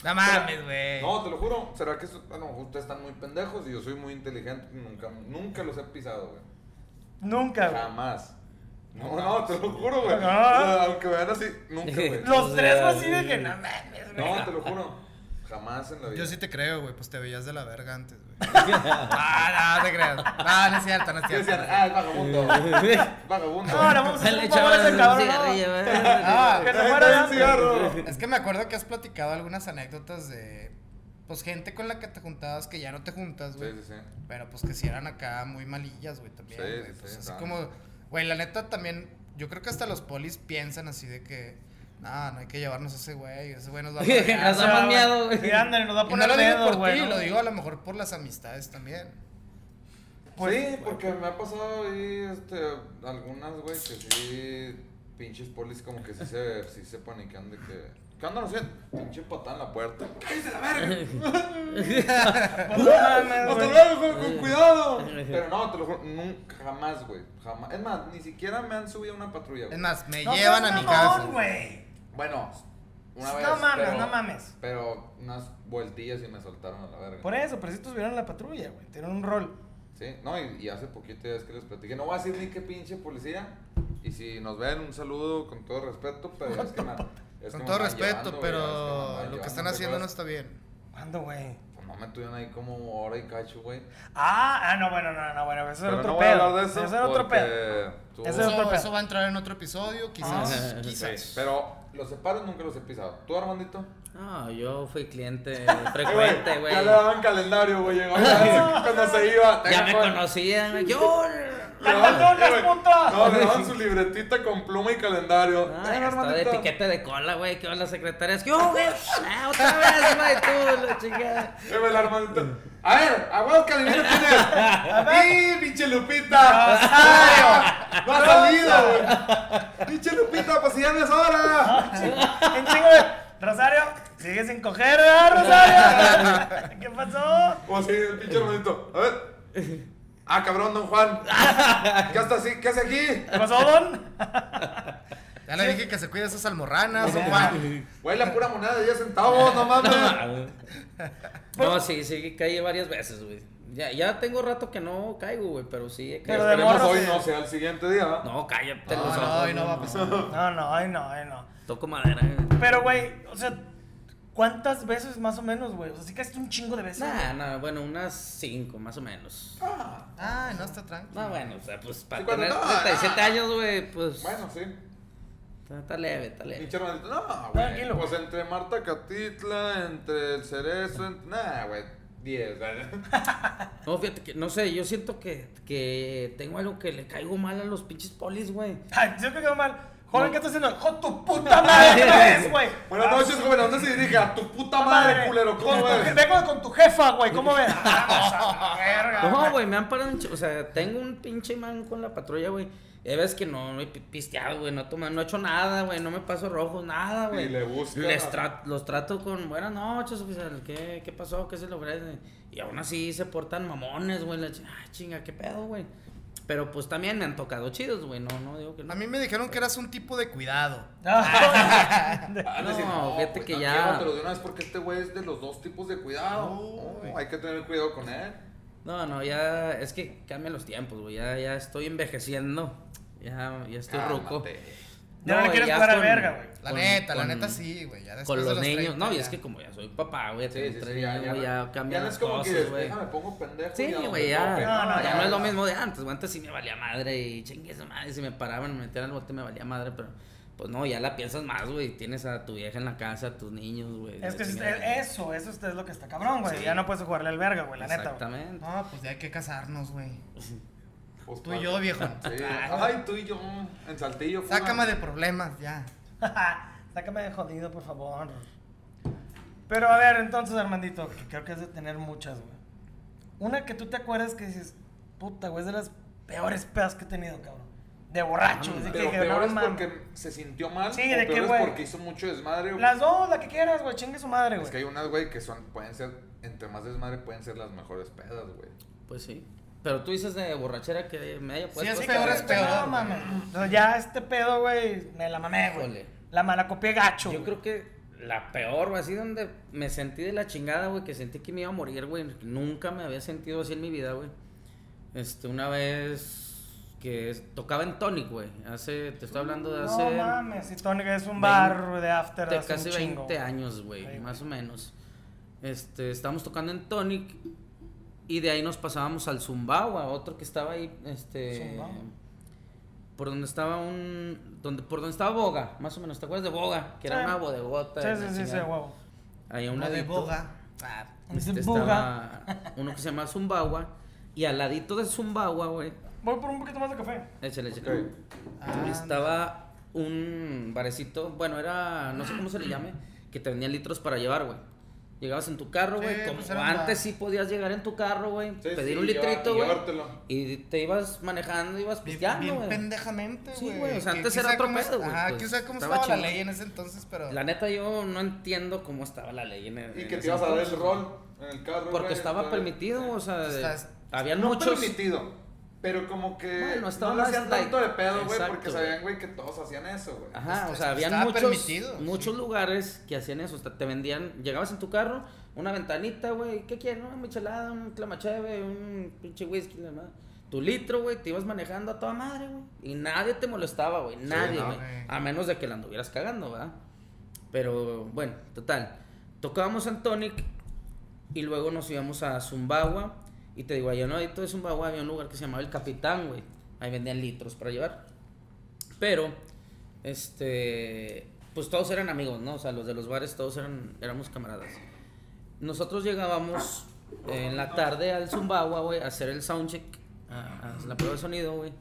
Speaker 3: No mames, güey.
Speaker 1: No, te lo juro. ¿Será que eso- bueno, ustedes están muy pendejos y yo soy muy inteligente? Nunca, nunca los he pisado, güey.
Speaker 2: Nunca, güey.
Speaker 1: Jamás. No, no, te lo juro, güey.
Speaker 2: No.
Speaker 1: O sea, aunque vean así, nunca, güey.
Speaker 4: No.
Speaker 2: Los tres, güey, así de que no mames, güey.
Speaker 1: No, te lo juro. Jamás en la vida.
Speaker 3: Yo sí te creo, güey. Pues te veías de la verga antes, güey. ah, no, no te creas. No, no es cierto, no es
Speaker 1: Que
Speaker 3: cierto.
Speaker 1: decían, ah, es
Speaker 3: (laughs)
Speaker 1: vagabundo. Es vagabundo.
Speaker 2: Ahora vamos a hacer
Speaker 4: Dale,
Speaker 2: un favor a ese cabrón.
Speaker 4: chaval, un cigarrillo,
Speaker 2: ¿no?
Speaker 4: güey.
Speaker 3: Ah,
Speaker 2: que se
Speaker 1: Ahí
Speaker 2: muera de
Speaker 1: está el
Speaker 2: hambre.
Speaker 1: cigarro.
Speaker 3: Es que me acuerdo que has platicado algunas anécdotas de. Pues gente con la que te juntabas que ya no te juntas,
Speaker 1: Sí,
Speaker 3: güey.
Speaker 1: sí, sí.
Speaker 3: Pero pues que si eran acá muy malillas, güey, también.
Speaker 1: Sí,
Speaker 3: güey.
Speaker 1: sí,
Speaker 3: Pues
Speaker 1: sí,
Speaker 3: así
Speaker 1: claro.
Speaker 3: como. Güey, la neta también. Yo creo que hasta los polis piensan así de que. No, no hay que llevarnos a ese güey. Ese güey nos va a.
Speaker 4: Nos
Speaker 3: matar".
Speaker 4: da más miedo, güey.
Speaker 2: Sí, ándale, nos va a
Speaker 3: Y
Speaker 2: poner
Speaker 3: no lo digo
Speaker 2: dedos,
Speaker 3: por
Speaker 2: güey.
Speaker 3: ti,
Speaker 2: ¿no?
Speaker 3: lo digo a lo mejor por las amistades también.
Speaker 2: Pues-
Speaker 1: sí, porque me ha pasado ahí este, algunas, güey, que sí, pinches polis como que sí se, sí se panican de que... ¿Qué andan haciendo? Pinche patada en la
Speaker 2: (laughs)
Speaker 1: puerta. ¡Cállese la verga!
Speaker 2: Pues no mames,
Speaker 1: ¡Hasta
Speaker 2: güey.
Speaker 1: luego, güey! ¡Con cuidado! (laughs) Pero no, te lo juro, nunca, jamás, güey, jamás. Es más, ni siquiera me han subido a una patrulla,
Speaker 3: Es
Speaker 1: güey.
Speaker 3: más, me
Speaker 2: No seas
Speaker 3: llevan a mi
Speaker 2: mamón,
Speaker 3: casa.
Speaker 2: güey.
Speaker 1: Bueno, una
Speaker 2: No
Speaker 1: vez,
Speaker 2: mames,
Speaker 1: pero-
Speaker 2: no mames.
Speaker 1: Pero unas vueltillas y me soltaron a la verga.
Speaker 2: Por eso, pero si estuvieron en la patrulla, güey. Tienen un rol.
Speaker 1: Sí, no, y, y hace poquito ya es que les platiqué. No voy a decir ni qué pinche policía. Y si nos ven, un saludo con todo respeto, pero es que
Speaker 5: (laughs)
Speaker 1: me- es que
Speaker 5: Con
Speaker 1: me
Speaker 5: todo
Speaker 1: andan
Speaker 5: respeto,
Speaker 1: llevando, güey,
Speaker 5: pero
Speaker 1: es que me andan
Speaker 5: lo que
Speaker 1: llevando,
Speaker 5: están
Speaker 1: ¿te
Speaker 5: haciendo no
Speaker 1: acuerdas?
Speaker 5: está bien.
Speaker 2: ¿Cuándo, güey?
Speaker 1: Pues no me tuvieron ahí como hora y cacho, güey.
Speaker 2: Ah, ah, no, bueno, no, no, bueno, eso
Speaker 1: Pero
Speaker 2: era otro
Speaker 1: no voy a
Speaker 2: pedo.
Speaker 1: hablar de eso.
Speaker 2: Eso era otro
Speaker 1: porque (laughs)
Speaker 2: pedo.
Speaker 1: tuvo-
Speaker 2: Eso es otro
Speaker 5: Eso,
Speaker 2: pedo.
Speaker 5: eso va a entrar en otro episodio, quizás.
Speaker 4: Ah.
Speaker 5: quizás.
Speaker 1: Sí, pero los separos nunca los he pisado. ¿Tú, Armandito?
Speaker 4: No, yo fui cliente
Speaker 1: Güey,
Speaker 4: frecuente, Ah, güey.
Speaker 1: Ya le daban calendario, güey. llegaba
Speaker 4: (laughs)
Speaker 1: ya, Cuando se iba.
Speaker 4: Ya
Speaker 1: tenga
Speaker 4: me
Speaker 1: cuenta.
Speaker 4: conocían, güey. Yo.
Speaker 1: Le daban-
Speaker 2: ¡Cantatonas,
Speaker 1: eh, güey,
Speaker 2: puto!
Speaker 1: No, le daban su libretita con pluma y calendario.
Speaker 4: Ay,
Speaker 1: Tenga,
Speaker 4: hasta de
Speaker 1: Armandito.
Speaker 4: etiqueta de cola, güey. ¿Qué van las secretarias? ¿Qué hubo, güey? (laughs) Ah, otra vez, güey, tú, la chingada.
Speaker 1: Eh, güey, el Armandito. A ver, a huevo calendario tienes. ¡Y, pinche Lupita!
Speaker 2: Ah.
Speaker 1: ¡No ha salido, güey! ¡Pinche Lupita, pues si ya no es hora!
Speaker 2: En chingo de... Rosario, ¿sigues sin coger, ¿verdad, (laughs) Rosario? ¿Qué pasó?
Speaker 1: O así, Pues el pinche Armandito. A ver. Ah, cabrón, don Juan. ¿Qué, hasta así? ¿Qué hace aquí?
Speaker 2: ¿Qué pasó, Don?
Speaker 5: Ya le dije que se cuide esas almorranas, don
Speaker 4: (laughs)
Speaker 5: Juan.
Speaker 1: Güey, la pura moneda de 10 centavos, no mames.
Speaker 4: No, sí, sí, caí varias veces, güey. Ya, ya tengo rato que no caigo, güey, pero sí he
Speaker 2: Pero
Speaker 4: caído.
Speaker 2: de
Speaker 1: Esperemos
Speaker 2: morro
Speaker 1: hoy
Speaker 2: sí.
Speaker 1: no sea el siguiente día. ¿va?
Speaker 4: No, cállate
Speaker 5: No,
Speaker 4: los
Speaker 5: no,
Speaker 4: ojos,
Speaker 5: hoy no va a pasar.
Speaker 2: No, no, ay, no, ay, no.
Speaker 4: Toco madera, güey.
Speaker 2: Pero, güey, o sea, ¿cuántas veces más o menos, güey? O sea, sí caíste un chingo de veces.
Speaker 4: Nah, nah, bueno, unas cinco, más o menos.
Speaker 5: Ah, no está tranquilo.
Speaker 4: No, bueno, o sea, pues para
Speaker 1: Sí, cuando
Speaker 4: tener
Speaker 1: no,
Speaker 4: 37 años, güey, pues.
Speaker 1: Bueno, sí.
Speaker 4: Está, está leve, está leve.
Speaker 1: Pinche Armandito. No, güey.
Speaker 2: Tranquilo.
Speaker 1: Pues entre Marta Catitla, entre el Cerezo, entre... Nah, güey. 10, güey.
Speaker 4: No, fíjate que, no sé, yo siento que, que tengo algo que le caigo mal a los pinches polis, güey.
Speaker 2: Ay, yo quedó mal. Joven, ¿qué estás haciendo? ¡Jo, tu puta
Speaker 1: (laughs)
Speaker 2: madre! ¿Qué ves, güey?
Speaker 1: Buenas
Speaker 2: Ah,
Speaker 1: noches, joven. ¿A dónde se dirige? A tu puta madre, culero.
Speaker 2: Con
Speaker 1: (laughs) ¿Cómo
Speaker 2: tu
Speaker 1: ves?
Speaker 2: je- Vengo con tu jefa, güey.
Speaker 1: (laughs)
Speaker 2: ¿Cómo ves? Vamos a la verga,
Speaker 4: No, güey, me han parado en ch- O sea, tengo un pinche man con la patrulla, güey. Ya ves que no, no he pi- pisteado, güey, no, toma, no he hecho nada, güey, no me paso rojo, nada, güey.
Speaker 1: Y le busca.
Speaker 4: Les tra- los trato con buenas noches, oficial, ¿qué, qué pasó? ¿Qué se logró? Y aún así se portan mamones, güey. la chi- Ah, chinga, qué pedo, güey. Pero pues también me han tocado chidos, güey, no, no digo que no.
Speaker 5: A mí me dijeron que eras un tipo de cuidado.
Speaker 1: Ah,
Speaker 4: No,
Speaker 1: decir,
Speaker 4: fíjate
Speaker 1: güey,
Speaker 4: que
Speaker 1: no,
Speaker 4: ya-
Speaker 1: llévatelo de una vez porque este güey es de los dos tipos de cuidado.
Speaker 5: No,
Speaker 1: No, hay que tener cuidado con él.
Speaker 4: No, no, ya es que cambian los tiempos, güey. Ya, ya estoy envejeciendo. Ya, ya estoy
Speaker 1: Cálmate.
Speaker 4: roco.
Speaker 2: Ya no le quieres jugar a verga, güey.
Speaker 5: La neta, la neta sí, güey. Ya después
Speaker 4: Con los
Speaker 5: de
Speaker 4: niños.
Speaker 5: 30
Speaker 4: no, y
Speaker 5: ya.
Speaker 4: es que como ya soy papá, güey,
Speaker 1: Sí,
Speaker 4: tengo
Speaker 1: sí,
Speaker 4: tres
Speaker 1: sí, ya,
Speaker 4: niños, güey, ya,
Speaker 1: ya
Speaker 4: cambian
Speaker 1: no
Speaker 4: las
Speaker 1: es como que
Speaker 4: cosas, güey.
Speaker 1: déjame pongo pendejo. y
Speaker 4: Sí,
Speaker 1: a donde
Speaker 4: güey, ya.
Speaker 1: tope.
Speaker 2: No, no,
Speaker 4: ya,
Speaker 2: ya,
Speaker 4: no es
Speaker 2: ya.
Speaker 4: lo mismo de antes, güey. Antes sí me valía madre y chingue su madre. Si me paraban, me metían al bote, me valía madre, pero. Pues no, ya la piensas más, güey. Tienes a tu vieja en la casa, a tus niños,
Speaker 2: (laughs)
Speaker 4: güey.
Speaker 2: Es que
Speaker 4: la
Speaker 2: es-
Speaker 4: chingada.
Speaker 2: eso, eso es lo que está cabrón, güey. Ya no puedes jugarle al verga, güey, la neta, güey.
Speaker 4: Exactamente.
Speaker 5: No, pues ya hay que casarnos, güey.
Speaker 1: Pues,
Speaker 5: Tú y
Speaker 1: pa-
Speaker 5: yo, viejo.
Speaker 1: Sí.
Speaker 2: Ah,
Speaker 1: Ay, tú y yo. En saltillo. fue una-
Speaker 5: Sácame de problemas, ya.
Speaker 2: (laughs) Sácame de jodido, por favor. Pero a ver, entonces, Armandito, que creo que has de tener muchas, güey. Una que tú te acuerdas que dices, puta, güey, es de las peores pedas que he tenido, cabrón. De borracho. así que
Speaker 1: Pero
Speaker 2: dije,
Speaker 1: peor
Speaker 2: no
Speaker 1: es
Speaker 2: mames.
Speaker 1: porque se sintió mal.
Speaker 2: Sí,
Speaker 1: o
Speaker 2: ¿de qué,
Speaker 1: peor es
Speaker 2: güey?
Speaker 1: porque hizo mucho desmadre. güey.
Speaker 2: Las dos, la que quieras, güey, chingue su madre, güey.
Speaker 1: Es que hay unas, güey, que son, pueden ser, entre más desmadre, pueden ser las mejores pedas, güey.
Speaker 4: Pues sí. Pero tú dices de borrachera que me haya puesto.
Speaker 5: es
Speaker 4: esta
Speaker 5: peor, es
Speaker 4: vez.
Speaker 5: peor.
Speaker 2: No, mames. O sea, ya este pedo, güey, me la mamé, güey.
Speaker 4: Híjole.
Speaker 2: La malacopié gacho.
Speaker 4: Yo
Speaker 2: güey.
Speaker 4: creo que la peor, güey, así donde me sentí de la chingada, güey, que sentí que me iba a morir, güey. Nunca me había sentido así en mi vida, güey. Este, una vez que es- tocaba en Tonic, güey. Hace, te estoy hablando de hace...
Speaker 2: No mames, si Tónica es un bar güey, de after
Speaker 4: de
Speaker 2: hace un
Speaker 4: casi
Speaker 2: chingo,
Speaker 4: 20
Speaker 2: güey.
Speaker 4: años,
Speaker 2: Ahí,
Speaker 4: güey,
Speaker 2: güey.
Speaker 4: más o menos. Este, estábamos tocando en Tonic y de ahí nos pasábamos al Zumbao, a otro que estaba ahí, este,
Speaker 2: Zumbao.
Speaker 4: por donde estaba un, donde, por donde estaba Boga, más o menos, ¿te acuerdas de Boga? Que era
Speaker 2: Sí.
Speaker 4: una bodegota.
Speaker 2: Sí,
Speaker 4: la
Speaker 2: sí, sí, sí,
Speaker 4: chingada.
Speaker 2: huevo.
Speaker 4: Ahí a un
Speaker 5: Una de Ah,
Speaker 4: ladito,
Speaker 5: boga.
Speaker 2: Es
Speaker 4: este,
Speaker 2: de buga.
Speaker 4: estaba (laughs) uno que se llama Zumbawa y al ladito de Zumbawa, güey,
Speaker 2: Voy por un poquito más de café.
Speaker 4: échale,
Speaker 1: Ok.
Speaker 4: échale.
Speaker 5: Ah,
Speaker 4: Estaba un barecito, bueno, era, no sé cómo se le llame, que te vendían litros para llevar, güey. Llegabas en tu carro,
Speaker 5: Sí,
Speaker 4: güey, como
Speaker 5: pues era un bar.
Speaker 4: antes sí podías llegar en tu carro, güey,
Speaker 1: Sí,
Speaker 4: pedir
Speaker 1: sí,
Speaker 4: un
Speaker 1: lleva-
Speaker 4: litrito, güey.
Speaker 1: llevártelo.
Speaker 4: Y te ibas manejando, ibas
Speaker 5: Bien,
Speaker 4: pisteando,
Speaker 5: bien
Speaker 4: Pues güey.
Speaker 5: pendejamente,
Speaker 4: Sí,
Speaker 5: güey.
Speaker 4: güey, o sea,
Speaker 5: Que
Speaker 4: antes
Speaker 5: quién
Speaker 4: era
Speaker 5: sabe
Speaker 4: otro
Speaker 5: cómo es-
Speaker 4: pedo, güey,
Speaker 5: Ajá,
Speaker 4: pues,
Speaker 5: quién sabe cómo
Speaker 4: estaba
Speaker 5: estaba, la
Speaker 4: chingón.
Speaker 5: ley en ese entonces, pero.
Speaker 4: La neta yo no entiendo cómo estaba la ley en el-
Speaker 1: Y
Speaker 4: en
Speaker 1: que te
Speaker 4: ese
Speaker 1: ibas a dar el
Speaker 4: entonces,
Speaker 1: rol en el carro.
Speaker 4: Porque
Speaker 1: güey,
Speaker 4: estaba
Speaker 1: entonces-
Speaker 4: permitido, o sea, de-
Speaker 5: Estás-
Speaker 4: habían
Speaker 1: No
Speaker 4: muchos...
Speaker 1: permitido. Pero como que
Speaker 4: Bueno, estaba
Speaker 1: no lo
Speaker 4: más
Speaker 1: hacían
Speaker 4: light.
Speaker 1: tanto de pedo, güey,
Speaker 4: Exacto,
Speaker 1: porque
Speaker 4: güey.
Speaker 1: sabían, güey, que todos hacían eso, güey.
Speaker 4: Ajá, o
Speaker 3: Está-
Speaker 4: sea, habían
Speaker 3: estaba
Speaker 4: muchos,
Speaker 3: permitido,
Speaker 4: muchos lugares que hacían eso. o sea, te vendían, llegabas en tu carro, una ventanita, güey, ¿qué quieres? no? Una michelada, un clamacheve, un pinche whisky, la madre. Tu litro, güey, te ibas manejando a toda madre, güey. Y nadie te molestaba, güey, nadie,
Speaker 3: no,
Speaker 4: güey.
Speaker 3: güey.
Speaker 4: a menos de que la anduvieras cagando, ¿verdad? Pero bueno, total. Tocábamos Antonic y luego nos íbamos a Zumbagua. Y te digo, allá no, de Zumbagua había un lugar que se llamaba El Capitán, güey. Ahí vendían litros para llevar. Pero, este, pues todos eran amigos, ¿no? O sea, los de los bares todos eran, éramos camaradas. Nosotros llegábamos eh, en la tarde al Zumbagua, güey, a hacer el soundcheck, a, a la prueba de sonido, güey.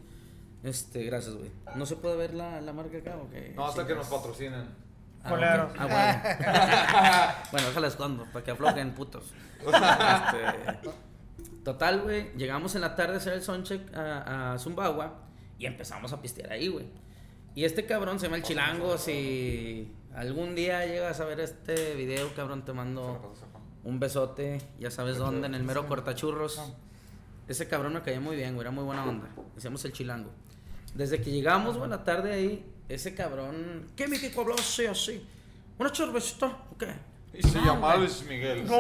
Speaker 4: Este, gracias, güey. ¿No se puede ver la, la marca acá o qué?
Speaker 1: No, hasta
Speaker 4: Sí,
Speaker 1: que nos patrocinen.
Speaker 4: Ah,
Speaker 2: Colero.
Speaker 4: ok. Ah, bueno. bueno, déjala escondo, para que aflojen, putos. Este, total, güey, llegamos en la tarde a hacer el soundcheck a, a Zumbagua y empezamos a pistear ahí, güey. Y este cabrón se llama el Chilango, si algún día llegas a ver este video, cabrón, te mando un besote, ya sabes dónde, en el mero cortachurros.
Speaker 1: Ah.
Speaker 4: Ese cabrón me caía muy bien, güey, era muy buena onda. Decíamos el chilango. Desde que llegamos, güey, en la tarde ahí, ese cabrón. ¿Qué México habló así, así? ¿Una cervecita? ¿O qué?
Speaker 1: Y se
Speaker 4: No,
Speaker 1: llamaba
Speaker 4: güey.
Speaker 1: Luis Miguel.
Speaker 2: No,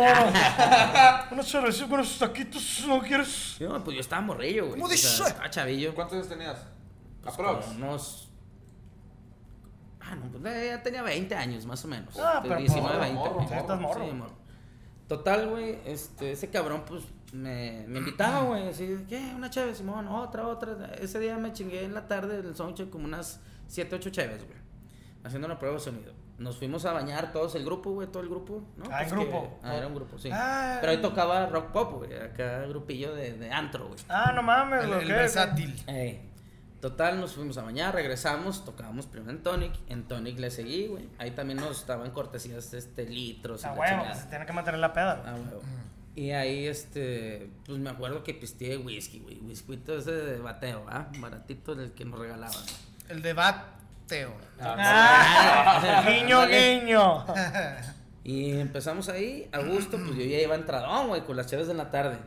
Speaker 2: unos cervecitos con unos taquitos, ¿no quieres?
Speaker 4: Sí, no, pues yo estaba morrillo, güey.
Speaker 3: ¿Cómo
Speaker 4: O sea,
Speaker 3: dice?
Speaker 4: estaba chavillo.
Speaker 1: ¿Cuántos años tenías?
Speaker 4: Pues,
Speaker 1: Aprox.
Speaker 4: como unos. Ah, no, pues eh, ya tenía 20 años, más o menos.
Speaker 2: Ah,
Speaker 4: De
Speaker 2: pero morro,
Speaker 1: morro,
Speaker 4: güey.
Speaker 1: morro.
Speaker 2: Estás morro.
Speaker 4: Sí, morro. Total, güey, este, ese cabrón, pues, me, me invitaba, güey, así, de, ¿qué? Una cheve, Simón, otra, otra. Ese día me chingué en la tarde del soundcheck como unas 7, 8 cheves, güey, haciendo una prueba de sonido. Nos fuimos a bañar todos, el grupo, güey, todo el grupo, ¿no?
Speaker 2: Ah, ¿en
Speaker 4: que-
Speaker 2: grupo?
Speaker 4: ah, era un grupo, sí.
Speaker 2: Ah.
Speaker 4: Pero ahí tocaba rock pop, güey, acá grupillo de, de antro, güey.
Speaker 2: Ah, no mames,
Speaker 3: El,
Speaker 2: lo
Speaker 3: el
Speaker 2: que es.
Speaker 3: versátil.
Speaker 4: Ey, Total, nos fuimos a bañar, regresamos, tocábamos primero en Tonic, en Tonic le seguí, güey. Ahí también nos daban cortesías, este, litros. y
Speaker 2: A Ah,
Speaker 4: la
Speaker 2: huevo, pues
Speaker 4: chingada.
Speaker 2: se tiene que mantener la peda. güey.
Speaker 4: A huevo. Y ahí, este, pues me acuerdo que pisteé whisky, güey. Whisky ese de bateo, ¿ah? Baratito del que nos regalaban.
Speaker 3: El debateo.
Speaker 4: (laughs)
Speaker 2: Ah, guiño,
Speaker 4: Ándale.
Speaker 2: guiño.
Speaker 4: Y empezamos ahí, a gusto, pues yo ya iba entradón, güey, con las chaves de la tarde.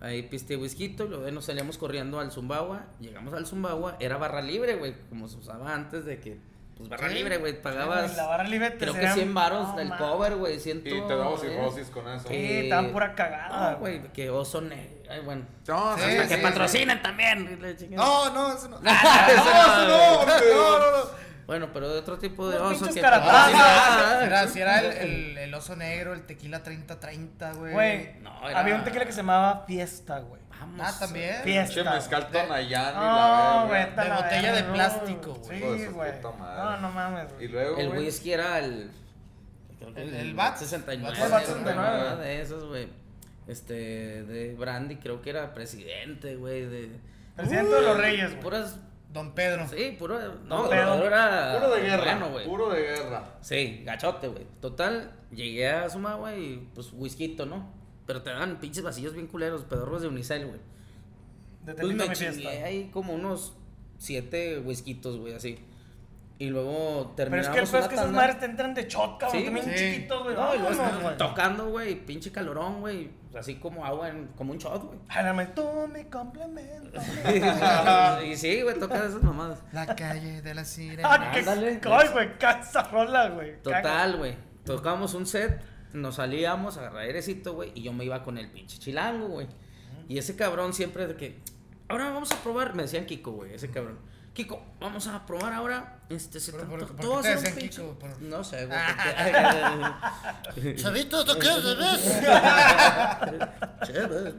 Speaker 4: Ahí piste whisky, luego nos salíamos corriendo al Zumbagua, llegamos al Zumbagua, era barra libre, güey, como se usaba antes de que, pues barra
Speaker 3: Sí.
Speaker 4: libre, güey, pagabas,
Speaker 2: La barra libre te
Speaker 4: creo que
Speaker 2: serán-
Speaker 4: 100 varos
Speaker 2: No,
Speaker 4: del
Speaker 2: mames.
Speaker 4: cover, güey, 100
Speaker 1: Y te daba
Speaker 4: ¿eh?
Speaker 1: cirrosis con eso.
Speaker 2: Sí, estaban pura cagada,
Speaker 4: Ah, güey, que oso negro, ay, bueno,
Speaker 1: No,
Speaker 3: Sí,
Speaker 1: sí,
Speaker 4: que
Speaker 1: sí.
Speaker 4: patrocinen también. y la chingada.
Speaker 3: No,
Speaker 4: (laughs)
Speaker 3: no, eso no.
Speaker 1: No, no, no, no.
Speaker 4: Bueno, pero de otro tipo de
Speaker 2: Unos
Speaker 4: oso
Speaker 2: pinches
Speaker 4: que...
Speaker 2: caratazos.
Speaker 4: Ah, sí,
Speaker 3: Ah,
Speaker 4: ah,
Speaker 3: era, sí, era el,
Speaker 4: ah,
Speaker 3: el- el oso negro, el tequila 30-30, güey.
Speaker 2: Güey,
Speaker 4: No, era-
Speaker 2: había un tequila que se llamaba Fiesta, güey.
Speaker 4: Vamos.
Speaker 3: Ah, también.
Speaker 2: Fiesta.
Speaker 1: Che, mezcal
Speaker 4: Ah,
Speaker 1: Tonayán y la
Speaker 2: No, güey,
Speaker 1: verga.
Speaker 2: está
Speaker 3: De
Speaker 2: la
Speaker 3: botella de
Speaker 2: verga,
Speaker 3: plástico, güey.
Speaker 1: Hijo de
Speaker 2: Sí,
Speaker 1: su
Speaker 2: güey.
Speaker 1: puta madre.
Speaker 2: No, no mames,
Speaker 1: Y
Speaker 2: güey.
Speaker 1: luego,
Speaker 4: El
Speaker 1: güey,
Speaker 4: whisky era el. creo que
Speaker 3: El- el Bat.
Speaker 4: 69.
Speaker 2: Bat
Speaker 3: El
Speaker 4: ¿no?
Speaker 2: 69.
Speaker 4: Una de esos, güey. Este, de Brandy, creo que era presidente, güey. De...
Speaker 2: Presidente de los Reyes, güey.
Speaker 4: Puras.
Speaker 3: Don Pedro.
Speaker 4: Sí, puro. No,
Speaker 2: No,
Speaker 4: pero
Speaker 2: pedo.
Speaker 4: era.
Speaker 1: Puro de guerra,
Speaker 4: bueno, güey.
Speaker 1: puro de guerra.
Speaker 4: Sí, gachote, güey. Total, llegué a Suma, güey, y pues whisky, ¿no? Pero te dan pinches vasillos bien culeros, pedorros de unicel, güey.
Speaker 2: De
Speaker 4: Pues
Speaker 2: Telito
Speaker 4: me
Speaker 2: mi fiesta.
Speaker 4: chingué ahí como unos siete whiskitos, güey, así. Y luego
Speaker 2: Pero es
Speaker 4: terminamos
Speaker 2: que el peor es
Speaker 4: una
Speaker 2: que esas
Speaker 4: tanda.
Speaker 2: madres te entran de shot, cabrón.
Speaker 4: Sí,
Speaker 2: también
Speaker 3: sí.
Speaker 2: chiquitos, güey.
Speaker 4: No, y luego
Speaker 2: Vámonos,
Speaker 4: estás
Speaker 2: güey.
Speaker 4: tocando, güey, pinche calorón, güey. Así como agua, en- como un shot,
Speaker 3: (laughs)
Speaker 4: güey.
Speaker 2: Ay, dame, Tú me
Speaker 4: (laughs)
Speaker 2: complemento.
Speaker 4: y sí, güey, toca esas mamadas.
Speaker 3: La calle de la sirena.
Speaker 2: Ah, qué-
Speaker 4: Ándale.
Speaker 2: Ay, güey, casa rola, güey.
Speaker 4: Total, güey. Tocábamos un set, nos salíamos, agarrar airecito, güey, y yo me iba con el pinche chilango, güey. Y ese cabrón siempre de que, ahora vamos a probar, me decían Kiko, güey, ese cabrón. Kiko, vamos a probar ahora. Este, se
Speaker 3: Pero,
Speaker 4: te
Speaker 3: ¿por-
Speaker 4: anto-
Speaker 3: por
Speaker 4: todo
Speaker 3: qué te
Speaker 4: va a ser un
Speaker 3: decían
Speaker 4: pinche-
Speaker 3: Kiko? Por-
Speaker 4: No
Speaker 3: (laughs)
Speaker 4: sé, güey. porque-
Speaker 5: Chavito, ¿tú qué ves?
Speaker 4: Chévere.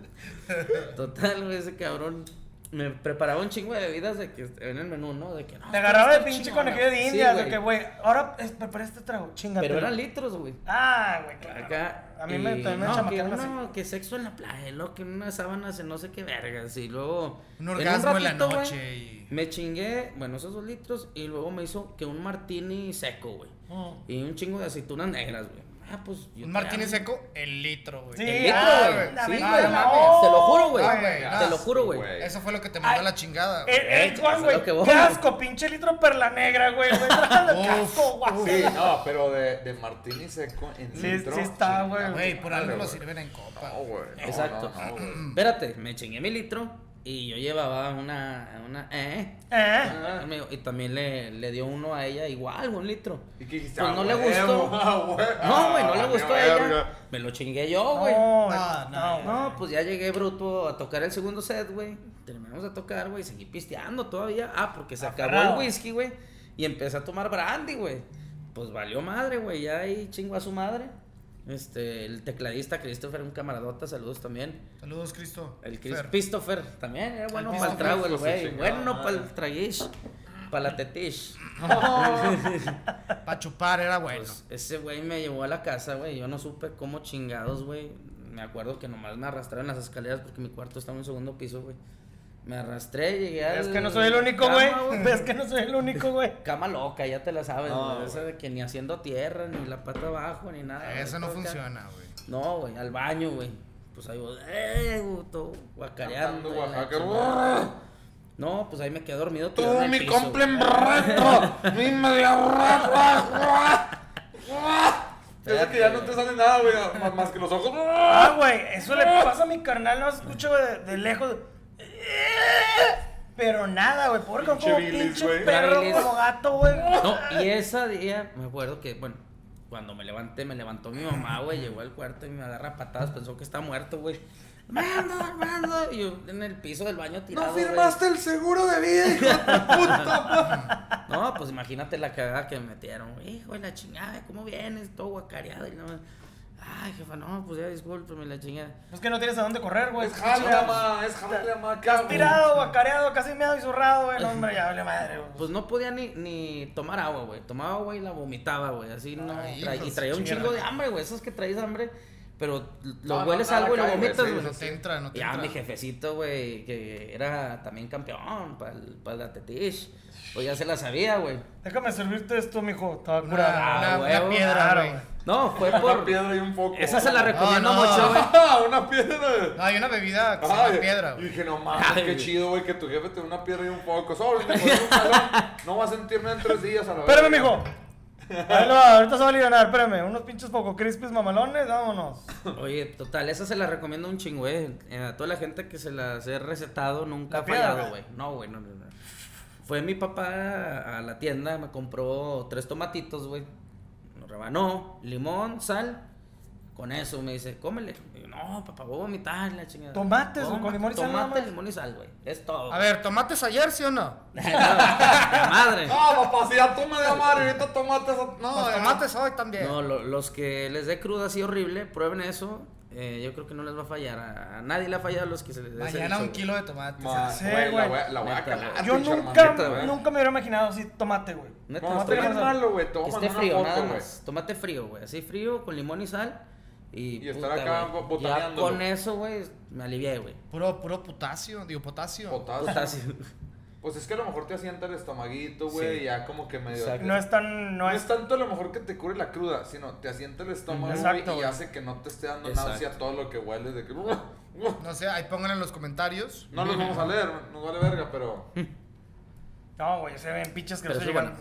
Speaker 4: Total, güey, ese cabrón me preparaba un chingo de bebidas de que en el menú, ¿no? De que no.
Speaker 2: Te
Speaker 4: esta
Speaker 2: agarraba de
Speaker 4: está
Speaker 2: pinche
Speaker 4: chingona.
Speaker 2: conejillo de
Speaker 4: Sí,
Speaker 2: indias, de que, güey, ahora es- prepara este trago, chingate.
Speaker 4: Pero eran litros, güey.
Speaker 2: Ah, güey, claro.
Speaker 4: Acá.
Speaker 2: A mí me,
Speaker 4: y
Speaker 2: también me
Speaker 4: no, que,
Speaker 2: chamaquearon así.
Speaker 4: uno, que sexo en la playa, lo que unas sábanas en no sé qué vergas. Y luego.
Speaker 3: Un
Speaker 4: en
Speaker 3: orgasmo en la
Speaker 4: ratito, güey,
Speaker 3: noche y-
Speaker 4: Me chingué, bueno, esos dos litros. Y luego me hizo que un martini seco, güey.
Speaker 2: Mm.
Speaker 4: Y un chingo de aceitunas negras, güey. Ah, pues. yo
Speaker 3: Un
Speaker 4: te
Speaker 3: martini
Speaker 4: amo.
Speaker 3: seco, el litro, güey.
Speaker 2: Sí,
Speaker 4: El
Speaker 2: ah,
Speaker 4: litro, güey.
Speaker 2: la
Speaker 4: Sí,
Speaker 2: verga,
Speaker 4: güey,
Speaker 2: la
Speaker 4: no
Speaker 2: hora.
Speaker 4: mames, Te lo juro, güey.
Speaker 3: Ah, güey,
Speaker 4: Te
Speaker 3: ah,
Speaker 4: lo juro, güey.
Speaker 1: güey.
Speaker 3: Eso fue lo que te mandó a la chingada, güey.
Speaker 2: Eh, eh,
Speaker 4: Eso
Speaker 2: Juan,
Speaker 4: es
Speaker 2: güey,
Speaker 4: lo que voy.
Speaker 2: qué asco, pinche litro perla negra, güey. güey, trájalo, qué
Speaker 3: Uf,
Speaker 2: asco,
Speaker 1: Sí,
Speaker 2: guacala.
Speaker 1: no, pero de, de Martini seco en
Speaker 2: Sí,
Speaker 1: litro,
Speaker 2: sí está, güey.
Speaker 1: chingada
Speaker 3: Güey, por algo
Speaker 1: madre,
Speaker 3: lo
Speaker 1: güey.
Speaker 3: sirven en copa.
Speaker 1: No, güey. no,
Speaker 4: Exacto.
Speaker 1: no, no, güey.
Speaker 4: Espérate, me chingué mi litro. Y yo llevaba una. una eh,
Speaker 2: ¿Eh?
Speaker 1: Ah.
Speaker 4: amigo, y también le, le dio uno a ella igual, un litro.
Speaker 1: ¿Y qué dijiste?
Speaker 4: Pues
Speaker 1: Ah,
Speaker 4: no le
Speaker 1: huevo,
Speaker 4: gustó.
Speaker 1: (laughs) ah, hue-
Speaker 4: No, güey, no
Speaker 1: ah,
Speaker 4: le gustó a
Speaker 1: qué
Speaker 4: ella.
Speaker 1: verga.
Speaker 4: Me lo chingué yo, güey.
Speaker 2: No,
Speaker 3: No, no,
Speaker 4: No, pues ya llegué bruto a tocar el segundo set, güey. Terminamos de tocar, güey. Seguí pisteando todavía. Ah, porque se
Speaker 2: Aferrado.
Speaker 4: acabó el whisky, güey. Y empecé a tomar brandy, güey. Pues valió madre, güey. Ya ahí chingo a su madre. Este, el tecladista Christopher, un camaradota, saludos también.
Speaker 5: Saludos, Cristo.
Speaker 4: El Chris
Speaker 5: Fer.
Speaker 4: Christopher también era bueno para el
Speaker 1: Christopher,
Speaker 4: trago, el
Speaker 1: pues, sí,
Speaker 4: güey.
Speaker 1: chingada
Speaker 4: Bueno para
Speaker 1: madre.
Speaker 4: el traguish, para la tetish.
Speaker 5: Pa' chupar era bueno.
Speaker 4: Pues, ese güey me llevó a la casa, güey. Yo no supe cómo chingados, güey. Me acuerdo que nomás me arrastraron las escaleras porque mi cuarto estaba en un segundo piso, güey. Me arrastré, llegué al...
Speaker 2: pues, Es que no soy el único,
Speaker 4: cama,
Speaker 2: güey. (laughs) Es que no soy el único, güey.
Speaker 4: Cama loca, ya te la sabes,
Speaker 1: No,
Speaker 4: güey.
Speaker 1: güey.
Speaker 4: Esa de que ni haciendo tierra, ni la pata abajo, ni nada. güey.
Speaker 5: Eso no
Speaker 4: Todo acá.
Speaker 5: funciona, güey.
Speaker 4: No, güey, al baño, güey. Pues ahí voy, eh, güey, todo
Speaker 1: Cantando
Speaker 4: guacareando. güey, la
Speaker 1: Oaxaca.
Speaker 4: chingada.
Speaker 1: Brrr.
Speaker 4: No, pues ahí me quedé dormido.
Speaker 1: Tú,
Speaker 4: tirado en el
Speaker 1: mi
Speaker 4: piso, güey.
Speaker 1: complen berreto, mi media rata. Es que ya no te sale nada, güey, más- más que los ojos.
Speaker 2: Ah, güey, eso le pasa a mi carnal, no escucho de, de lejos. Pero nada, güey, porque
Speaker 1: Pinche
Speaker 2: como
Speaker 1: bilis,
Speaker 2: pinche
Speaker 1: güey.
Speaker 2: perro,
Speaker 4: Bilis.
Speaker 2: como gato, güey.
Speaker 4: No, y esa día, me acuerdo que, bueno, cuando me levanté, me levantó mi mamá, güey, llegó al cuarto y me agarra a patadas, pensó que está muerto, güey. Armando, Armando, y yo en el piso del baño tirado.
Speaker 1: No
Speaker 4: güey.
Speaker 1: firmaste el seguro de vida, hijo de puta.
Speaker 4: No, pues imagínate la cagada que me metieron, güey. hijo de la chingada, ¿cómo vienes? Todo guacareado y no. Ay, jefa, no, pues ya discúlpeme la chingada.
Speaker 2: Es que no tienes a dónde correr, güey.
Speaker 4: Pues,
Speaker 1: Es jale, ma, es jale, ma, cabrón.
Speaker 2: Tirado, guacareado, casi meado y zurrado, güey. No, hombre, ya vale madre, güey.
Speaker 4: Pues no podía ni, ni tomar agua, güey. Tomaba agua y la vomitaba, güey. Así no.
Speaker 5: Ay,
Speaker 4: tra-
Speaker 5: hijos
Speaker 4: y
Speaker 5: de
Speaker 4: traía un
Speaker 2: chingada.
Speaker 4: chingo de hambre, güey. Esos que traes hambre, pero lo
Speaker 1: No, no,
Speaker 4: hueles
Speaker 1: nada
Speaker 4: algo y lo
Speaker 1: cae, güey,
Speaker 4: vomitas,
Speaker 1: sí,
Speaker 4: güey.
Speaker 5: No te entra, no te
Speaker 4: Ya
Speaker 5: entra.
Speaker 4: mi jefecito, güey, que era también campeón para la Tetish. Pues ya se la sabía, güey. Ah,
Speaker 2: Déjame servirte esto, mijo. Estaba
Speaker 5: Una-
Speaker 2: curado.
Speaker 5: una- una
Speaker 4: huevo,
Speaker 5: piedra,
Speaker 2: claro,
Speaker 5: güey. Oh,
Speaker 2: güey.
Speaker 4: No, fue
Speaker 1: Una
Speaker 4: por.
Speaker 1: piedra y un foco.
Speaker 4: Esa se la recomiendo
Speaker 5: No, no.
Speaker 4: mucho, güey.
Speaker 1: Ah, una piedra.
Speaker 5: No, hay una bebida que se
Speaker 1: Ay,
Speaker 5: llama piedra,
Speaker 1: Y
Speaker 5: güey.
Speaker 1: dije, no mames,
Speaker 4: Ay,
Speaker 1: qué
Speaker 4: güey.
Speaker 1: chido, güey, que tu jefe te dé una piedra y un poco. Sobre, te pone un jalón. No vas a sentirme en tres días a la
Speaker 2: Espérame,
Speaker 1: verga.
Speaker 2: mijo. Ahí lo va, ahorita se va a aliviar, espérame. Unos pinches poco crispis mamalones, vámonos.
Speaker 4: Oye, total, esa se la recomiendo un chingo, güey. Eh, A toda la gente que se las he recetado nunca
Speaker 2: La
Speaker 4: ha
Speaker 2: piedra,
Speaker 4: fallado,
Speaker 2: güey.
Speaker 4: güey. No, güey, no, no, no. Fue mi papá a la tienda, me compró tres tomatitos, güey. Lo rebanó, limón, sal. Con eso me dice, cómele. Y yo, no, papá, voy a vomitar la chingada.
Speaker 2: Tomates, güey, con
Speaker 4: Toma-
Speaker 2: limón y sal nada
Speaker 4: Tomate,
Speaker 2: más.
Speaker 4: limón y sal, güey. Es todo. (laughs)
Speaker 5: A ver, ¿tomates ayer, sí o no?
Speaker 4: güey. La
Speaker 2: (laughs)
Speaker 4: madre.
Speaker 2: Oh,
Speaker 1: Ah, papá, si ya tú me de madre, ahorita tomate esa.
Speaker 5: No,
Speaker 1: ya.
Speaker 5: tomates hoy también.
Speaker 4: No, lo- los que les dé cruda así horrible, prueben eso. Eh, yo creo que no les va a fallar. A, a nadie le ha fallado a los que se les dé ese
Speaker 5: Mañana
Speaker 4: bicho,
Speaker 5: un
Speaker 4: güey.
Speaker 5: kilo de tomates.
Speaker 1: Ma,
Speaker 2: Sí,
Speaker 1: güey, la
Speaker 2: güey.
Speaker 1: voy a- la voy a
Speaker 4: Neta,
Speaker 1: calar.
Speaker 2: Yo
Speaker 1: Ah, pinche
Speaker 2: nunca,
Speaker 1: hermanita, güey.
Speaker 2: nunca me hubiera imaginado así tomate, güey.
Speaker 4: Neta,
Speaker 1: No, está
Speaker 2: Tomate
Speaker 1: bien
Speaker 2: con sal.
Speaker 1: malo, güey.
Speaker 4: Que
Speaker 1: Toma
Speaker 4: esté
Speaker 1: una
Speaker 4: frío,
Speaker 1: foto,
Speaker 4: nada
Speaker 1: güey.
Speaker 4: más. Tómate frío, güey. Así frío, con limón y sal. Y,
Speaker 1: Y estar acá
Speaker 4: güey, Ya
Speaker 1: botaneándolo.
Speaker 4: con eso, güey, me alivié, güey.
Speaker 5: Puro, puro potasio, digo potasio.
Speaker 1: Potasio.
Speaker 4: Potasio.
Speaker 1: Pues es que a lo mejor te asienta el estomaguito, güey,
Speaker 4: Sí.
Speaker 1: y ya como que medio.
Speaker 4: Exacto.
Speaker 2: No es tan.
Speaker 1: No
Speaker 2: No
Speaker 1: es
Speaker 2: es,
Speaker 1: tanto a lo mejor que te cure la cruda, sino te asienta el estómago
Speaker 2: Exacto,
Speaker 1: güey, y
Speaker 2: güey.
Speaker 1: hace que no te esté dando
Speaker 4: Exacto.
Speaker 1: náusea todo lo que hueles de que. (laughs) uh,
Speaker 5: No sé, ahí pongan en los comentarios.
Speaker 1: No los vamos a leer, nos vale verga, pero.
Speaker 2: No, güey, se ven pinches que no
Speaker 4: Pero
Speaker 2: se
Speaker 4: sí,
Speaker 2: llegan.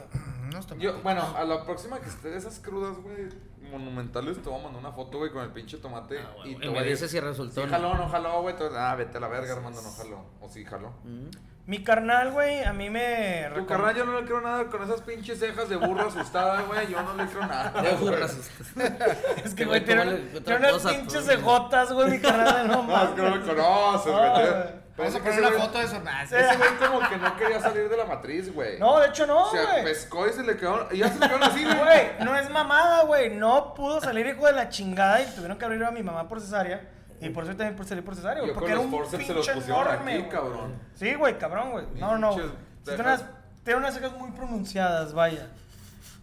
Speaker 1: Yo,
Speaker 5: Unos tomatitos.
Speaker 1: bueno, a la próxima que esté de esas crudas, güey, monumentales, te voy a mandar una foto, güey, con el pinche tomate.
Speaker 4: (laughs) Ah, güey,
Speaker 1: y
Speaker 4: güey,
Speaker 1: te
Speaker 4: me
Speaker 1: voy a decir,
Speaker 4: dices si resultó,
Speaker 1: Sí,
Speaker 4: ¿no?
Speaker 1: jaló, no jaló, güey. Entonces, ah, vete a la verga, Armando, no jaló. O sí, jaló.
Speaker 4: Mm.
Speaker 2: Mi carnal, güey, a mí me.
Speaker 1: Tu
Speaker 2: recom-
Speaker 1: carnal, yo no le creo nada con esas pinches cejas de burro asustada, güey. Yo no le creo
Speaker 4: (laughs)
Speaker 1: nada.
Speaker 4: Ya fue
Speaker 1: güey.
Speaker 2: (laughs)
Speaker 4: racista.
Speaker 2: (laughs) Es que,
Speaker 4: Este
Speaker 2: güey,
Speaker 4: güey
Speaker 2: tiene,
Speaker 4: toma la-
Speaker 2: tiene
Speaker 4: otra
Speaker 2: unas
Speaker 4: cosa,
Speaker 2: pinches
Speaker 4: güey.
Speaker 2: cejotas, güey, mi
Speaker 1: (laughs)
Speaker 2: carnal, no
Speaker 1: No, es que no
Speaker 2: mames.
Speaker 1: lo conoces,
Speaker 2: Ah,
Speaker 1: güey.
Speaker 2: güey.
Speaker 5: Vamos
Speaker 1: Parece
Speaker 5: a
Speaker 1: que Eh,
Speaker 5: poner
Speaker 1: ese
Speaker 5: una
Speaker 1: güey-
Speaker 5: foto de eso. Nah, sí.
Speaker 1: Ese güey como que no quería salir de la matriz, güey.
Speaker 2: No, de hecho no,
Speaker 1: Se
Speaker 2: güey.
Speaker 1: pescó y se le quedó. Y ya se le quedaron así, güey.
Speaker 2: Güey, no es mamada, güey. No pudo salir hijo de la chingada y tuvieron que abrir a mi mamá por cesárea. Y por eso yo también por salir por cesárea, güey.
Speaker 1: Yo
Speaker 2: Porque
Speaker 1: con
Speaker 2: era
Speaker 1: los
Speaker 2: un
Speaker 1: forceps se los
Speaker 2: pinche
Speaker 1: pusieron
Speaker 2: enorme,
Speaker 1: aquí,
Speaker 2: güey.
Speaker 1: cabrón.
Speaker 2: Sí, güey, cabrón, güey. No, no.
Speaker 1: Pinches
Speaker 2: güey. Sí, tiene
Speaker 1: cejas.
Speaker 2: unas, tiene unas cejas muy pronunciadas, vaya.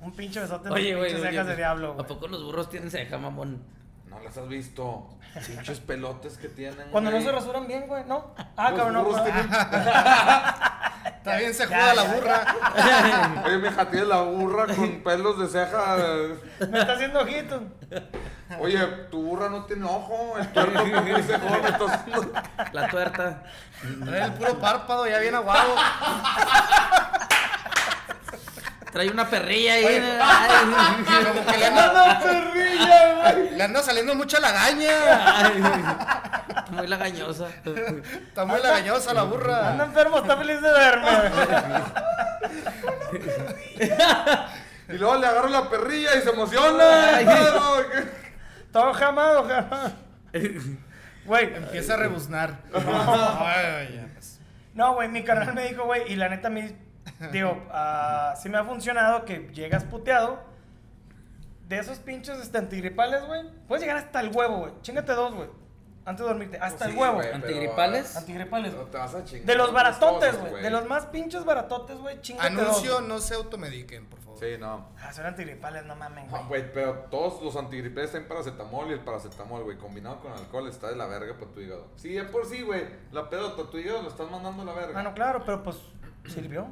Speaker 2: Un pinche besote en las
Speaker 4: Oye, güey.
Speaker 2: pinches
Speaker 4: oye,
Speaker 2: cejas de
Speaker 4: güey.
Speaker 2: diablo,
Speaker 4: ¿A
Speaker 2: güey.
Speaker 4: poco los burros tienen ceja, mamón?
Speaker 1: No las has visto. Pinches pelotes que tienen.
Speaker 2: Cuando no
Speaker 1: güey.
Speaker 2: se rasuran bien, güey, ¿no? Ah,
Speaker 1: Los
Speaker 2: cabrón, no.
Speaker 1: burros
Speaker 2: güey. (laughs)
Speaker 5: Está bien
Speaker 2: Ya,
Speaker 5: se juega la
Speaker 2: ya,
Speaker 5: burra.
Speaker 1: Oye, mija, tiene la burra
Speaker 2: (laughs)
Speaker 1: con pelos de ceja.
Speaker 2: ah, Me está haciendo ojitos.
Speaker 1: Oye, tu burra no tiene ojo. El tuerto no tiene cejón. Entonces,
Speaker 4: La tuerta.
Speaker 5: Trae el puro párpado, ya bien aguado.
Speaker 4: Trae una perrilla ahí.
Speaker 5: Oye.
Speaker 4: Ay,
Speaker 5: Como que le anda,
Speaker 1: ¡Anda, perrilla, güey!
Speaker 5: le anda saliendo mucha lagaña.
Speaker 4: ay, (laughs) Muy lagañosa.
Speaker 5: Está muy lagañosa la
Speaker 2: Anda
Speaker 5: burra.
Speaker 2: enfermo, está feliz de verme.
Speaker 1: Y luego le agarro la perrilla y se emociona. claro.
Speaker 2: Todo jamado, jamado. Güey,
Speaker 5: Empieza
Speaker 1: (laughs)
Speaker 5: a rebuznar.
Speaker 3: Ay, ya, pues.
Speaker 2: No, güey, mi carnal me dijo, güey, y la neta a mí, digo, ah, sí me ha funcionado que llegas puteado. De esos pinches estantigripales, güey, puedes llegar hasta el huevo, güey. Chingate dos, güey. Antes de dormirte, hasta
Speaker 1: Pues Sí,
Speaker 2: el huevo.
Speaker 1: güey, pero-
Speaker 4: Antigripales.
Speaker 2: Antigripales.
Speaker 1: No
Speaker 2: güey.
Speaker 1: te vas a chingar
Speaker 2: De los
Speaker 1: otras
Speaker 2: baratotes,
Speaker 1: cosas,
Speaker 2: güey. De los más pinches baratotes, güey, chingate
Speaker 5: Anuncio,
Speaker 2: dos. güey.
Speaker 5: no se automediquen, por favor.
Speaker 1: Sí, no.
Speaker 2: Ah, son antigripales, no mamen,
Speaker 1: Ah,
Speaker 2: güey.
Speaker 1: Güey, pero todos los antigripales tienen paracetamol y el paracetamol, güey, combinado con alcohol está de la verga para tu hígado. Sí, de por sí, güey, la pedota, tu hígado lo estás mandando a la verga.
Speaker 2: Ah, no, claro, pero pues sirvió.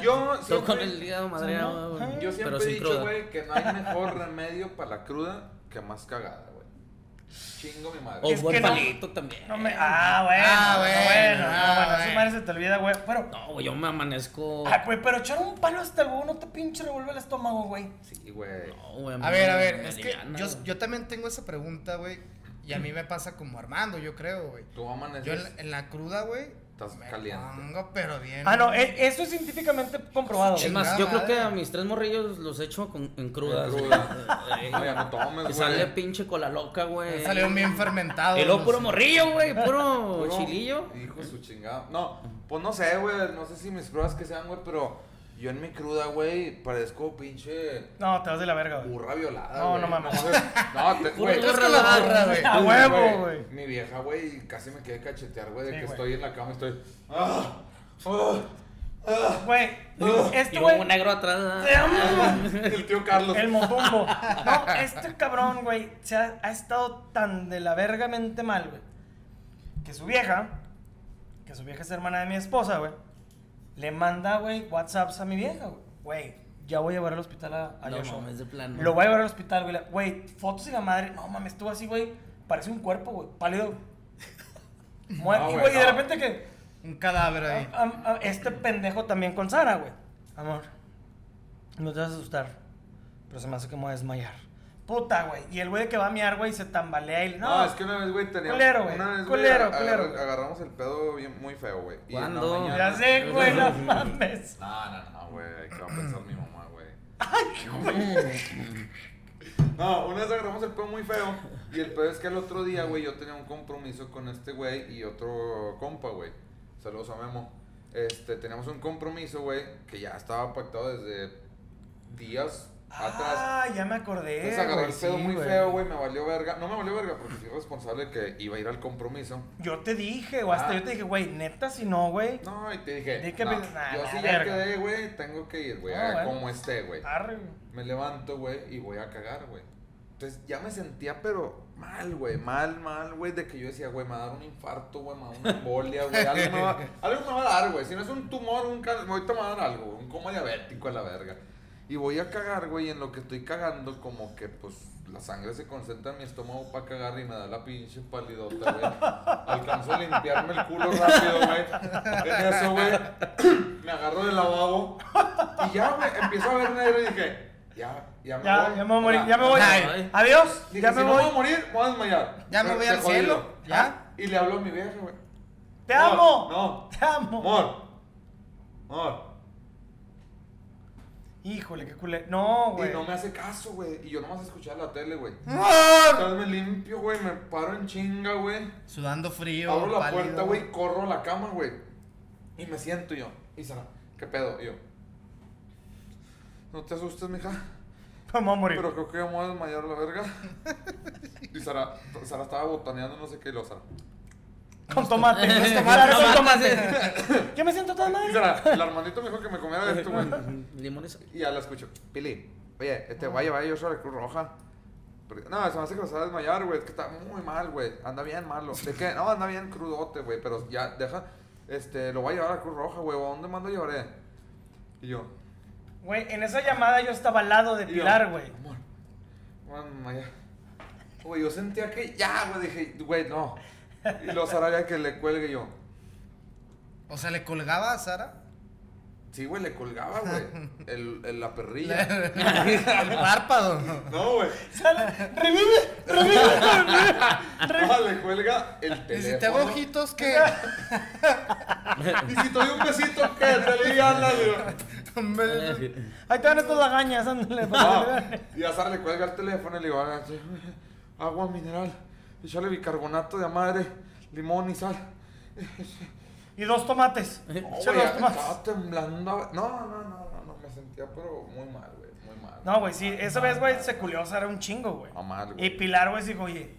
Speaker 1: Yo
Speaker 4: Todo con
Speaker 1: siempre,
Speaker 4: el hígado madreado.
Speaker 2: Ajá.
Speaker 4: güey,
Speaker 1: yo siempre
Speaker 4: pero
Speaker 1: he
Speaker 4: sin
Speaker 1: dicho,
Speaker 4: cruda.
Speaker 1: güey, que no hay mejor (laughs) remedio para la cruda que más cagada, güey. Chingo mi madre.
Speaker 4: O
Speaker 2: Es que
Speaker 4: buen
Speaker 2: no-
Speaker 4: palito también.
Speaker 2: No me... Ah, bueno.
Speaker 5: Ah,
Speaker 2: no,
Speaker 5: bueno,
Speaker 2: bueno.
Speaker 5: ah,
Speaker 2: no, bueno, Esa
Speaker 5: bueno.
Speaker 2: madre se te olvida, güey. Pero...
Speaker 4: No, güey, yo me amanezco.
Speaker 2: Ah, güey, pero echar un palo hasta el huevo no te pinche revuelve el estómago, güey.
Speaker 4: Oh.
Speaker 1: Sí, güey.
Speaker 4: No, güey,
Speaker 5: A ver, a
Speaker 4: me-
Speaker 5: ver,
Speaker 4: me
Speaker 5: es que
Speaker 4: aliviana,
Speaker 5: yo,
Speaker 4: güey.
Speaker 5: yo también tengo esa pregunta, güey. Y a mí me pasa como Armando, yo creo, güey.
Speaker 1: Tú amaneces.
Speaker 5: Yo en, en la cruda, güey.
Speaker 1: Estás
Speaker 5: me
Speaker 1: caliente.
Speaker 5: pongo, pero bien.
Speaker 2: Ah, no, e- eso es científicamente comprobado.
Speaker 4: Es
Speaker 2: güey.
Speaker 4: más,
Speaker 5: Chingada
Speaker 4: yo creo
Speaker 5: madre.
Speaker 4: que a mis tres morrillos los echo con, en crudas.
Speaker 1: En
Speaker 4: güey. (laughs)
Speaker 1: cruda.
Speaker 4: Eh,
Speaker 1: No, ya no tomes,
Speaker 4: y
Speaker 1: güey.
Speaker 4: sale pinche cola loca,
Speaker 2: eh.
Speaker 4: güey.
Speaker 5: Salieron bien fermentados.
Speaker 4: Y luego
Speaker 5: los-
Speaker 4: puro morrillo,
Speaker 5: (laughs)
Speaker 4: güey. Puro
Speaker 1: Puro
Speaker 4: chilillo.
Speaker 1: Hijo de su chingada. No, pues no sé, güey. No sé si mis pruebas que sean, güey, pero yo en mi cruda, güey, parezco pinche
Speaker 2: No, te vas de la verga, güey.
Speaker 1: burra violada.
Speaker 2: No,
Speaker 1: güey.
Speaker 2: no mames.
Speaker 1: No,
Speaker 4: (laughs)
Speaker 1: te,
Speaker 4: Puro
Speaker 1: güey.
Speaker 5: Estás
Speaker 4: burra
Speaker 5: con la burra,
Speaker 4: lavada.
Speaker 5: güey.
Speaker 2: A
Speaker 1: Sí,
Speaker 2: huevo, güey.
Speaker 1: Mi vieja, güey, casi me quedé cachetear, güey, de
Speaker 2: Sí,
Speaker 1: que
Speaker 2: güey.
Speaker 1: estoy en la cama y estoy. ¡Ah! ¡Ah! ¡Ah!
Speaker 2: Güey,
Speaker 4: Y
Speaker 2: este
Speaker 4: luego
Speaker 2: güey.
Speaker 4: un negro atrás. ah. (laughs)
Speaker 2: Te amo.
Speaker 1: El tío Carlos. (laughs)
Speaker 2: El motumbo. No, este cabrón, güey, se ha, ha estado tan de la vergamente mal, güey. Que su vieja, que su vieja es hermana de mi esposa, güey, le manda, güey, WhatsApps a mi vieja, güey. Güey, ya voy a llevar al hospital a, a
Speaker 4: No
Speaker 2: Joshua.
Speaker 4: mames, de plano.
Speaker 2: Lo voy a llevar al hospital, güey. La- Güey, fotos y la madre. No mames, estuvo así, güey. Parece un cuerpo, güey.
Speaker 1: (laughs)
Speaker 2: Pálido. Muerto,
Speaker 1: No,
Speaker 2: y,
Speaker 1: güey,
Speaker 2: güey, y de
Speaker 1: no.
Speaker 2: repente que.
Speaker 5: Un cadáver ahí.
Speaker 2: Am- am- am- este pendejo también con Sara, güey. Amor, no te vas a asustar, pero se me hace que me voy a desmayar. Puta, güey. Y el güey que va a miar, güey, se tambalea y...
Speaker 1: No,
Speaker 2: No,
Speaker 1: es que una vez, güey, teníamos.
Speaker 2: Culero, güey.
Speaker 1: Una vez,
Speaker 2: Culero,
Speaker 1: agar-
Speaker 2: culero, güey.
Speaker 1: agarramos el pedo bien, muy feo, güey. Y en la
Speaker 4: ¿Cuándo?
Speaker 1: mañana-
Speaker 2: Ya sé,
Speaker 1: (laughs)
Speaker 2: güey, no mames.
Speaker 1: No, no, no, güey. ¿Qué va a pensar mi mamá, güey? No, una vez agarramos el pedo muy feo. Y el pedo es que el otro día, güey, yo tenía un compromiso con este güey y otro compa, güey. Saludos a Memo. Este, teníamos un compromiso, güey, que ya estaba pactado desde días atrás.
Speaker 2: Ah, ya me acordé,
Speaker 1: Entonces agarré el
Speaker 2: güey,
Speaker 1: pedo
Speaker 2: sí,
Speaker 1: muy feo, güey, me valió verga. No me valió verga porque fui responsable que iba a ir al compromiso.
Speaker 2: Yo te dije, o hasta
Speaker 1: Ah.
Speaker 2: yo te dije, güey, neta, si no, güey.
Speaker 1: No, y te dije,
Speaker 2: Di que
Speaker 1: no,
Speaker 2: pens- nah,
Speaker 1: yo
Speaker 2: la
Speaker 1: sí ya
Speaker 2: verga.
Speaker 1: quedé, güey, tengo que ir, güey,
Speaker 2: Ah,
Speaker 1: a
Speaker 2: bueno.
Speaker 1: como esté, güey.
Speaker 2: Arre, güey.
Speaker 1: Me levanto, güey, y voy a cagar, güey. Entonces ya me sentía, pero mal, güey, mal, mal, güey, de que yo decía, güey, me va a dar un infarto, güey, me va a dar una embolia, güey, algo, me va- algo me va a dar, güey. Si no es un tumor, un cáncer, ahorita me va a dar algo, güey, un coma diabético a la verga. Y voy a cagar, güey, y en lo que estoy cagando, como que, pues, la sangre se concentra en mi estómago para cagar y me da la pinche palidota, güey. Alcanzo a limpiarme el culo rápido, güey. En eso, güey, me agarro del lavabo y ya, güey, empiezo a ver negro y dije, ya, ya me
Speaker 2: Ya,
Speaker 1: voy.
Speaker 2: ya me voy a morir,
Speaker 1: O sea,
Speaker 2: ya me voy.
Speaker 4: Ay.
Speaker 2: Adiós,
Speaker 1: Dije,
Speaker 2: ya
Speaker 1: si
Speaker 2: me
Speaker 1: no
Speaker 2: voy.
Speaker 1: voy a morir, me voy a desmayar.
Speaker 5: Ya me
Speaker 1: Pero
Speaker 5: voy
Speaker 1: te
Speaker 5: al
Speaker 1: jodido.
Speaker 5: cielo, ya.
Speaker 1: Y le hablo a mi vieja, güey.
Speaker 2: Te
Speaker 1: Amor,
Speaker 2: amo.
Speaker 1: no.
Speaker 2: Te amo.
Speaker 1: Amor. Amor.
Speaker 2: Híjole, qué culé. No,
Speaker 1: Y
Speaker 2: güey.
Speaker 1: no me hace caso, güey. Y yo nomás escuchaba la tele, güey.
Speaker 5: ¡Ah!
Speaker 1: Entonces me limpio, güey. Me paro en chinga, güey.
Speaker 5: Sudando frío.
Speaker 1: Abro la
Speaker 5: pálido.
Speaker 1: puerta, güey. Corro a la cama, güey. Y me siento yo. Y Sara, ¿qué pedo? Y yo. No te asustes, mija.
Speaker 2: Me voy a morir.
Speaker 1: Pero creo que vamos a desmayar la verga. Y Sara, Sara estaba botaneando, no sé qué, y lo Sara.
Speaker 2: Con tomate.
Speaker 5: Unos
Speaker 2: Claro,
Speaker 5: tomates.
Speaker 2: con tomate. Yo me siento tan
Speaker 1: Y
Speaker 2: mal.
Speaker 1: Sara, el Armandito me dijo que me comiera esto, güey.
Speaker 4: Limones.
Speaker 1: Y ya la escucho. Pili, oye, este vaya, vaya, yo soy la Cruz Roja. Porque- No, se me hace que vas a desmayar, güey. Es que está muy mal, güey. Anda bien malo. ¿De qué? No, anda bien crudote, güey. Pero ya, deja. Este, lo voy a llevar a la Cruz Roja, güey. ¿A dónde mando llevaré? Y yo.
Speaker 2: Güey, en esa llamada yo estaba al lado de
Speaker 1: y yo,
Speaker 2: Pilar, güey.
Speaker 1: Amor. Mamá, ya. Güey, yo sentía que ya, güey. Dije, güey, no. Y los ya que le cuelgue y yo.
Speaker 5: O sea, le colgaba a Sara
Speaker 1: Sí, güey, le colgaba, güey. El, el- la
Speaker 3: (laughs)
Speaker 1: perrilla.
Speaker 5: (laughs) el párpado.
Speaker 1: No, güey.
Speaker 2: Sale, revive, revive, revive.
Speaker 1: No, le cuelga el
Speaker 3: Y
Speaker 1: teléfono.
Speaker 3: si te hago
Speaker 2: (laughs)
Speaker 3: ojitos, ¿qué?
Speaker 1: Y si te doy un besito, ¿qué? Te le
Speaker 3: (laughs)
Speaker 1: ándale.
Speaker 2: Ahí te van estas
Speaker 1: (laughs)
Speaker 2: lagañas, ándale.
Speaker 1: No,
Speaker 2: para que-
Speaker 1: y Azar le cuelga el teléfono y le digo, "Ah, sí, agua mineral, echarle bicarbonato de a madre, limón y sal.
Speaker 2: Y dos tomates.
Speaker 1: (laughs) No,
Speaker 2: Échale
Speaker 1: güey,
Speaker 2: dos tomates.
Speaker 1: estaba temblando. No, no, no, no, no, me sentía pero muy mal, güey, muy mal.
Speaker 2: No, güey, sí, esa vez, güey, se culió, o sea, era un chingo, güey.
Speaker 1: Ah, mal, güey.
Speaker 2: Y Pilar, güey, dijo, oye,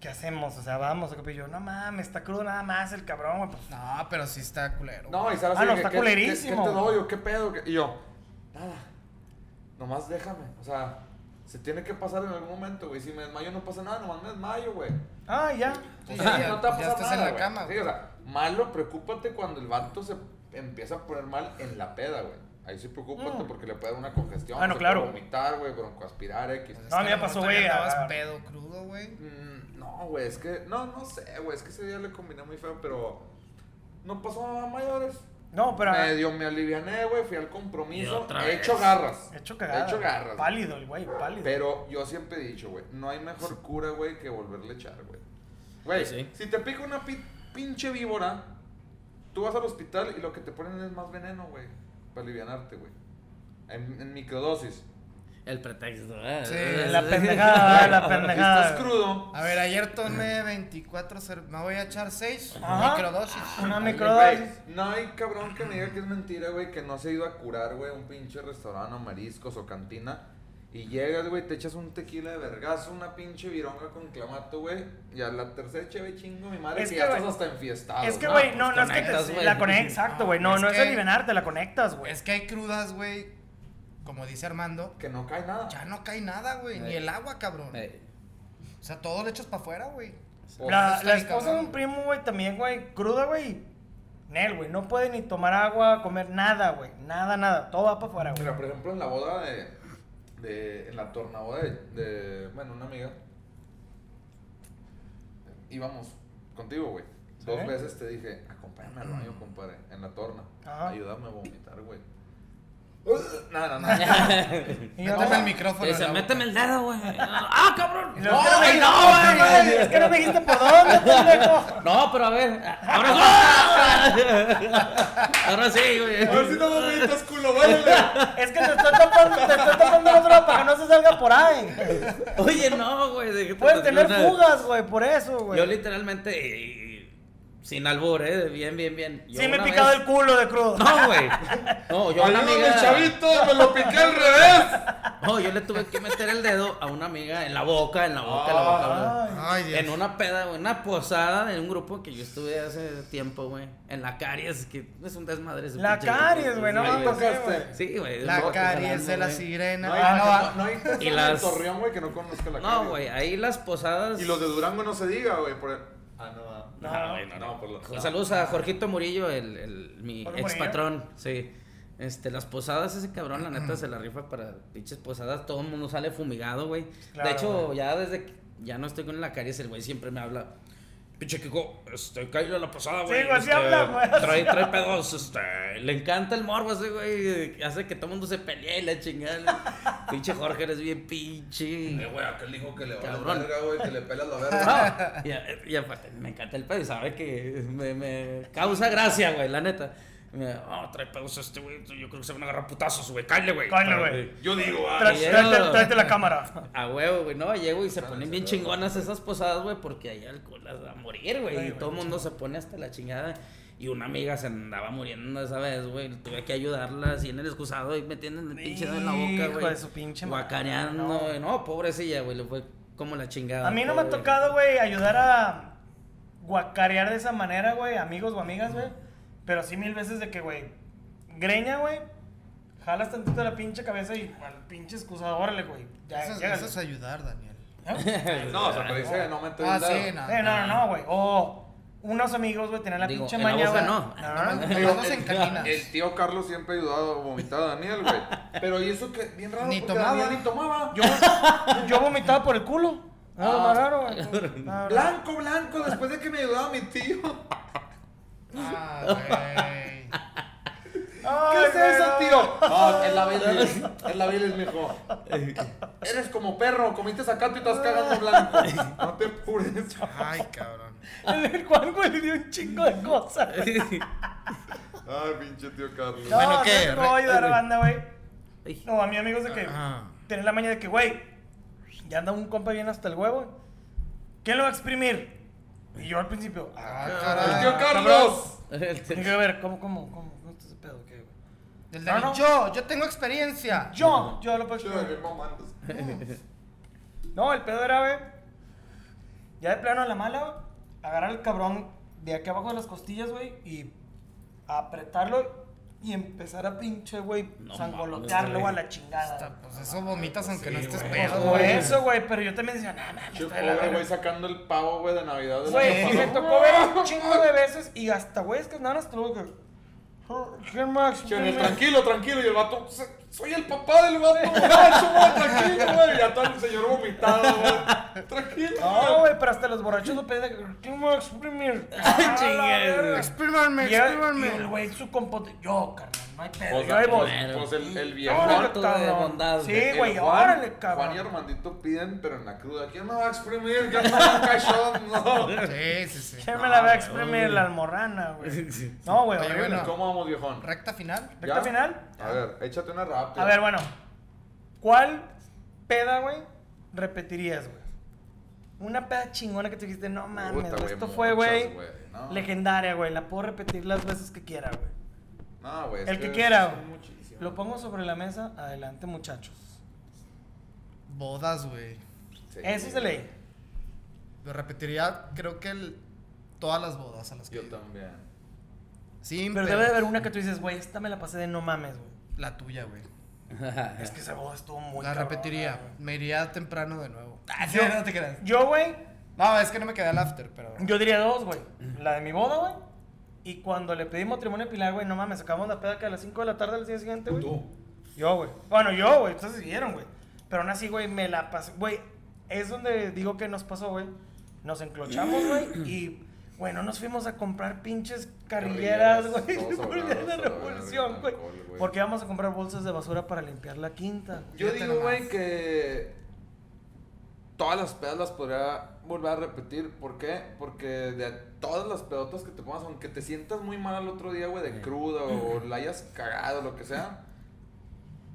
Speaker 2: ¿qué hacemos? O sea, vamos. Y yo, no mames, está crudo nada más el cabrón, güey. Pues,
Speaker 3: No, pero sí está culero.
Speaker 1: No, y Sara
Speaker 2: Ah,
Speaker 1: así
Speaker 2: no,
Speaker 1: de que,
Speaker 2: está
Speaker 1: ¿qué- qué-
Speaker 2: culerísimo,
Speaker 1: ¿Qué te
Speaker 2: güey.
Speaker 1: doy o qué pedo? ¿Qué- Y yo, nada, nomás déjame. O sea, se tiene que pasar en algún momento, güey. Si me desmayo no pasa nada, nomás me desmayo, güey.
Speaker 2: ah, ya.
Speaker 3: Sí,
Speaker 1: O
Speaker 3: ya,
Speaker 1: sea,
Speaker 3: ya-
Speaker 1: no te va a
Speaker 3: ya
Speaker 1: pasar
Speaker 3: estás en
Speaker 1: nada,
Speaker 3: la
Speaker 1: güey.
Speaker 3: cama,
Speaker 1: Sí, o
Speaker 3: güey.
Speaker 1: sea, malo, preocúpate cuando el vato se empieza a poner mal en la peda, güey. Ahí sí preocúpate
Speaker 2: Mm.
Speaker 1: porque le puede dar una congestión.
Speaker 2: Ah, no,
Speaker 1: se
Speaker 2: claro.
Speaker 1: puede Vomitar, güey, broncoaspirar, X.
Speaker 3: Pues es
Speaker 2: No,
Speaker 3: que
Speaker 2: a mí me
Speaker 3: lo
Speaker 2: pasó,
Speaker 3: mejor
Speaker 2: güey,
Speaker 3: todavía
Speaker 2: a-
Speaker 3: Andabas pedo crudo, güey.
Speaker 1: Mm, No, güey, es que... No, no sé, güey. Es que ese día le combiné muy feo, pero... No pasó a mayores.
Speaker 2: No, pero. ah,
Speaker 1: Medio me aliviané, güey. Fui al
Speaker 4: Y
Speaker 1: compromiso.
Speaker 4: otra
Speaker 1: He hecho
Speaker 4: vez.
Speaker 1: garras.
Speaker 2: Hecho cagada.
Speaker 1: He hecho
Speaker 2: güey.
Speaker 1: garras. güey.
Speaker 2: Pálido, el güey, pálido.
Speaker 1: Pero yo siempre he dicho, güey, no hay mejor cura, güey, que volverle a echar, güey. Güey,
Speaker 4: Pues sí.
Speaker 1: si te pica una pi- pinche víbora, tú vas al hospital y lo que te ponen es más veneno, güey, para alivianarte, güey. En, en microdosis.
Speaker 4: El pretexto. ¿eh?
Speaker 3: Sí,
Speaker 4: (laughs)
Speaker 2: La
Speaker 1: (laughs) Güey,
Speaker 2: pendejada, Ah, la pendejada.
Speaker 1: Estás crudo.
Speaker 3: A ver, ayer tomé 24 cer- Me voy a echar 6
Speaker 2: Ajá.
Speaker 3: microdosis.
Speaker 2: Una
Speaker 1: Dale,
Speaker 2: microdosis.
Speaker 1: güey. No hay cabrón que me diga que es mentira, güey, que no se ha ido a curar, güey, un pinche restaurante o mariscos o cantina. Y llegas, güey, te echas un tequila de vergazo, una pinche vironga con clamato, güey. Y a la tercera cheve chingo, mi madre,
Speaker 2: Es
Speaker 1: que,
Speaker 2: que,
Speaker 1: ya
Speaker 2: güey,
Speaker 1: estás hasta enfiestado.
Speaker 2: Es que,
Speaker 1: ¿no?
Speaker 2: güey, no,
Speaker 4: pues
Speaker 2: no es que
Speaker 4: conectas,
Speaker 2: te.
Speaker 4: güey.
Speaker 2: La conectas, exacto, güey. No,
Speaker 3: Es
Speaker 2: no es
Speaker 3: que-
Speaker 2: alivianarte, la conectas, güey.
Speaker 3: Es que hay crudas, güey. Como dice Armando,
Speaker 1: Que no cae nada.
Speaker 3: ya no cae nada, güey. Ni
Speaker 4: Eh.
Speaker 3: el agua, cabrón.
Speaker 4: (laughs) Eh,
Speaker 3: O sea, todo lo echas para afuera, güey.
Speaker 1: O
Speaker 2: La,
Speaker 3: está
Speaker 2: la
Speaker 3: bien,
Speaker 2: esposa de
Speaker 3: cabrón.
Speaker 2: un primo, güey, también, güey, cruda, güey. Nel, güey, no puede ni tomar agua, comer nada, güey. Nada, nada. Todo va para afuera, güey.
Speaker 1: Mira, por ejemplo, en la boda de. de- en la tornaboda de, de- Bueno, una amiga. Íbamos contigo, güey. Dos
Speaker 2: Sí.
Speaker 1: veces te dije, acompáñame al baño, compadre, en la torna.
Speaker 2: Ajá.
Speaker 1: Ayúdame a vomitar, güey. Uh, Nada, (laughs) nada.
Speaker 2: Y yo
Speaker 3: Méteme
Speaker 2: te-
Speaker 3: el micrófono.
Speaker 4: Dice,
Speaker 3: en la boca.
Speaker 4: Eh, méteme el dedo, güey. ¡Ah, cabrón!
Speaker 2: Y luego,
Speaker 4: ¡No,
Speaker 2: es que no me
Speaker 4: güey,
Speaker 2: dijiste-
Speaker 4: no, güey!
Speaker 2: Es que no me dijiste por dónde, (laughs) pendejo.
Speaker 4: No, pero a ver. Ahora sí. Ahora sí, güey.
Speaker 1: Ahora sí no vomitas, culo, (laughs) váyale.
Speaker 2: Es que te estoy tapando, te estoy tapando la otra para que no se salga por ahí.
Speaker 4: Oye, no, güey. de que te-
Speaker 2: Puedes tener
Speaker 4: o sea,
Speaker 2: fugas, güey, por eso, güey.
Speaker 4: Yo literalmente, y- y- sin albur, eh, bien, bien, bien. Yo
Speaker 2: Sí me he
Speaker 4: una
Speaker 2: picado
Speaker 4: vez-
Speaker 2: el culo de crudo.
Speaker 4: No, güey. No, yo a una
Speaker 1: Ayúdame,
Speaker 4: amiga.
Speaker 1: chavito, me lo piqué al revés.
Speaker 4: No, yo le tuve que meter el dedo a una amiga en la boca, en la boca, en la boca. güey.
Speaker 2: Ay.
Speaker 5: Ay, Dios.
Speaker 4: En una peda, güey, una posada en un grupo que yo estuve hace tiempo, güey. En la caries, que es un desmadre. ese
Speaker 2: La
Speaker 4: pinche grupo,
Speaker 2: caries, güey, no
Speaker 1: Ahí
Speaker 2: me
Speaker 1: lo
Speaker 2: tocaste.
Speaker 1: tocaste.
Speaker 4: Sí, güey.
Speaker 3: La
Speaker 4: no,
Speaker 3: caries de la
Speaker 4: güey.
Speaker 3: sirena.
Speaker 1: No hay,
Speaker 3: Ah,
Speaker 1: no, no hay persona
Speaker 4: Y las-
Speaker 1: en Torreón, güey, que no conozca la
Speaker 4: No,
Speaker 1: calle.
Speaker 4: güey, ahí las posadas.
Speaker 1: Y los de Durango no se diga, güey. Por... Ah, no, ah.
Speaker 4: No, güey, no, no.
Speaker 1: por los.
Speaker 4: Pues Saludos a Jorgito Murillo, el, el- mi
Speaker 2: Jorge
Speaker 4: ex
Speaker 2: Murillo.
Speaker 4: patrón. Sí. Este, las posadas, ese cabrón, la neta, se la rifa para pinches posadas. Todo el mundo sale fumigado, güey.
Speaker 2: Claro,
Speaker 4: de hecho,
Speaker 2: güey.
Speaker 4: ya desde que ya no estoy con la caries, el güey siempre me habla. Pinche Kiko, este, cállale a la posada, güey.
Speaker 2: güey, así
Speaker 4: este,
Speaker 2: habla, güey,
Speaker 4: Trae,
Speaker 2: así
Speaker 4: trae pedos, este. Le encanta el morbo ese, güey. Hace que todo el mundo se pelee y
Speaker 2: (laughs)
Speaker 4: la chingada. pinche Jorge, eres bien pinche.
Speaker 1: Eh, güey, aquel dijo que le va a la
Speaker 4: Cabrón.
Speaker 1: verga, güey, que le pelas la
Speaker 4: No,
Speaker 1: verga.
Speaker 4: (laughs) y, a- y aparte, me encanta el pedo, y sabe que me, me causa gracia, güey, la neta. Me, oh, trae pedos este, güey, yo creo que se van a agarrar putazos, güey, cállate, güey.
Speaker 2: Cállale,
Speaker 4: Pero,
Speaker 2: güey.
Speaker 1: Yo digo, ah,
Speaker 2: Tra-
Speaker 4: Ay, Ah, ya.
Speaker 2: tráete- Tráete la cámara.
Speaker 4: A huevo, güey, no, llego y se ponen bien
Speaker 1: Cállate,
Speaker 4: chingonas esas posadas, güey, porque hay alcohol a morir,
Speaker 2: Ay,
Speaker 4: güey, y
Speaker 2: güey,
Speaker 4: todo el mundo se pone hasta la chingada. Y una amiga se andaba muriendo esa vez, güey, tuve que ayudarla así en el excusado y metiendo el pinche dedo en la boca,
Speaker 2: Hijo
Speaker 4: güey.
Speaker 2: de su pinche madre,
Speaker 4: Guacareando,
Speaker 2: no.
Speaker 4: güey, no, pobrecilla, güey, le fue como la chingada.
Speaker 2: A mí no me ha
Speaker 4: pobre.
Speaker 2: tocado, güey, ayudar a guacarear de esa manera, güey, amigos o amigas, güey. Pero sí mil veces de que, güey, greña, güey, jalas tantito la pinche cabeza y al pinche excusado, órale, güey. Ya,
Speaker 3: Eso es-
Speaker 2: llégale.
Speaker 3: eso es ayudar, Daniel.
Speaker 1: No, o sea, pero dice, no me estoy
Speaker 3: Ah, sí, no.
Speaker 2: Eh, no, no, no, güey. O unos amigos, güey, tenían la
Speaker 4: Digo,
Speaker 2: pinche
Speaker 4: en la
Speaker 2: maña,
Speaker 4: boca
Speaker 2: güey.
Speaker 4: no.
Speaker 2: No. eh,
Speaker 3: Vamos en cantina.
Speaker 4: eh,
Speaker 1: El tío Carlos siempre ha ayudado a vomitar a Daniel, güey. Pero y eso que, bien raro,
Speaker 3: Ni
Speaker 1: porque
Speaker 3: tomaba.
Speaker 1: Daniel ni tomaba. Yo,
Speaker 2: (laughs) Yo vomitaba por el culo. No, lo
Speaker 1: Ah,
Speaker 2: más raro,
Speaker 4: (laughs)
Speaker 2: güey. No, no.
Speaker 1: blanco, blanco, después de que me ayudaba mi tío. (laughs)
Speaker 3: Ah, güey.
Speaker 2: Ay,
Speaker 1: ¿Qué es
Speaker 2: güey,
Speaker 1: eso,
Speaker 2: no.
Speaker 1: tío? Ah, No, es (laughs) la bilis, es la bilis, mijo. Eres como perro, comiste sacato y estás cagando blanco. No te apures.
Speaker 5: Ay, cabrón.
Speaker 2: (laughs) El Juan, güey, le dio un chingo de cosas.
Speaker 4: (laughs)
Speaker 2: güey.
Speaker 1: Ay, pinche tío Carlos.
Speaker 2: No,
Speaker 5: Bueno,
Speaker 2: no
Speaker 5: ¿qué?
Speaker 2: te puedo
Speaker 5: Re-
Speaker 2: ayudar a banda, güey.
Speaker 4: Ay.
Speaker 2: No, a mí amigos de que
Speaker 5: Ajá.
Speaker 2: tienen la maña de que, güey, ya anda un compa bien hasta el huevo. ¿Quién lo va a exprimir? Y yo al principio, ah,
Speaker 5: Ah,
Speaker 1: ¡El
Speaker 5: caray.
Speaker 1: tío Carlos!
Speaker 2: dije, a ver, ¿cómo, cómo, cómo? ¿Cómo está ese pedo? ¿Qué, güey?
Speaker 3: Del
Speaker 2: No,
Speaker 3: David,
Speaker 2: no.
Speaker 3: Yo, yo
Speaker 2: (laughs)
Speaker 3: tengo experiencia.
Speaker 2: Yo, yo lo puedo
Speaker 1: Chido,
Speaker 2: exprimir.
Speaker 1: qué mamantes.
Speaker 2: No, el pedo era, güey. Ya de plano a la mala, güey, agarrar al cabrón de aquí abajo de las costillas, güey, y apretarlo y empezar a pinche, güey,
Speaker 4: No
Speaker 2: sangolotearlo a
Speaker 4: mames, güey.
Speaker 2: la chingada.
Speaker 3: Hasta,
Speaker 2: güey.
Speaker 3: pues eso vomitas aunque no
Speaker 4: sí,
Speaker 3: estés
Speaker 4: güey.
Speaker 2: Pues
Speaker 3: pedo.
Speaker 2: por
Speaker 3: güey.
Speaker 2: eso, güey, pero yo también decía, nada, mames,
Speaker 1: Chido,
Speaker 2: está de la
Speaker 1: pobre
Speaker 2: verga".
Speaker 1: güey, sacando el pavo, güey, de Navidad. del
Speaker 2: Güey,
Speaker 1: año
Speaker 2: y me
Speaker 1: pasado. (laughs)
Speaker 2: tocó ver un chingo de veces y hasta, güey, es que nada más te lo digo que. ¿Qué más?
Speaker 1: Chido, en el tranquilo, tranquilo. Y el vato, "Se- soy el papá del vato. macho, güey, (laughs) tranquilo, güey. Y ya todo el señor vomitado, güey. Tranquilo.
Speaker 2: No, güey, pero hasta los borrachos lo pedían. ¿Qué
Speaker 1: (laughs)
Speaker 2: más exprimir? Ah, la
Speaker 4: Chingue,
Speaker 2: verga.
Speaker 3: Exprímanme,
Speaker 2: Y el- y
Speaker 3: exprímanme.
Speaker 2: el güey, su compote. Yo, carnal, no hay pedo.
Speaker 1: Pues,
Speaker 2: Yo ahí voy.
Speaker 1: bueno, pues, el, el viejo.
Speaker 2: Órale,
Speaker 4: Cuarto de
Speaker 2: cabrón.
Speaker 4: bondad,
Speaker 2: Sí,
Speaker 4: güey.
Speaker 1: el
Speaker 2: güey,
Speaker 1: Juan-
Speaker 2: órale,
Speaker 1: Juan y
Speaker 2: cabrón.
Speaker 1: Armandito piden, pero en la cruda. ¿Quién me va a exprimir? ¿Quién me va a cachón?
Speaker 2: (laughs)
Speaker 1: No.
Speaker 5: Sí, sí, sí.
Speaker 2: ¿Quién me
Speaker 1: Ah,
Speaker 2: la va a
Speaker 4: güey,
Speaker 2: exprimir?
Speaker 4: güey.
Speaker 2: La almorrana, güey. No, güey,
Speaker 5: Oye,
Speaker 2: horrible.
Speaker 5: bueno.
Speaker 1: ¿Cómo vamos, viejón?
Speaker 5: Recta final.
Speaker 2: ¿Recta
Speaker 1: ¿Ya?
Speaker 2: final?
Speaker 1: A ver, échate una rápida.
Speaker 2: A ver, bueno. ¿Cuál peda, güey, repetirías, güey? Una peda chingona que te dijiste, no mames,
Speaker 1: Puta,
Speaker 2: güey,
Speaker 1: güey,
Speaker 2: esto fue,
Speaker 1: muchas,
Speaker 2: güey,
Speaker 1: güey, no.
Speaker 2: legendaria, güey. La puedo repetir las veces que quiera, güey.
Speaker 1: No, güey. es
Speaker 2: El que quiera,
Speaker 1: son
Speaker 2: güey.
Speaker 1: muchísimas.
Speaker 2: Lo pongo sobre la mesa, adelante, muchachos.
Speaker 5: Bodas, güey.
Speaker 1: Sí,
Speaker 2: Eso es de ley.
Speaker 5: Lo repetiría, creo que el- todas las bodas a las que.
Speaker 1: Yo
Speaker 5: he ido.
Speaker 1: también.
Speaker 5: Sin
Speaker 2: Pero
Speaker 5: pedos.
Speaker 2: debe de haber una que tú dices, güey, esta me la pasé de no mames, güey.
Speaker 5: La tuya, güey.
Speaker 2: Es que esa boda estuvo muy
Speaker 5: Ah. La
Speaker 2: cabrona,
Speaker 5: repetiría.
Speaker 2: güey. Ah,
Speaker 5: Me iría temprano de nuevo.
Speaker 2: sí, no
Speaker 5: te creas.
Speaker 2: Yo, güey,
Speaker 5: No, es que no me quedé al after, pero.
Speaker 2: yo diría dos, güey. La de mi boda, güey. Y cuando le pedí matrimonio a Pilar, güey, no mames, sacamos la peda que a las 5 de la tarde al día siguiente, güey.
Speaker 1: Tú.
Speaker 2: Yo, güey. Bueno, yo, güey. Ustedes siguieron, güey. Pero aún así, güey, me la pasé. Güey, es donde digo que nos pasó, güey. Nos enclochamos, güey. Y, güey, no nos fuimos a comprar pinches carrilleras,
Speaker 1: Carrilleras,
Speaker 2: güey. (laughs)
Speaker 1: todos
Speaker 2: De la
Speaker 1: ahogados a la
Speaker 2: revolución,
Speaker 1: verga,
Speaker 2: güey.
Speaker 1: alcohol, güey.
Speaker 2: Porque íbamos a comprar bolsas de basura para limpiar la quinta.
Speaker 1: Yo
Speaker 5: Fíjate
Speaker 1: digo, güey,
Speaker 5: nomás.
Speaker 1: que todas las pedas las podría volver a repetir. ¿Por qué? Porque de todas las pedotas que te pongas, aunque te sientas muy mal al otro día, güey, de cruda
Speaker 5: (clears throat)
Speaker 1: o la hayas cagado, lo que sea,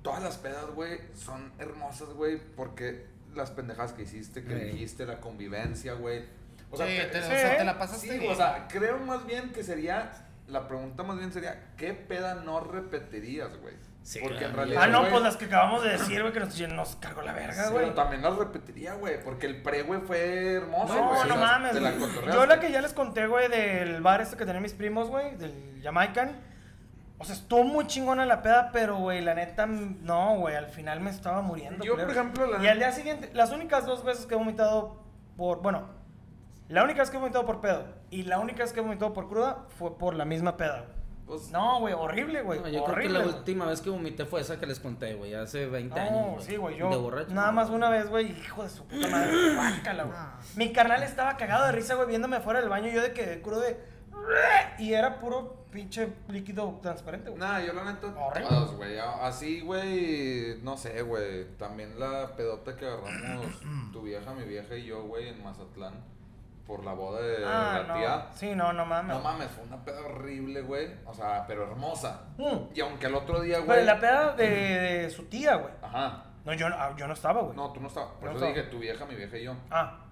Speaker 1: todas las pedas, güey, son hermosas, güey, porque las pendejadas que hiciste, que
Speaker 4: Ey.
Speaker 1: dijiste, la convivencia, güey. O
Speaker 5: Sí,
Speaker 1: sea, te-
Speaker 5: te, o sea,
Speaker 2: sí. ¿eh?
Speaker 5: te la pasaste
Speaker 1: Sí,
Speaker 5: bien.
Speaker 1: o sea, creo más bien que sería. La pregunta más bien sería: ¿qué peda no repetirías, güey?
Speaker 4: Sí,
Speaker 1: Porque
Speaker 4: claro.
Speaker 1: en realidad.
Speaker 2: Ah, no,
Speaker 1: güey,
Speaker 2: pues las que acabamos de decir, güey, que nos, nos cargó la verga,
Speaker 1: Sí,
Speaker 2: güey.
Speaker 1: Pero también las repetiría, güey, porque el pre, güey, fue hermoso, güey.
Speaker 2: No, no
Speaker 1: Las-
Speaker 2: mames.
Speaker 1: pues Te la
Speaker 2: güey.
Speaker 1: cotorreaste.
Speaker 2: Yo la que ya les conté, güey, del bar este que tenían mis primos, güey, del Jamaican. O sea, estuvo muy chingona la peda, pero, güey, la neta, mm, no, güey, al final me estaba muriendo.
Speaker 1: Yo,
Speaker 2: culero.
Speaker 1: por ejemplo, la
Speaker 2: Y al día siguiente, las únicas dos veces que he vomitado por, bueno, la única vez que he vomitado por pedo y la única vez que he vomitado por cruda fue por la misma peda, güey.
Speaker 1: Pues,
Speaker 2: No, güey, horrible, güey,
Speaker 4: No, yo creo que
Speaker 2: horrible.
Speaker 4: la
Speaker 2: güey.
Speaker 4: última vez que vomité fue esa que les conté, güey, hace 20 años.
Speaker 2: No, sí, güey,
Speaker 4: De
Speaker 2: yo.
Speaker 4: borracho.
Speaker 2: Nada más una vez, güey, hijo de su puta madre, guácala, güey. Mi carnal estaba cagado de risa, güey, viéndome fuera del baño, yo de que de crudo de. Y era puro pinche líquido transparente, güey.
Speaker 1: Nah, yo la neta,
Speaker 2: Horrible.
Speaker 1: todas, güey. A- Así, güey, no sé, güey. También la pedota que
Speaker 2: (clears throat)
Speaker 1: agarramos tu vieja, mi vieja y yo, güey, en Mazatlán. Por la boda de
Speaker 2: ah,
Speaker 1: la
Speaker 2: no.
Speaker 1: tía.
Speaker 2: Sí, no, no mames.
Speaker 1: No mames, fue una peda horrible, güey. O sea, pero hermosa.
Speaker 2: Mm.
Speaker 1: Y aunque el otro día,
Speaker 2: Pero
Speaker 1: güey.
Speaker 2: la peda de, de su tía, güey.
Speaker 1: Ajá.
Speaker 2: No, yo no, ah, yo no estaba, güey.
Speaker 1: No, tú no estabas. Por
Speaker 2: Yo no
Speaker 1: eso
Speaker 2: estaba.
Speaker 1: dije tu vieja, mi vieja y yo.
Speaker 2: Ah,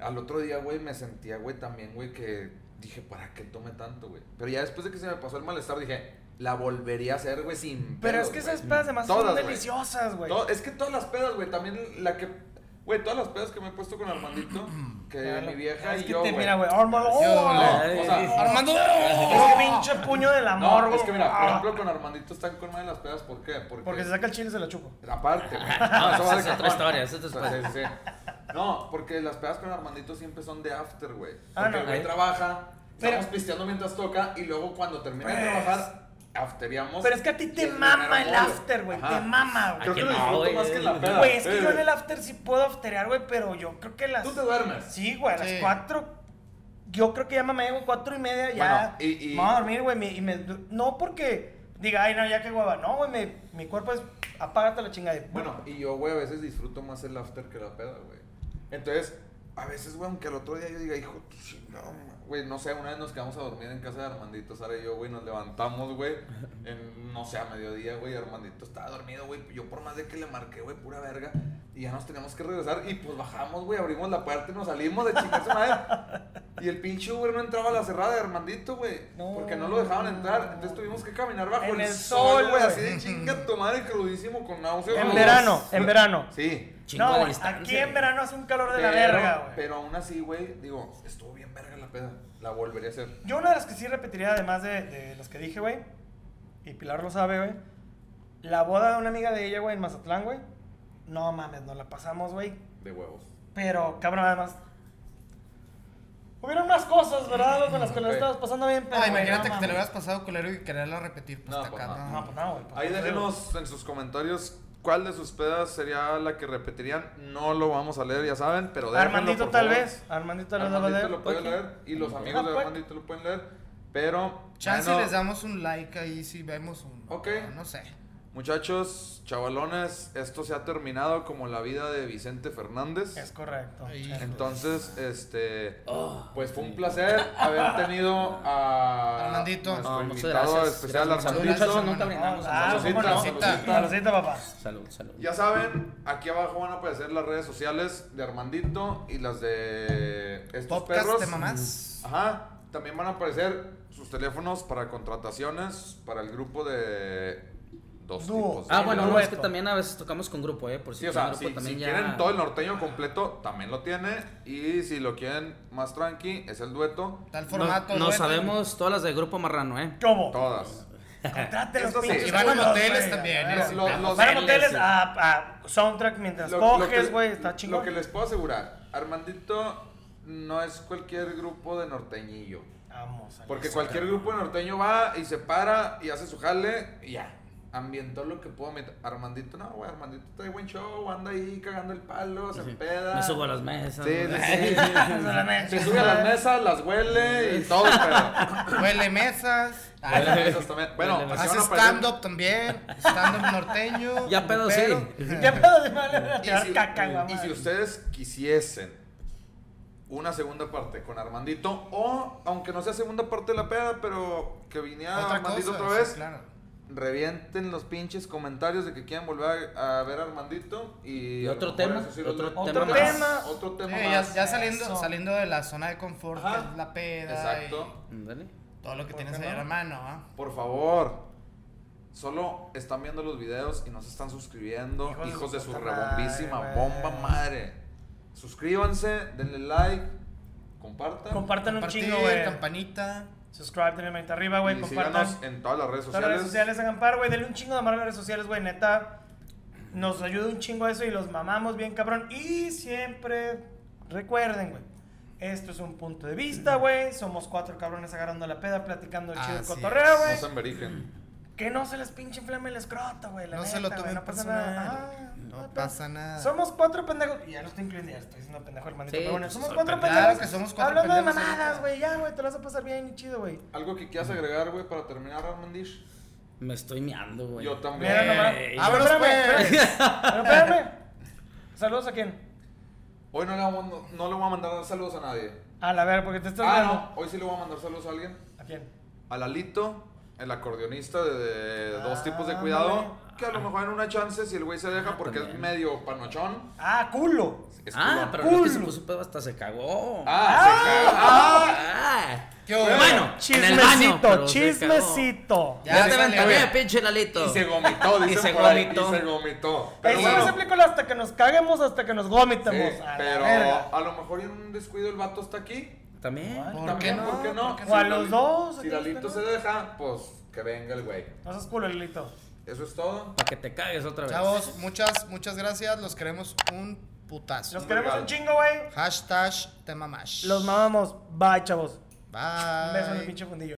Speaker 1: Al otro día, güey, me sentía, güey, también, güey, que dije, ¿para qué tome tanto, güey? Pero ya después de que se me pasó el malestar, dije, la volvería a hacer, güey, sin.
Speaker 2: pero
Speaker 1: pedos,
Speaker 2: es que
Speaker 1: güey.
Speaker 2: esas pedas además son
Speaker 1: Todas, güey.
Speaker 2: deliciosas, güey.
Speaker 1: To- es que todas las pedas, güey, también la que. Güey, todas las pedas que me he puesto con Armandito, que
Speaker 2: Claro.
Speaker 1: mi vieja
Speaker 2: Es
Speaker 1: y
Speaker 2: que
Speaker 1: yo.
Speaker 2: te-
Speaker 1: güey.
Speaker 2: Mira, güey, Armando.
Speaker 1: Yo,
Speaker 2: oh,
Speaker 1: no, o
Speaker 4: Ay,
Speaker 1: sea,
Speaker 5: Armando.
Speaker 2: Ese pinche puño del amor,
Speaker 1: no,
Speaker 2: güey.
Speaker 1: es que mira, por
Speaker 2: Ah,
Speaker 1: ejemplo, con Armandito están con madre las pedas, ¿por qué? Porque,
Speaker 2: Porque se saca el chile y se la chupo.
Speaker 1: Aparte,
Speaker 4: (laughs)
Speaker 1: güey. eso
Speaker 4: No, esa
Speaker 1: vale
Speaker 4: es otra
Speaker 1: cabrón.
Speaker 4: historia, esa es otra
Speaker 1: Sí, sí, sí. No, porque las pedas con Armandito siempre son de after, güey.
Speaker 2: Ah,
Speaker 1: Porque
Speaker 2: no,
Speaker 1: el güey
Speaker 4: güey.
Speaker 1: trabaja,
Speaker 2: Pero- Pues.
Speaker 1: estamos pisteando mientras toca y luego cuando termina de trabajar, afteriamos.
Speaker 2: Pero es que a ti te
Speaker 1: y el
Speaker 2: mama
Speaker 1: mero
Speaker 2: el
Speaker 1: mole.
Speaker 2: after, güey. Te
Speaker 1: Ajá.
Speaker 2: mama,
Speaker 1: Creo que
Speaker 2: güey.
Speaker 4: Ay, que
Speaker 1: lo
Speaker 4: no,
Speaker 1: disfruto
Speaker 4: güey.
Speaker 1: más que en la peda.
Speaker 2: Güey, es que
Speaker 1: Sí,
Speaker 2: yo en
Speaker 1: güey.
Speaker 2: el after sí puedo afterear, güey, pero yo creo que las.
Speaker 1: Tú te duermes.
Speaker 2: Sí, güey, a las
Speaker 5: Sí.
Speaker 2: 4. Yo creo que ya me llego cuatro y media,
Speaker 1: Bueno,
Speaker 2: ya.
Speaker 1: y- y-
Speaker 2: Me voy a dormir, güey. me- y me du- No porque diga, ay, no, ya que hueva. No, güey, me- mi cuerpo es. Apágate la chingada. y-
Speaker 1: Bueno, y yo, güey, a veces disfruto más el after que la peda, güey. Entonces, a veces, güey, aunque el otro día yo diga, hijo, de tu chingada, ma-". güey, no sé, una vez nos quedamos a dormir en casa de Armandito, Sara y yo, güey, nos levantamos, güey, en, no sé, a mediodía, güey, Armandito estaba dormido, güey, yo por más de que le marqué, güey, pura verga, y ya nos teníamos que regresar, y pues bajamos, güey, abrimos la puerta y nos salimos de chingarse madre, y el pinche Uber no entraba a la cerrada de Armandito, güey,
Speaker 2: No.
Speaker 1: porque no lo dejaban entrar, entonces tuvimos que caminar bajo el,
Speaker 2: En el
Speaker 1: sol,
Speaker 2: sol,
Speaker 1: güey, así
Speaker 2: güey.
Speaker 1: de chinga tu madre, crudísimo, con náuseas.
Speaker 2: En
Speaker 1: güey.
Speaker 2: verano, en verano.
Speaker 1: Sí,
Speaker 4: Chingo
Speaker 2: No,
Speaker 4: de
Speaker 2: güey,
Speaker 4: distancia,
Speaker 2: aquí en
Speaker 4: güey.
Speaker 2: verano hace un calor de la verga, güey.
Speaker 1: Pero aún así, güey, digo, estuvo bien verga la peda. La volvería a hacer.
Speaker 2: Yo una de las que sí repetiría, además de, de las que dije, güey, y Pilar lo sabe, güey, la boda de una amiga de ella, güey, en Mazatlán, güey. No mames, nos la pasamos, güey.
Speaker 1: De huevos.
Speaker 2: Pero, cabrón, además... Hubieron unas cosas, ¿verdad? güey, Con las que nos
Speaker 1: Ok.
Speaker 2: estabas pasando bien, pero...
Speaker 3: No,
Speaker 2: güey,
Speaker 3: Ah, imagínate que te
Speaker 2: mames.
Speaker 3: lo hubieras pasado culero y quererla repetir. Pues
Speaker 1: No,
Speaker 3: está
Speaker 1: pues,
Speaker 3: cabrón.
Speaker 2: No, pues no, güey. pues
Speaker 1: Ahí
Speaker 2: no,
Speaker 1: déjenos en sus comentarios cuál de sus pedas sería la que repetirían. No lo vamos a leer, ya saben, pero
Speaker 2: güey.
Speaker 1: déjenlo,
Speaker 2: Armandito
Speaker 1: por
Speaker 2: tal
Speaker 1: favor.
Speaker 2: vez. Armandito tal vez la va a
Speaker 1: Armandito
Speaker 2: leer.
Speaker 1: lo puede
Speaker 4: Ok.
Speaker 1: leer y los amigos de
Speaker 2: Ah, pues.
Speaker 1: Armandito lo pueden leer. Pero,
Speaker 3: Chance
Speaker 1: bueno,
Speaker 3: les damos un like ahí si vemos un.
Speaker 1: Ok.
Speaker 3: No sé.
Speaker 1: muchachos, chavalones, esto se ha terminado como la vida de Vicente Fernández.
Speaker 2: Es correcto.
Speaker 3: Ahí.
Speaker 2: chale.
Speaker 1: Entonces, este,
Speaker 4: Oh.
Speaker 1: pues fue un placer haber tenido a
Speaker 3: Armandito.
Speaker 1: nuestro
Speaker 4: No, muchas
Speaker 1: invitado
Speaker 4: gracias.
Speaker 1: especial
Speaker 4: Gracias,
Speaker 1: Armandito.
Speaker 4: muchachos, nunca brindamos.
Speaker 2: Ah,
Speaker 1: saludcita,
Speaker 2: ¿cómo no?
Speaker 1: saludcita.
Speaker 2: Saludcita, papá.
Speaker 4: Salud, salud.
Speaker 1: Ya saben, aquí abajo van a aparecer las redes sociales de Armandito y las de estos
Speaker 3: Podcast
Speaker 1: perros.
Speaker 3: de mamás.
Speaker 1: Ajá. También van a aparecer sus teléfonos para contrataciones para el grupo de dos
Speaker 2: Dúo.
Speaker 1: tipos. de-
Speaker 4: Ah, bueno, no, es que
Speaker 2: Dueto.
Speaker 4: también a veces tocamos con grupo, ¿eh? Por si
Speaker 1: Sí, o
Speaker 4: tienen
Speaker 1: sea,
Speaker 4: grupo
Speaker 1: si,
Speaker 4: también
Speaker 1: si
Speaker 4: ya.
Speaker 1: quieren todo el norteño completo, también lo tiene. Y si lo quieren más tranqui, es el dueto.
Speaker 3: Tal
Speaker 4: No-
Speaker 3: formato.
Speaker 4: no
Speaker 3: dueto.
Speaker 4: sabemos todas las de grupo marrano, ¿eh?
Speaker 2: ¿Cómo?
Speaker 1: Todas.
Speaker 2: Contrate los
Speaker 1: Eso sí.
Speaker 2: pinches
Speaker 1: Y
Speaker 3: van a
Speaker 2: culos,
Speaker 3: moteles
Speaker 2: güey,
Speaker 3: también,
Speaker 2: a
Speaker 3: ¿eh?
Speaker 2: ver.
Speaker 1: Los- los-
Speaker 2: Van a
Speaker 4: Hoteles,
Speaker 2: moteles
Speaker 4: sí.
Speaker 2: a, a soundtrack mientras
Speaker 1: Lo- lo
Speaker 2: coges,
Speaker 1: que-
Speaker 2: güey. Está
Speaker 1: Lo
Speaker 2: chingón.
Speaker 1: que les puedo asegurar, Armandito no es cualquier grupo de norteñillo.
Speaker 2: Vamos. a la
Speaker 1: Porque
Speaker 2: verga.
Speaker 1: cualquier grupo de norteño va y se para y hace su jale y ya. Ambientó lo que pudo. ambientar. Armandito, no, güey, Armandito trae buen show, anda ahí cagando el palo, se empeda.
Speaker 4: Me subo a las mesas.
Speaker 1: Sí,
Speaker 4: ¿no?
Speaker 1: sí, sí. (laughs)
Speaker 2: (laughs) Son las mesas.
Speaker 1: Se sube a las mesas, las huele y todo,
Speaker 4: (laughs)
Speaker 1: pero.
Speaker 3: Huele mesas.
Speaker 1: Ah, las mesas también. Bueno,
Speaker 4: Huele
Speaker 1: así
Speaker 3: Hace
Speaker 1: van a aparecer-
Speaker 3: stand-up también. Stand-up norteño.
Speaker 4: (laughs) Ya pedo, sí.
Speaker 3: grupero.
Speaker 2: (laughs) Ya puedo de
Speaker 1: Y si,
Speaker 2: (laughs) caca,
Speaker 1: y
Speaker 2: mamá.
Speaker 1: si ustedes quisiesen una segunda parte con Armandito, o aunque no sea segunda parte de la peda, pero que viniera
Speaker 3: Otra
Speaker 1: Armandito
Speaker 3: cosa.
Speaker 1: ah, otra vez,
Speaker 3: sí, Claro.
Speaker 1: revienten los pinches comentarios de que quieran volver a, a ver a Armandito y,
Speaker 4: ¿Y
Speaker 1: a lo
Speaker 4: otro
Speaker 1: mejor
Speaker 4: tema?
Speaker 1: eso sí lo-
Speaker 4: ¿Otro
Speaker 2: Otro
Speaker 4: tema
Speaker 2: tema.
Speaker 4: más?
Speaker 1: otro tema
Speaker 3: Sí, ya
Speaker 1: más.
Speaker 3: ya saliendo,
Speaker 2: Eso.
Speaker 3: saliendo de la zona de confort, que
Speaker 1: Ajá.
Speaker 3: es la peda.
Speaker 1: Exacto.
Speaker 4: Ándale.
Speaker 3: y Todo lo que
Speaker 2: ¿Por
Speaker 3: tienes
Speaker 2: qué
Speaker 3: ahí a
Speaker 2: no?
Speaker 3: la mano, ¿ah?
Speaker 1: Por favor. Solo están viendo los videos y no se están suscribiendo.
Speaker 2: Hijos
Speaker 1: Hijos,
Speaker 2: de
Speaker 1: de
Speaker 2: su
Speaker 1: su
Speaker 2: puta
Speaker 1: rebombísima
Speaker 2: madre,
Speaker 1: bomba
Speaker 2: güey.
Speaker 1: madre. Suscríbanse, denle like, compartan.
Speaker 2: Compartan un
Speaker 3: Compartir,
Speaker 2: chingo, güey.
Speaker 3: campanita.
Speaker 2: Subscribe, tenle manita arriba, güey.
Speaker 1: y
Speaker 2: Compartan.
Speaker 1: síganos en todas las redes
Speaker 2: Todas
Speaker 1: sociales.
Speaker 2: las redes sociales hagan par, güey. Denle un chingo de amor a las redes sociales, güey. Neta, nos ayuda un chingo eso y los mamamos bien, cabrón. Y siempre recuerden, güey. Esto es un punto de vista, güey. Somos cuatro cabrones agarrando la peda, platicando el chido
Speaker 3: Así
Speaker 2: cotorreo,
Speaker 3: es.
Speaker 1: No
Speaker 2: güey.
Speaker 1: se emberijen.
Speaker 2: Que no se les pinche inflame el escroto, güey. la
Speaker 3: No se
Speaker 2: neta,
Speaker 3: lo tomen
Speaker 2: güey, No pasa
Speaker 3: personal. Ah.
Speaker 2: nada. Ajá,
Speaker 3: No
Speaker 2: hay pedo.
Speaker 3: pasa nada.
Speaker 2: Somos cuatro pendejos. Y ya no estoy incluyendo, ya estoy diciendo pendejo, hermanito.
Speaker 4: Sí,
Speaker 2: pero bueno,
Speaker 4: pues,
Speaker 2: somos
Speaker 4: soy
Speaker 2: cuatro
Speaker 4: pendejo.
Speaker 2: pendejos.
Speaker 3: Claro que somos cuatro
Speaker 2: Hablando
Speaker 3: pendejos,
Speaker 2: de mamadas,
Speaker 3: ahorita.
Speaker 2: güey. Ya, güey, te lo vas a pasar bien y chido, güey.
Speaker 1: Algo que quieras agregar, güey, para terminar, Armandish.
Speaker 4: Me estoy meando, güey.
Speaker 1: Yo también.
Speaker 2: Mira nomás.
Speaker 4: Ey.
Speaker 3: Vámonos,
Speaker 2: Pero espérame,
Speaker 3: pues. (laughs)
Speaker 2: espérame. Pero espérame. Saludos a quién?
Speaker 1: Hoy no le, vamos- no, no le voy a mandar saludos a nadie.
Speaker 2: A la ver, porque te estás viendo.
Speaker 1: Ah, no. Hoy sí le voy a mandar saludos a alguien.
Speaker 2: ¿A quién?
Speaker 1: A Lalito, el acordeonista de, de dos
Speaker 2: Ah,
Speaker 1: tipos de cuidado.
Speaker 2: ándale.
Speaker 1: Que a lo mejor en una chance, si el güey se deja
Speaker 4: Ah,
Speaker 1: porque es
Speaker 4: también.
Speaker 1: medio panochón.
Speaker 2: Ah, culo.
Speaker 1: Es Ah.
Speaker 4: Ah,
Speaker 1: culón.
Speaker 4: pero no es que se
Speaker 2: Culo.
Speaker 4: puso pedo hasta se cagó.
Speaker 1: Ah, se caga.
Speaker 4: Ah.
Speaker 3: ¿Qué hubo?
Speaker 4: Bueno, en el baño,
Speaker 2: Chismecito,
Speaker 4: pero se
Speaker 2: chismecito.
Speaker 4: cagó. Ya
Speaker 3: Ya
Speaker 4: te
Speaker 3: salió,
Speaker 4: ventané,
Speaker 3: güey.
Speaker 4: pinche Lalito.
Speaker 1: Y se gomitó,
Speaker 4: (laughs) Y
Speaker 1: dicen
Speaker 4: se
Speaker 1: por ahí,
Speaker 4: gomitó.
Speaker 1: Y se gomitó.
Speaker 2: Eso
Speaker 1: Pero bueno.
Speaker 2: es la película hasta que nos caguemos, hasta que nos gomitemos.
Speaker 1: Sí,
Speaker 2: a la
Speaker 1: pero
Speaker 2: verga.
Speaker 1: a lo mejor en un descuido el vato está aquí.
Speaker 4: También.
Speaker 2: Bueno.
Speaker 3: ¿Por
Speaker 1: También,
Speaker 3: qué no?
Speaker 1: ¿por qué no?
Speaker 3: ¿Por qué
Speaker 2: no? O a los dos,
Speaker 1: Si
Speaker 2: aquí
Speaker 1: Lalito se
Speaker 2: está, ¿no?
Speaker 1: deja, pues que venga el güey.
Speaker 2: No seas culo, Lilito.
Speaker 1: Eso es todo.
Speaker 4: Para que te cagues otra vez.
Speaker 3: Chavos, muchas, muchas gracias. Los queremos un putazo.
Speaker 2: Los
Speaker 1: Un
Speaker 2: queremos
Speaker 1: regalo.
Speaker 2: un chingo, güey.
Speaker 3: Hashtag te mamás.
Speaker 2: Los mamamos. Bye, chavos.
Speaker 3: Bye.
Speaker 2: Un beso en el pinche fundillo.